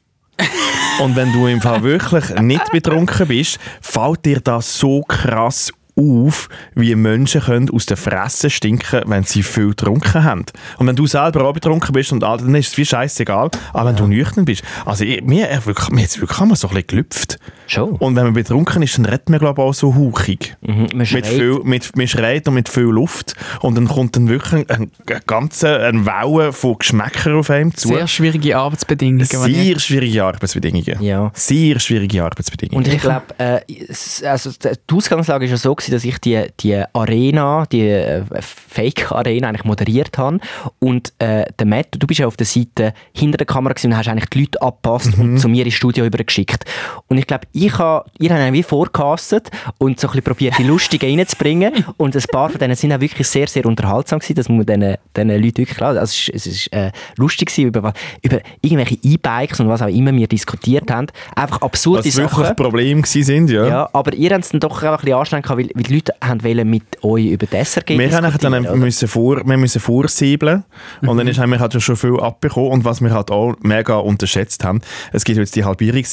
[SPEAKER 1] Und wenn du im Fall wirklich nicht betrunken bist, fällt dir das so krass auf, wie Menschen können aus der Fresse stinken, wenn sie viel getrunken haben. Und wenn du selber auch betrunken bist und all, dann ist es wie scheißegal, aber wenn du nüchtern bist. Also ich, mir, mir, mir hat es wirklich einmal so ein bisschen gelüpft.
[SPEAKER 3] Schon.
[SPEAKER 1] Und wenn man betrunken ist, dann redet man glaube ich auch so hauchig.
[SPEAKER 3] Mhm, man
[SPEAKER 1] Mit
[SPEAKER 3] schreit.
[SPEAKER 1] viel, mit, man schreit und mit viel Luft. Und dann kommt dann wirklich ein, ein ganze, eine Welle von Geschmäckern auf einem zu.
[SPEAKER 2] Sehr schwierige Arbeitsbedingungen. wenn ich-
[SPEAKER 1] Sehr schwierige Arbeitsbedingungen.
[SPEAKER 3] Ja.
[SPEAKER 1] Sehr schwierige Arbeitsbedingungen.
[SPEAKER 3] Und ich glaube, äh, es- also d- die Ausgangslage war ja so, gewesen, dass ich die, die Arena, die äh, Fake-Arena eigentlich moderiert habe. Und äh, der Matt, du bist ja
[SPEAKER 1] Mhm.
[SPEAKER 3] auf der Seite hinter der Kamera gewesen und hast eigentlich die Leute abgepasst und zu mir ins Studio übergeschickt. Und ich glaube, ich habe, ihr habt ihn wie vorcastet und so ein bisschen probiert, die Lustigen *laughs* reinzubringen. Und ein paar von denen sind auch wirklich sehr, sehr unterhaltsam gewesen. Das muss man diesen, diesen Leuten wirklich klar. Also es ist, es ist äh, lustig gewesen, über, was- über irgendwelche E-Bikes und was auch immer wir diskutiert haben.
[SPEAKER 1] Was
[SPEAKER 3] Einfach absurde
[SPEAKER 1] wirklich
[SPEAKER 3] Sachen.
[SPEAKER 1] Probleme gewesen sind, ja.
[SPEAKER 3] Ja, aber ihr habt es dann doch auch ein bisschen anstrengend gehabt, weil, weil die Leute haben wollen mit euch über das Ergebnis
[SPEAKER 1] Wir haben nachher
[SPEAKER 3] diskutieren,
[SPEAKER 1] dann
[SPEAKER 3] oder?
[SPEAKER 1] müssen vor, wir müssen vorsäbeln und dann ist, haben wir halt schon viel abbekommen und was wir halt auch mega unterschätzt haben, es gibt jetzt die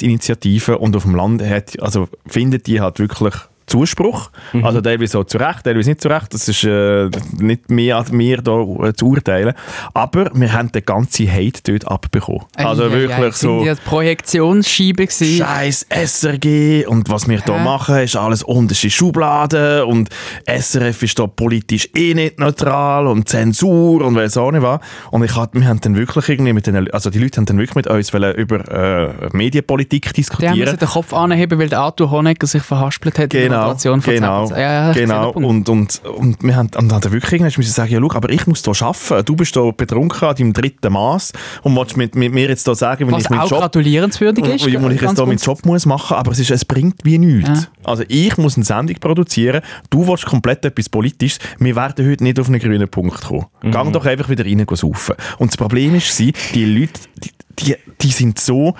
[SPEAKER 1] Halbierungsinitiative und auf dem Land hat, also findet die halt wirklich Zuspruch, also teilweise auch zu Recht, teilweise nicht zu Recht, das ist äh, nicht mehr an mir da äh, zu urteilen, aber wir haben den ganzen Hate dort abbekommen. Also
[SPEAKER 2] Eieiei,
[SPEAKER 1] wirklich
[SPEAKER 2] Sind
[SPEAKER 1] so...
[SPEAKER 2] die als Projektionsscheibe gewesen?
[SPEAKER 1] Scheiß SRG und was wir hier
[SPEAKER 2] Hä?
[SPEAKER 1] machen, ist alles unterste Schublade und SRF ist da politisch eh nicht neutral und Zensur und weiss auch nicht was. Und ich hatte, wir haben dann wirklich irgendwie mit den, also die Leute haben dann wirklich mit uns wollen über äh, Medienpolitik
[SPEAKER 2] Die haben
[SPEAKER 1] diskutieren.
[SPEAKER 2] müssen den Kopf anheben, weil der Arthur Honegger sich verhaspelt hat in der
[SPEAKER 1] Genau,
[SPEAKER 2] Moderation von
[SPEAKER 1] genau,
[SPEAKER 2] 10. Ja, ja, ich sehe
[SPEAKER 1] genau.
[SPEAKER 2] den
[SPEAKER 1] Und,
[SPEAKER 2] Punkt.
[SPEAKER 1] und, und wir haben, und haben dann wirklich irgendwann müssen sagen, ja, schau, aber ich muss hier arbeiten. Du bist hier betrunken an deinem dritten Maß und willst mit, mit mir jetzt hier sagen, wenn
[SPEAKER 2] Was
[SPEAKER 1] ich meinen
[SPEAKER 2] auch
[SPEAKER 1] Job
[SPEAKER 2] gratulierenswürdig ist.
[SPEAKER 1] wo, wo ich jetzt
[SPEAKER 2] ganz
[SPEAKER 1] hier meinen
[SPEAKER 2] grundsätzlich.
[SPEAKER 1] Job muss machen aber es, ist, es bringt wie nichts. Also ich muss eine Sendung produzieren, du willst komplett etwas Politisches, wir werden heute nicht auf einen grünen Punkt kommen.
[SPEAKER 2] Mhm.
[SPEAKER 1] Gang doch einfach wieder rein go saufen. Und das Problem war, die Leute, die, die, die sind so,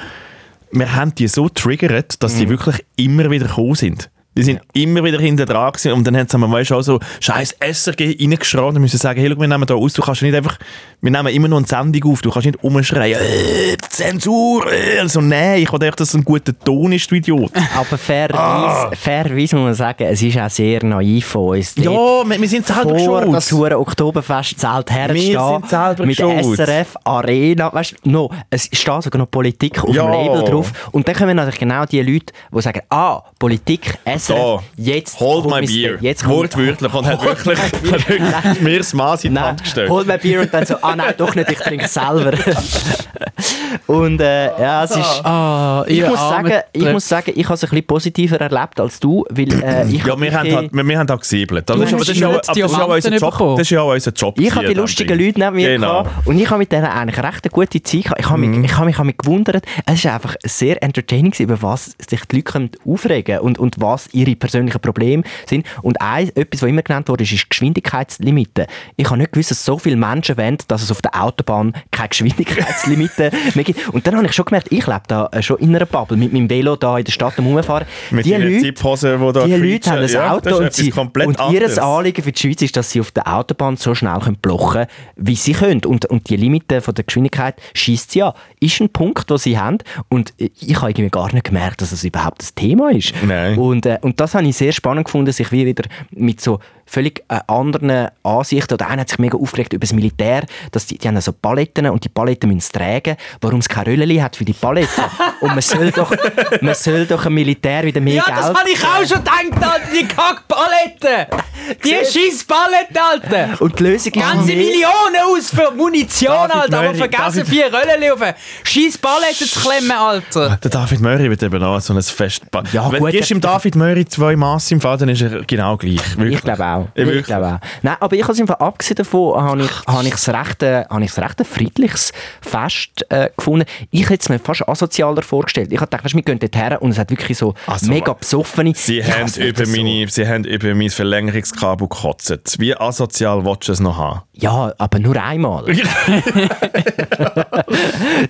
[SPEAKER 1] wir haben die so triggert, dass
[SPEAKER 3] Mhm.
[SPEAKER 1] die wirklich immer wieder gekommen sind. Die sind immer wieder hinter dran gewesen und dann haben sie weißt, auch so scheiß SRG reingeschrien und müssen sagen, hey, schau, wir nehmen da aus, du kannst nicht einfach, wir nehmen immer noch eine Sendung auf, du kannst nicht rumschreien, äh, Zensur, äh. also nein, ich will einfach, dass es ein guter Ton ist, du
[SPEAKER 3] *laughs*
[SPEAKER 1] Idiot.
[SPEAKER 3] Aber
[SPEAKER 1] Ah!
[SPEAKER 3] fairerweise, fairerweise muss man sagen, es ist auch sehr naiv von uns.
[SPEAKER 1] ja,
[SPEAKER 3] dort
[SPEAKER 1] wir, wir sind selber
[SPEAKER 3] Vor das
[SPEAKER 1] schuld.
[SPEAKER 3] hure
[SPEAKER 1] sind
[SPEAKER 3] Oktoberfestzelt
[SPEAKER 1] selber
[SPEAKER 3] herzustehen, mit
[SPEAKER 1] schuld.
[SPEAKER 3] SRF Arena, weißt du, no, es steht sogar noch Politik auf
[SPEAKER 1] Ja.
[SPEAKER 3] dem Label drauf. Und dann kommen natürlich genau die Leute, die sagen, ah, Politik, SRF, jetzt
[SPEAKER 1] hold
[SPEAKER 3] kommt
[SPEAKER 1] my
[SPEAKER 3] mein
[SPEAKER 1] beer.
[SPEAKER 3] Ding, Jetzt kommt-
[SPEAKER 1] Wortwörtlich und hat
[SPEAKER 3] Hold
[SPEAKER 1] wirklich,
[SPEAKER 3] my
[SPEAKER 1] *laughs*
[SPEAKER 3] beer.
[SPEAKER 1] hat wirklich mir das Maß in die
[SPEAKER 3] Nein,
[SPEAKER 1] Hand gestellt.
[SPEAKER 3] hol mir Bier und dann so, ah nein, doch nicht, ich trinke selber. *laughs* und äh, ja, es ist...
[SPEAKER 2] Ah,
[SPEAKER 3] Ich
[SPEAKER 2] ihr
[SPEAKER 3] muss,
[SPEAKER 2] armen
[SPEAKER 3] sagen, ich
[SPEAKER 2] Dreck.
[SPEAKER 3] muss sagen, ich habe es ein bisschen positiver erlebt als du, weil äh, ich
[SPEAKER 1] Ja, wir haben
[SPEAKER 3] wirklich-
[SPEAKER 1] halt, wir, wir haben halt gesäbelt. Das
[SPEAKER 2] Du
[SPEAKER 1] ist,
[SPEAKER 2] hast
[SPEAKER 1] aber das ist,
[SPEAKER 2] nicht
[SPEAKER 1] ja auch- aber das ist
[SPEAKER 2] die
[SPEAKER 1] ja auch
[SPEAKER 2] Diamanten
[SPEAKER 1] unser Job.
[SPEAKER 2] bekommen.
[SPEAKER 1] Das ist ja auch unser Job.
[SPEAKER 3] Ich habe die
[SPEAKER 1] gewesen,
[SPEAKER 3] lustigen
[SPEAKER 1] dann.
[SPEAKER 3] Leute neben mir
[SPEAKER 1] Genau. Mhm.
[SPEAKER 3] gehabt und ich habe mit denen eigentlich recht eine gute Zeit gehabt. Ich habe mich, ich habe mich, ich habe mich gewundert, es ist einfach sehr entertaining gewesen, über was sich die Leute können aufregen und, und was ihre persönlichen Probleme sind. Und eins, etwas, was immer genannt wurde, ist, ist die Geschwindigkeitslimite. Ich habe nicht gewusst, dass so viele Menschen wollen, dass es auf der Autobahn keine Geschwindigkeitslimite *laughs* mehr gibt. Und dann habe ich schon gemerkt, ich lebe da äh, schon in einer Bubble mit meinem Velo da in der Stadt am Rumfahren.
[SPEAKER 1] Mit
[SPEAKER 3] die
[SPEAKER 1] ihren
[SPEAKER 3] Leute,
[SPEAKER 1] Ziphosen, die da
[SPEAKER 3] die Leute
[SPEAKER 1] quietschen.
[SPEAKER 3] haben ein
[SPEAKER 1] Ja, das
[SPEAKER 3] Auto
[SPEAKER 1] ist
[SPEAKER 3] und,
[SPEAKER 1] etwas
[SPEAKER 3] sie,
[SPEAKER 1] komplett
[SPEAKER 3] und
[SPEAKER 1] anderes.
[SPEAKER 3] ihr Anliegen für die Schweiz ist, dass sie auf der Autobahn so schnell können blocken können, wie sie können. Und, und die Limite von der Geschwindigkeit schießt sie an. Ist ein Punkt, den sie haben. Und äh, ich habe irgendwie gar nicht gemerkt, dass das überhaupt ein Thema ist.
[SPEAKER 1] Nein.
[SPEAKER 3] Und, äh, und das habe ich sehr spannend gefunden, sich wie wieder mit so völlig äh, anderen Ansichten, oder einer hat sich mega aufgeregt über das Militär, dass die, die haben so Paletten und die Paletten müssen sie tragen, warum es keine Röllchen hat für
[SPEAKER 6] *laughs*
[SPEAKER 3] die Paletten. und man soll doch, man soll doch dem Militär wieder mehr
[SPEAKER 6] Ja,
[SPEAKER 3] Geld
[SPEAKER 6] das habe ich auch schon gedacht, Alter, die
[SPEAKER 3] *laughs*
[SPEAKER 6] Kackpalette! Die scheiß Palette, Alter!
[SPEAKER 3] Und die Lösung ist
[SPEAKER 6] Ganze
[SPEAKER 3] mehr-
[SPEAKER 6] Millionen aus für Munition,
[SPEAKER 1] David
[SPEAKER 6] Alter, aber
[SPEAKER 1] Möhring,
[SPEAKER 6] vergessen
[SPEAKER 1] David-
[SPEAKER 6] vier Röllchen auf eine scheiß Palette zu klemmen, Alter!
[SPEAKER 1] Ah, Der David Möri wird eben auch so ein Fest...
[SPEAKER 3] Ja,
[SPEAKER 1] Wenn
[SPEAKER 3] gut,
[SPEAKER 1] du gibst
[SPEAKER 3] der-
[SPEAKER 1] ihm David Möri zwei Mass im Fall, dann ist er genau gleich. Wirklich.
[SPEAKER 3] Ich glaube auch.
[SPEAKER 1] Ja,
[SPEAKER 3] Ich
[SPEAKER 1] wirklich.
[SPEAKER 3] glaube auch. Nein, aber ich habe es im Fall abgesehen davon, habe ich, habe ich es recht, äh, habe ich es recht ein friedliches Fest äh, gefunden. Ich hätte es mir fast asozialer vorgestellt. Ich habe gedacht, weisst du, wir gehen dort her und es hat wirklich so
[SPEAKER 1] Also,
[SPEAKER 3] mega besoffene...
[SPEAKER 1] Sie,
[SPEAKER 3] Ich
[SPEAKER 1] haben
[SPEAKER 3] hasse
[SPEAKER 1] über
[SPEAKER 3] das so.
[SPEAKER 1] meine, sie haben über mein Verlängerungskabel gekotzt. Wie asozial willst du es noch haben?
[SPEAKER 3] Ja, aber nur
[SPEAKER 1] *laughs*
[SPEAKER 3] einmal.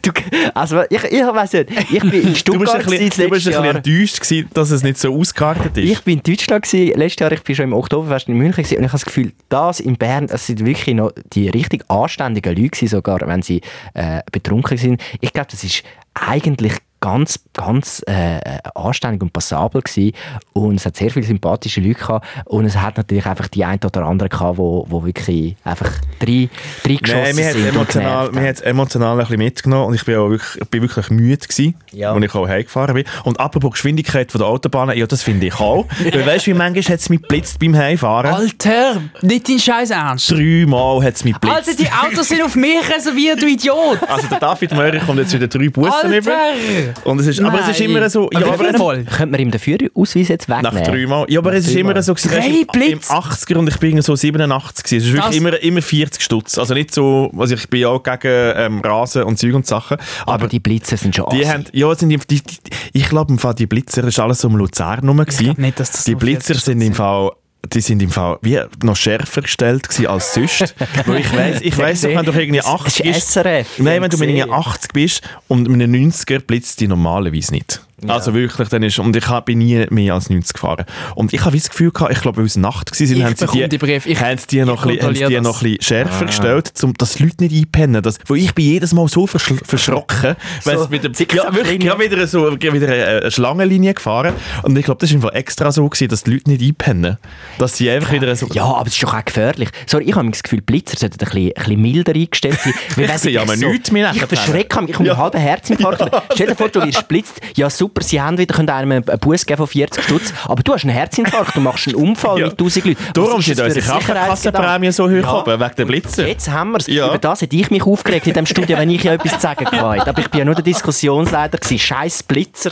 [SPEAKER 3] du, also ich, ich weiß nicht, ich bin in
[SPEAKER 1] Du bist
[SPEAKER 3] Stuttgart
[SPEAKER 1] ein bisschen, du bist ein bisschen enttäuscht, gewesen, dass es nicht so ausgeartet ist.
[SPEAKER 3] Ich bin in Deutschland gewesen, letztes Jahr, ich bin schon im Oktoberfest in München gewesen, und ich habe das Gefühl, das in Bern, das sind wirklich noch die richtig anständigen Leute gewesen, sogar wenn sie äh, betrunken sind. Ich glaube, das ist eigentlich ganz, ganz äh, anständig und passabel gewesen. und es hat sehr viele sympathische Leute gehabt und es hat natürlich einfach die ein oder andere gehabt, wo, wo wirklich einfach drei, drei geschossen
[SPEAKER 1] Nein, mir hat
[SPEAKER 3] sind und
[SPEAKER 1] emotional,
[SPEAKER 3] genervt
[SPEAKER 1] mir hat's emotional ein bisschen mitgenommen und ich bin, auch wirklich, ich bin wirklich müde gewesen,
[SPEAKER 3] Ja.
[SPEAKER 1] als ich auch heimgefahren bin. Und apropos Geschwindigkeit von der Autobahn, ja, das finde ich auch. Weil weißt du, wie manchmal hat es mich geblitzt beim Heimfahren?
[SPEAKER 2] Alter, nicht dein Scheiß ernst.
[SPEAKER 1] Dreimal hat es mich Also,
[SPEAKER 6] Alter,
[SPEAKER 1] geblitzt.
[SPEAKER 6] die Autos sind auf mich reserviert, du Idiot!
[SPEAKER 1] *laughs* Also der David Möhrer kommt jetzt wieder drei Bussen über.
[SPEAKER 6] Alter!
[SPEAKER 1] Und es ist, aber es ist
[SPEAKER 2] Nein.
[SPEAKER 1] immer so...
[SPEAKER 2] Aber wie
[SPEAKER 1] aber-
[SPEAKER 2] viel voll?
[SPEAKER 3] Könnte man ihm den Führerausweis jetzt
[SPEAKER 1] Nach
[SPEAKER 3] wegnehmen?
[SPEAKER 1] dreimal. Ja, aber es ist immer so gewesen,
[SPEAKER 2] Drei
[SPEAKER 1] weisst du, im
[SPEAKER 2] Blitz?
[SPEAKER 1] 80er und ich bin irgendwie so 87 gewesen. Es ist wirklich
[SPEAKER 2] Das-
[SPEAKER 1] immer, immer 40 Stutz. Also nicht so, also ich bin ja auch gegen ähm, Rasen und Zeug und Sachen.
[SPEAKER 3] Aber
[SPEAKER 1] Aber
[SPEAKER 3] die Blitzer sind schon
[SPEAKER 1] die
[SPEAKER 3] assi.
[SPEAKER 1] haben, ja, sind die, die, die, ich glaube im Fall die Blitzer, das war alles so um Luzern rum. gewesen.
[SPEAKER 2] glaub nicht, dass das
[SPEAKER 1] die
[SPEAKER 2] nur
[SPEAKER 1] Blitzer
[SPEAKER 2] 40
[SPEAKER 1] sind im Fall, die sind im Fall wie noch schärfer gestellt gewesen als
[SPEAKER 2] *laughs*
[SPEAKER 1] sonst. Weil ich weiss, ich weiss, doch, wenn du irgendwie
[SPEAKER 3] Das
[SPEAKER 1] 80
[SPEAKER 3] ist
[SPEAKER 1] bist,
[SPEAKER 3] SRF.
[SPEAKER 1] Nein, wenn du mit
[SPEAKER 3] Gesehen.
[SPEAKER 1] einem 80 bist und mit einem 90er blitzt die normalerweise nicht. Also wirklich, dann ist, und ich hab- bin nie mehr als 90 gefahren. Und ich habe das Gefühl gehabt, ich glaube, weil es Nacht war,
[SPEAKER 2] Ich
[SPEAKER 1] haben sie
[SPEAKER 2] bekomme
[SPEAKER 1] die,
[SPEAKER 2] die Briefe. Ich-
[SPEAKER 1] haben sie die noch, ein bisschen- haben sie die
[SPEAKER 2] kontrolliere
[SPEAKER 1] noch ein bisschen schärfer
[SPEAKER 3] Ah.
[SPEAKER 1] gestellt, um, dass die Leute nicht einpennen. Dass, weil ich bin jedes Mal so verschl- verschrocken, weil es mit dem, ja, wirklich, ich habe wieder, so, ich hab wieder äh, eine, eine Schlangenlinie gefahren. Und ich glaube, das war im Fall extra so, gewesen, dass die Leute nicht einpennen. Dass sie einfach wieder so...
[SPEAKER 3] Ja, aber es ist doch auch gefährlich. Sorry, ich habe das Gefühl, Blitzer sollten ein bisschen, ein bisschen milder eingestellt
[SPEAKER 1] *laughs*
[SPEAKER 3] sein. Weil
[SPEAKER 1] Ich
[SPEAKER 3] wenn
[SPEAKER 1] sehe ja
[SPEAKER 3] dich
[SPEAKER 1] mal nichts mehr
[SPEAKER 3] Ich
[SPEAKER 1] nachher.
[SPEAKER 3] verschrecke mich, ich komme ja. einen
[SPEAKER 1] *laughs*
[SPEAKER 3] halben Herzinfarkt. Stell dir vor, du wirst blitzt. Ja super, sie haben wieder, können einem einen Buß geben von 40 Stutz, aber du hast einen Herzinfarkt, du machst einen Unfall
[SPEAKER 1] Ja.
[SPEAKER 3] mit 1000 Leuten.
[SPEAKER 1] Darum
[SPEAKER 3] Was
[SPEAKER 1] sind
[SPEAKER 3] Also, das für
[SPEAKER 1] unsere
[SPEAKER 3] ein
[SPEAKER 1] Krankenkassenprämien so hoch
[SPEAKER 3] Ja.
[SPEAKER 1] oben, wegen den Blitzer.
[SPEAKER 3] Jetzt haben wir es.
[SPEAKER 1] Ja.
[SPEAKER 3] Über das hätte ich mich aufgeregt in diesem Studio, wenn ich ja etwas zu sagen hatte. Aber ich bin ja nur der Diskussionsleiter. gewesen. Scheiß Blitzer.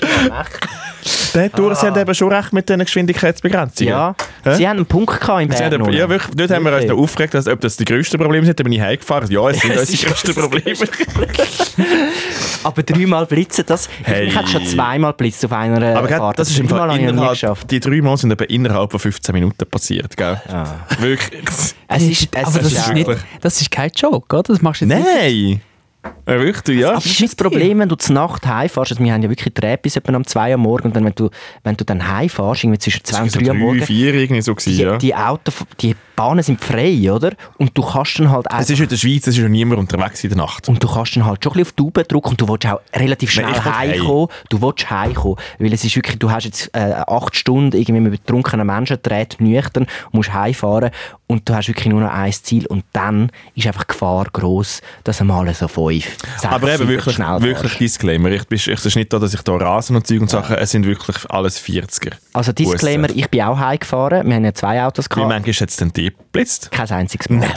[SPEAKER 1] Der Tour, sie haben eben schon recht mit diesen Geschwindigkeitsbegrenzungen.
[SPEAKER 3] Ah. Ja.
[SPEAKER 1] Hä?
[SPEAKER 3] Sie haben einen Punkt gehabt in
[SPEAKER 1] Sie haben,
[SPEAKER 3] Bern.
[SPEAKER 1] ja, wirklich, dort haben wir uns
[SPEAKER 3] Wirklich?
[SPEAKER 1] da aufgeregt, dass, ob das die grössten Probleme sind. Dann bin ich heimgefahren. Ja, es sind
[SPEAKER 3] *laughs* Es
[SPEAKER 1] unsere
[SPEAKER 3] ist
[SPEAKER 1] grössten
[SPEAKER 3] das
[SPEAKER 1] Probleme.
[SPEAKER 3] Aber dreimal blitzen, das.
[SPEAKER 1] Hey.
[SPEAKER 3] Ich hätte schon zweimal blitzt auf einer
[SPEAKER 1] Aber gell,
[SPEAKER 3] Fahrt.
[SPEAKER 1] das ist im Fall
[SPEAKER 3] Dreimal habe ich noch nie
[SPEAKER 1] innerhalb,
[SPEAKER 3] geschafft.
[SPEAKER 1] die drei Mal sind eben innerhalb von 15 Minuten passiert. Gell?
[SPEAKER 3] Ah.
[SPEAKER 1] Wirklich.
[SPEAKER 3] Es ist, es
[SPEAKER 2] aber das
[SPEAKER 3] ist,
[SPEAKER 2] ist,
[SPEAKER 3] auch-
[SPEAKER 2] nicht,
[SPEAKER 1] wirklich-
[SPEAKER 2] das ist kein Joke, oder? Das machst du jetzt nicht.
[SPEAKER 1] *laughs* Nein! Ja, wirklich, du, ja.
[SPEAKER 3] Das ist das Problem, wenn du zur Nacht heimfährst. Also wir haben ja wirklich Treppe bis etwa um 2 Uhr am Morgen. Und dann, wenn du, wenn du dann heimfährst, irgendwie zwischen 2 und
[SPEAKER 1] so
[SPEAKER 3] 3 Uhr am
[SPEAKER 1] drei,
[SPEAKER 3] Morgen,
[SPEAKER 1] vier irgendwie so gewesen,
[SPEAKER 3] die,
[SPEAKER 1] ja.
[SPEAKER 3] die, Auto, die Bahnen sind frei, oder? Und du kannst dann halt
[SPEAKER 1] Es
[SPEAKER 3] einfach
[SPEAKER 1] ist in der Schweiz, es ist ja niemand unterwegs in der Nacht.
[SPEAKER 3] Und du kannst dann halt schon ein bisschen auf die Tube drücken und du willst auch relativ schnell
[SPEAKER 1] Nein, ich will
[SPEAKER 3] heimkommen. Du willst heimkommen. Weil es ist wirklich, du hast jetzt äh, acht Stunden irgendwie mit betrunkenen Menschen gedreht, nüchtern, musst heimfahren und du hast wirklich nur noch ein Ziel und dann ist einfach die Gefahr gross, dass einmal so fünf, sechs,
[SPEAKER 1] Aber eben
[SPEAKER 3] sieben
[SPEAKER 1] wirklich,
[SPEAKER 3] schnell
[SPEAKER 1] wirklich
[SPEAKER 3] fährst.
[SPEAKER 1] Disclaimer. Ich, ich, es ist nicht da, dass ich da Rasen und Zeug und Sachen, es sind wirklich alles 40er.
[SPEAKER 3] Also Disclaimer, ich bin auch heimgefahren. Wir haben ja zwei Autos
[SPEAKER 1] Wie
[SPEAKER 3] gehabt.
[SPEAKER 1] manchmal hat es denn die geblitzt?
[SPEAKER 3] Kein einziges Mal.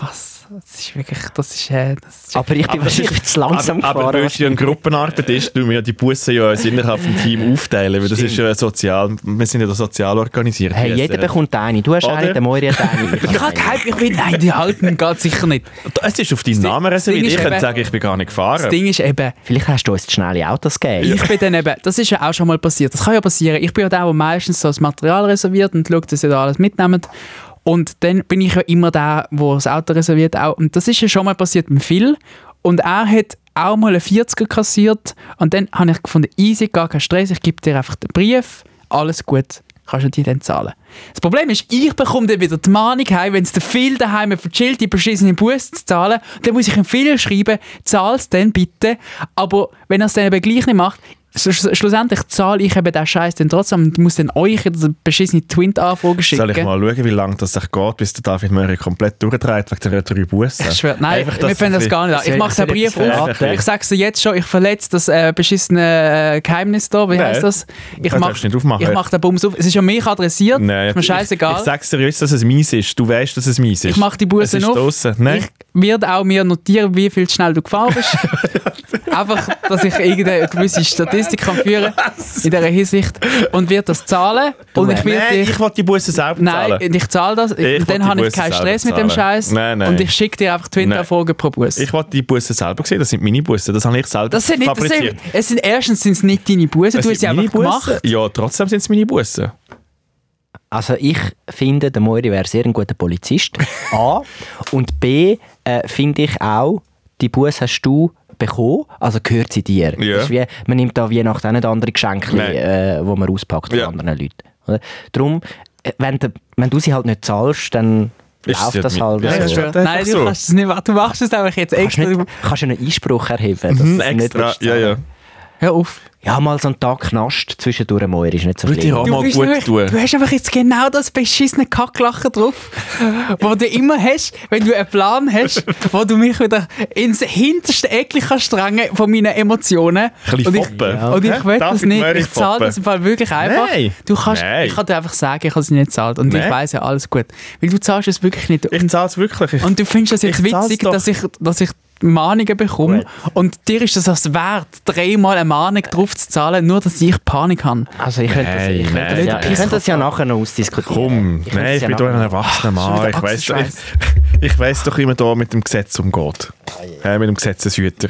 [SPEAKER 2] Was? Das ist wirklich, das ist, äh, das ist
[SPEAKER 3] Aber ich bin wahrscheinlich zu langsam
[SPEAKER 1] aber, aber weil
[SPEAKER 3] gefahren.
[SPEAKER 1] es ja eine Gruppenarbeit ist, tun wir ja die Busse ja uns innerhalb des Teams aufteilen, weil das ist ja sozial, wir sind ja da sozial organisiert. äh,
[SPEAKER 3] Hey, jeder bekommt eine. Du hast
[SPEAKER 1] Oder?
[SPEAKER 3] eine, der Moiri hat
[SPEAKER 1] *laughs*
[SPEAKER 3] eine. Ich
[SPEAKER 2] Ich habe
[SPEAKER 3] habe eine.
[SPEAKER 2] gehypt, ich bin, nein, die halten ganz sicher nicht.
[SPEAKER 1] Es ist auf deinen Namen reserviert.
[SPEAKER 2] Ding ist
[SPEAKER 1] Ich könnte
[SPEAKER 2] eben-
[SPEAKER 1] sagen, ich bin gar nicht
[SPEAKER 2] Das
[SPEAKER 1] gefahren.
[SPEAKER 2] Ding ist eben,
[SPEAKER 3] Vielleicht hast du uns zu schnelle Autos gegeben.
[SPEAKER 2] ich bin dann eben, das ist ja auch schon mal passiert, das kann ja passieren. Ich bin ja der, der meistens so das Material reserviert und schaut, dass ihr da alles mitnehmt. Und dann bin ich ja immer der, der das Auto reserviert auch. Und das ist ja schon mal passiert mit Phil. Und er hat auch mal einen 40er kassiert. Und dann habe ich gefunden, easy, gar kein Stress, ich gebe dir einfach den Brief, alles gut. Kannst du die dann zahlen? Das Problem ist, ich bekomme dann wieder die Mahnung heim, wenn es der Phil daheim hat verchillt, die beschissenen Bus zu zahlen. Dann muss ich ihm viel schreiben, zahl's dann bitte. Aber wenn er es dann eben gleich nicht macht, so- so- schlussendlich zahle ich eben den Scheiß dann trotzdem und muss dann euch eine beschissene Twint-Anfrage schicken.
[SPEAKER 1] Soll ich mal schauen, wie lange das sich geht, bis der David Möri komplett durchdreht wegen der drei Bussen?
[SPEAKER 2] Ich schwöre, nein,
[SPEAKER 1] Einfach,
[SPEAKER 2] wir
[SPEAKER 1] dass
[SPEAKER 2] finden das
[SPEAKER 1] sie-
[SPEAKER 2] gar nicht an. Ich
[SPEAKER 3] soll-
[SPEAKER 2] mache den
[SPEAKER 3] soll ich
[SPEAKER 2] Brief
[SPEAKER 3] etwas
[SPEAKER 2] auf.
[SPEAKER 1] verraten?
[SPEAKER 2] Ich sag's dir jetzt schon, ich verletze das äh, beschissene äh, Geheimnis da. Wie
[SPEAKER 1] Nein.
[SPEAKER 2] heisst das? Ich
[SPEAKER 1] Das
[SPEAKER 2] mach,
[SPEAKER 1] darfst du nicht aufmachen.
[SPEAKER 2] ich mach den Bums auf. Es ist an mich adressiert.
[SPEAKER 1] Nein,
[SPEAKER 2] ist mir
[SPEAKER 1] Ich,
[SPEAKER 2] scheißegal.
[SPEAKER 1] ich
[SPEAKER 2] Ich,
[SPEAKER 1] sag's dir jetzt, dass es meins ist. Du weißt, dass es meins ist.
[SPEAKER 2] mach die Buße
[SPEAKER 1] Es ist
[SPEAKER 2] auf.
[SPEAKER 1] draussen. Nein.
[SPEAKER 2] Ich werde auch mir notieren, wie viel schnell du gefahren
[SPEAKER 1] *laughs*
[SPEAKER 2] bist. Einfach, dass ich irgendeine gewisse Statistik kann führen in dieser Hinsicht. Und werde das zahlen. Und ich werde
[SPEAKER 1] Nein,
[SPEAKER 2] dich.
[SPEAKER 1] ich will die Busse selber
[SPEAKER 2] Nein,
[SPEAKER 1] zahlen.
[SPEAKER 2] ich zahle das.
[SPEAKER 1] Ich
[SPEAKER 2] und
[SPEAKER 1] will die
[SPEAKER 2] dann habe ich
[SPEAKER 1] Busse
[SPEAKER 2] keinen
[SPEAKER 1] selber
[SPEAKER 2] Stress mit dem
[SPEAKER 1] zahlen.
[SPEAKER 2] Scheiß.
[SPEAKER 1] Nein, nein.
[SPEAKER 2] Und ich schicke dir einfach 20
[SPEAKER 1] Nein.
[SPEAKER 2] Folgen pro Bus.
[SPEAKER 1] Ich will die Busse selber sehen. Das sind meine Busse. Das habe ich selber
[SPEAKER 2] Das sind nicht, das
[SPEAKER 1] fabriziert.
[SPEAKER 2] sind, es sind, erstens sind es nicht deine Busen,
[SPEAKER 1] Es
[SPEAKER 2] du hast
[SPEAKER 1] sind
[SPEAKER 2] sie
[SPEAKER 1] meine
[SPEAKER 2] einfach
[SPEAKER 1] Busse.
[SPEAKER 2] gemacht.
[SPEAKER 1] Ja, trotzdem sind es meine Bussen.
[SPEAKER 3] Also ich finde, der Moiri wäre sehr ein
[SPEAKER 1] *laughs*
[SPEAKER 3] guter Polizist. A. Und B. Äh, finde ich auch, die Buße hast du bekommen, also gehört sie dir.
[SPEAKER 1] Ja.
[SPEAKER 3] Das ist wie, man nimmt da Weihnachten auch nicht andere Geschenke,
[SPEAKER 1] Nein.
[SPEAKER 3] äh, die man auspackt von
[SPEAKER 1] Ja.
[SPEAKER 3] anderen Leuten. Oder? Darum, äh, wenn, der- wenn du sie halt nicht zahlst, dann
[SPEAKER 1] Ist
[SPEAKER 3] läuft
[SPEAKER 1] sie
[SPEAKER 3] das
[SPEAKER 1] mit-
[SPEAKER 3] halt
[SPEAKER 1] Ja,
[SPEAKER 3] so.
[SPEAKER 1] ist
[SPEAKER 3] Du
[SPEAKER 1] schwer. Das
[SPEAKER 2] Nein,
[SPEAKER 1] ist
[SPEAKER 2] du
[SPEAKER 1] einfach so.
[SPEAKER 2] kannst es nicht machen. Du machst es einfach jetzt
[SPEAKER 3] kannst,
[SPEAKER 2] extra.
[SPEAKER 3] nicht, kannst ja einen Einspruch erheben. dass
[SPEAKER 1] Hm,
[SPEAKER 3] du sie nicht
[SPEAKER 1] extra.
[SPEAKER 3] willst
[SPEAKER 1] Ja,
[SPEAKER 3] zahlen.
[SPEAKER 1] ja.
[SPEAKER 2] Hör auf.
[SPEAKER 3] ja, mal so einen Tag Knast zwischendurch, Moiri, ist nicht so
[SPEAKER 1] Würde ich
[SPEAKER 3] schlimm.
[SPEAKER 1] auch mal
[SPEAKER 2] bist
[SPEAKER 1] gut
[SPEAKER 2] wirklich-
[SPEAKER 1] tun.
[SPEAKER 2] du hast einfach jetzt genau das beschissene Kacklachen drauf, *laughs* wo du immer hast, wenn du einen Plan
[SPEAKER 1] *laughs*
[SPEAKER 2] hast, wo du mich wieder ins hinterste Eckchen kannst drängen von meinen Emotionen.
[SPEAKER 1] Ein bisschen
[SPEAKER 2] und ich,
[SPEAKER 1] foppen.
[SPEAKER 2] und
[SPEAKER 1] Hä?
[SPEAKER 2] ich will
[SPEAKER 1] Darf
[SPEAKER 2] das
[SPEAKER 1] ich
[SPEAKER 2] nicht.
[SPEAKER 1] Mary
[SPEAKER 2] Ich zahle
[SPEAKER 1] foppen?
[SPEAKER 2] das im Fall wirklich einfach.
[SPEAKER 1] Nein.
[SPEAKER 2] Du kannst,
[SPEAKER 1] Nein.
[SPEAKER 2] Ich kann dir einfach sagen, ich habe sie nicht gezahlt. Und ich
[SPEAKER 1] Nein.
[SPEAKER 2] weiß ja, alles gut. Weil du zahlst es wirklich nicht.
[SPEAKER 1] Ich zahle es wirklich. Ich,
[SPEAKER 2] Und du findest das jetzt
[SPEAKER 1] Ich zahl's
[SPEAKER 2] witzig,
[SPEAKER 1] doch.
[SPEAKER 2] dass ich, dass ich Mahnungen bekomme.
[SPEAKER 3] Gut.
[SPEAKER 2] Und dir ist das als wert, dreimal eine Mahnung drauf zu zahlen, nur dass ich Panik habe.
[SPEAKER 3] Also ich könnte das, ich
[SPEAKER 1] Nein,
[SPEAKER 3] könnte das,
[SPEAKER 1] nein,
[SPEAKER 3] ja, ich
[SPEAKER 1] nein.
[SPEAKER 3] könnte das ja nachher noch ausdiskutieren.
[SPEAKER 1] Komm,
[SPEAKER 3] könnte
[SPEAKER 1] nein,
[SPEAKER 3] das
[SPEAKER 1] ich
[SPEAKER 3] ja
[SPEAKER 1] bin doch ein
[SPEAKER 3] nachher-
[SPEAKER 1] erwachsener Mann. Ich weiss, ich,
[SPEAKER 2] Achselschweiß.
[SPEAKER 1] ich weiss doch, wie man da mit dem Gesetz umgeht. Hä, mit dem Gesetzeshüter.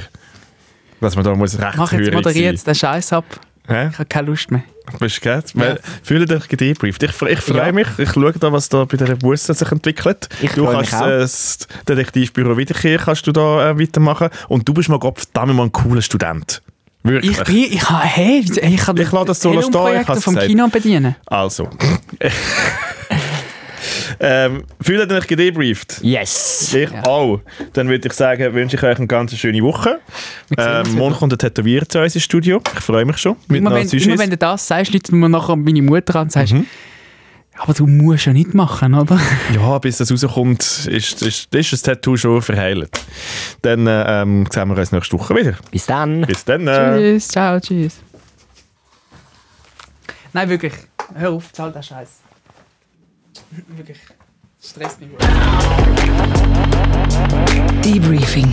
[SPEAKER 1] Dass man da muss
[SPEAKER 2] Mach jetzt,
[SPEAKER 1] rechtshörig
[SPEAKER 2] moderiere jetzt
[SPEAKER 1] sein.
[SPEAKER 2] den Scheiß ab.
[SPEAKER 1] Hä?
[SPEAKER 2] Ich habe keine Lust mehr.
[SPEAKER 1] Bist du gehört? Weil, Fühle dich gedebrieft. Ich, fre- ich freue
[SPEAKER 3] Ja.
[SPEAKER 1] mich. Ich schaue da, was da bei dieser Busse sich entwickelt.
[SPEAKER 3] Ich
[SPEAKER 1] du
[SPEAKER 3] freue mich
[SPEAKER 1] kannst äh, das Detektivbüro Wiederkehr kannst du da äh, weitermachen. Und du bist mal Gottverdammt mal ein cooler Student. Wirklich.
[SPEAKER 2] Ich bin, ich habe, hey, ich kann
[SPEAKER 1] Ich lasse das so stehen, ich hab's
[SPEAKER 2] vom
[SPEAKER 1] gesagt.
[SPEAKER 2] Kino bedienen.
[SPEAKER 1] Also. *laughs* ähm, fühlt ihr euch gedebrieft?
[SPEAKER 3] Yes!
[SPEAKER 1] Ich auch. Dann würde ich sagen, wünsche ich euch eine ganz schöne Woche. Ähm, morgen kommt ein Tätowierer zu uns ins Studio. Ich freue mich schon. Mit
[SPEAKER 2] Immer
[SPEAKER 1] einer
[SPEAKER 2] wenn,
[SPEAKER 1] Süschis.
[SPEAKER 2] immer wenn du das sagst, Leute, mir nachher meine Mutter an und sagst,
[SPEAKER 1] Mhm.
[SPEAKER 2] aber du musst ja nicht machen, oder?
[SPEAKER 1] Ja, bis das rauskommt, ist, ist, ist das Tattoo schon verheilt. Dann äh, ähm, sehen wir uns nächste Woche wieder.
[SPEAKER 3] Bis dann!
[SPEAKER 1] Bis dann. Äh,
[SPEAKER 2] *laughs* Tschüss, ciao, tschüss. Nein, wirklich. Hör auf, zahl den Scheiß. *laughs* Wirklich. Stress mich.
[SPEAKER 4] Debriefing.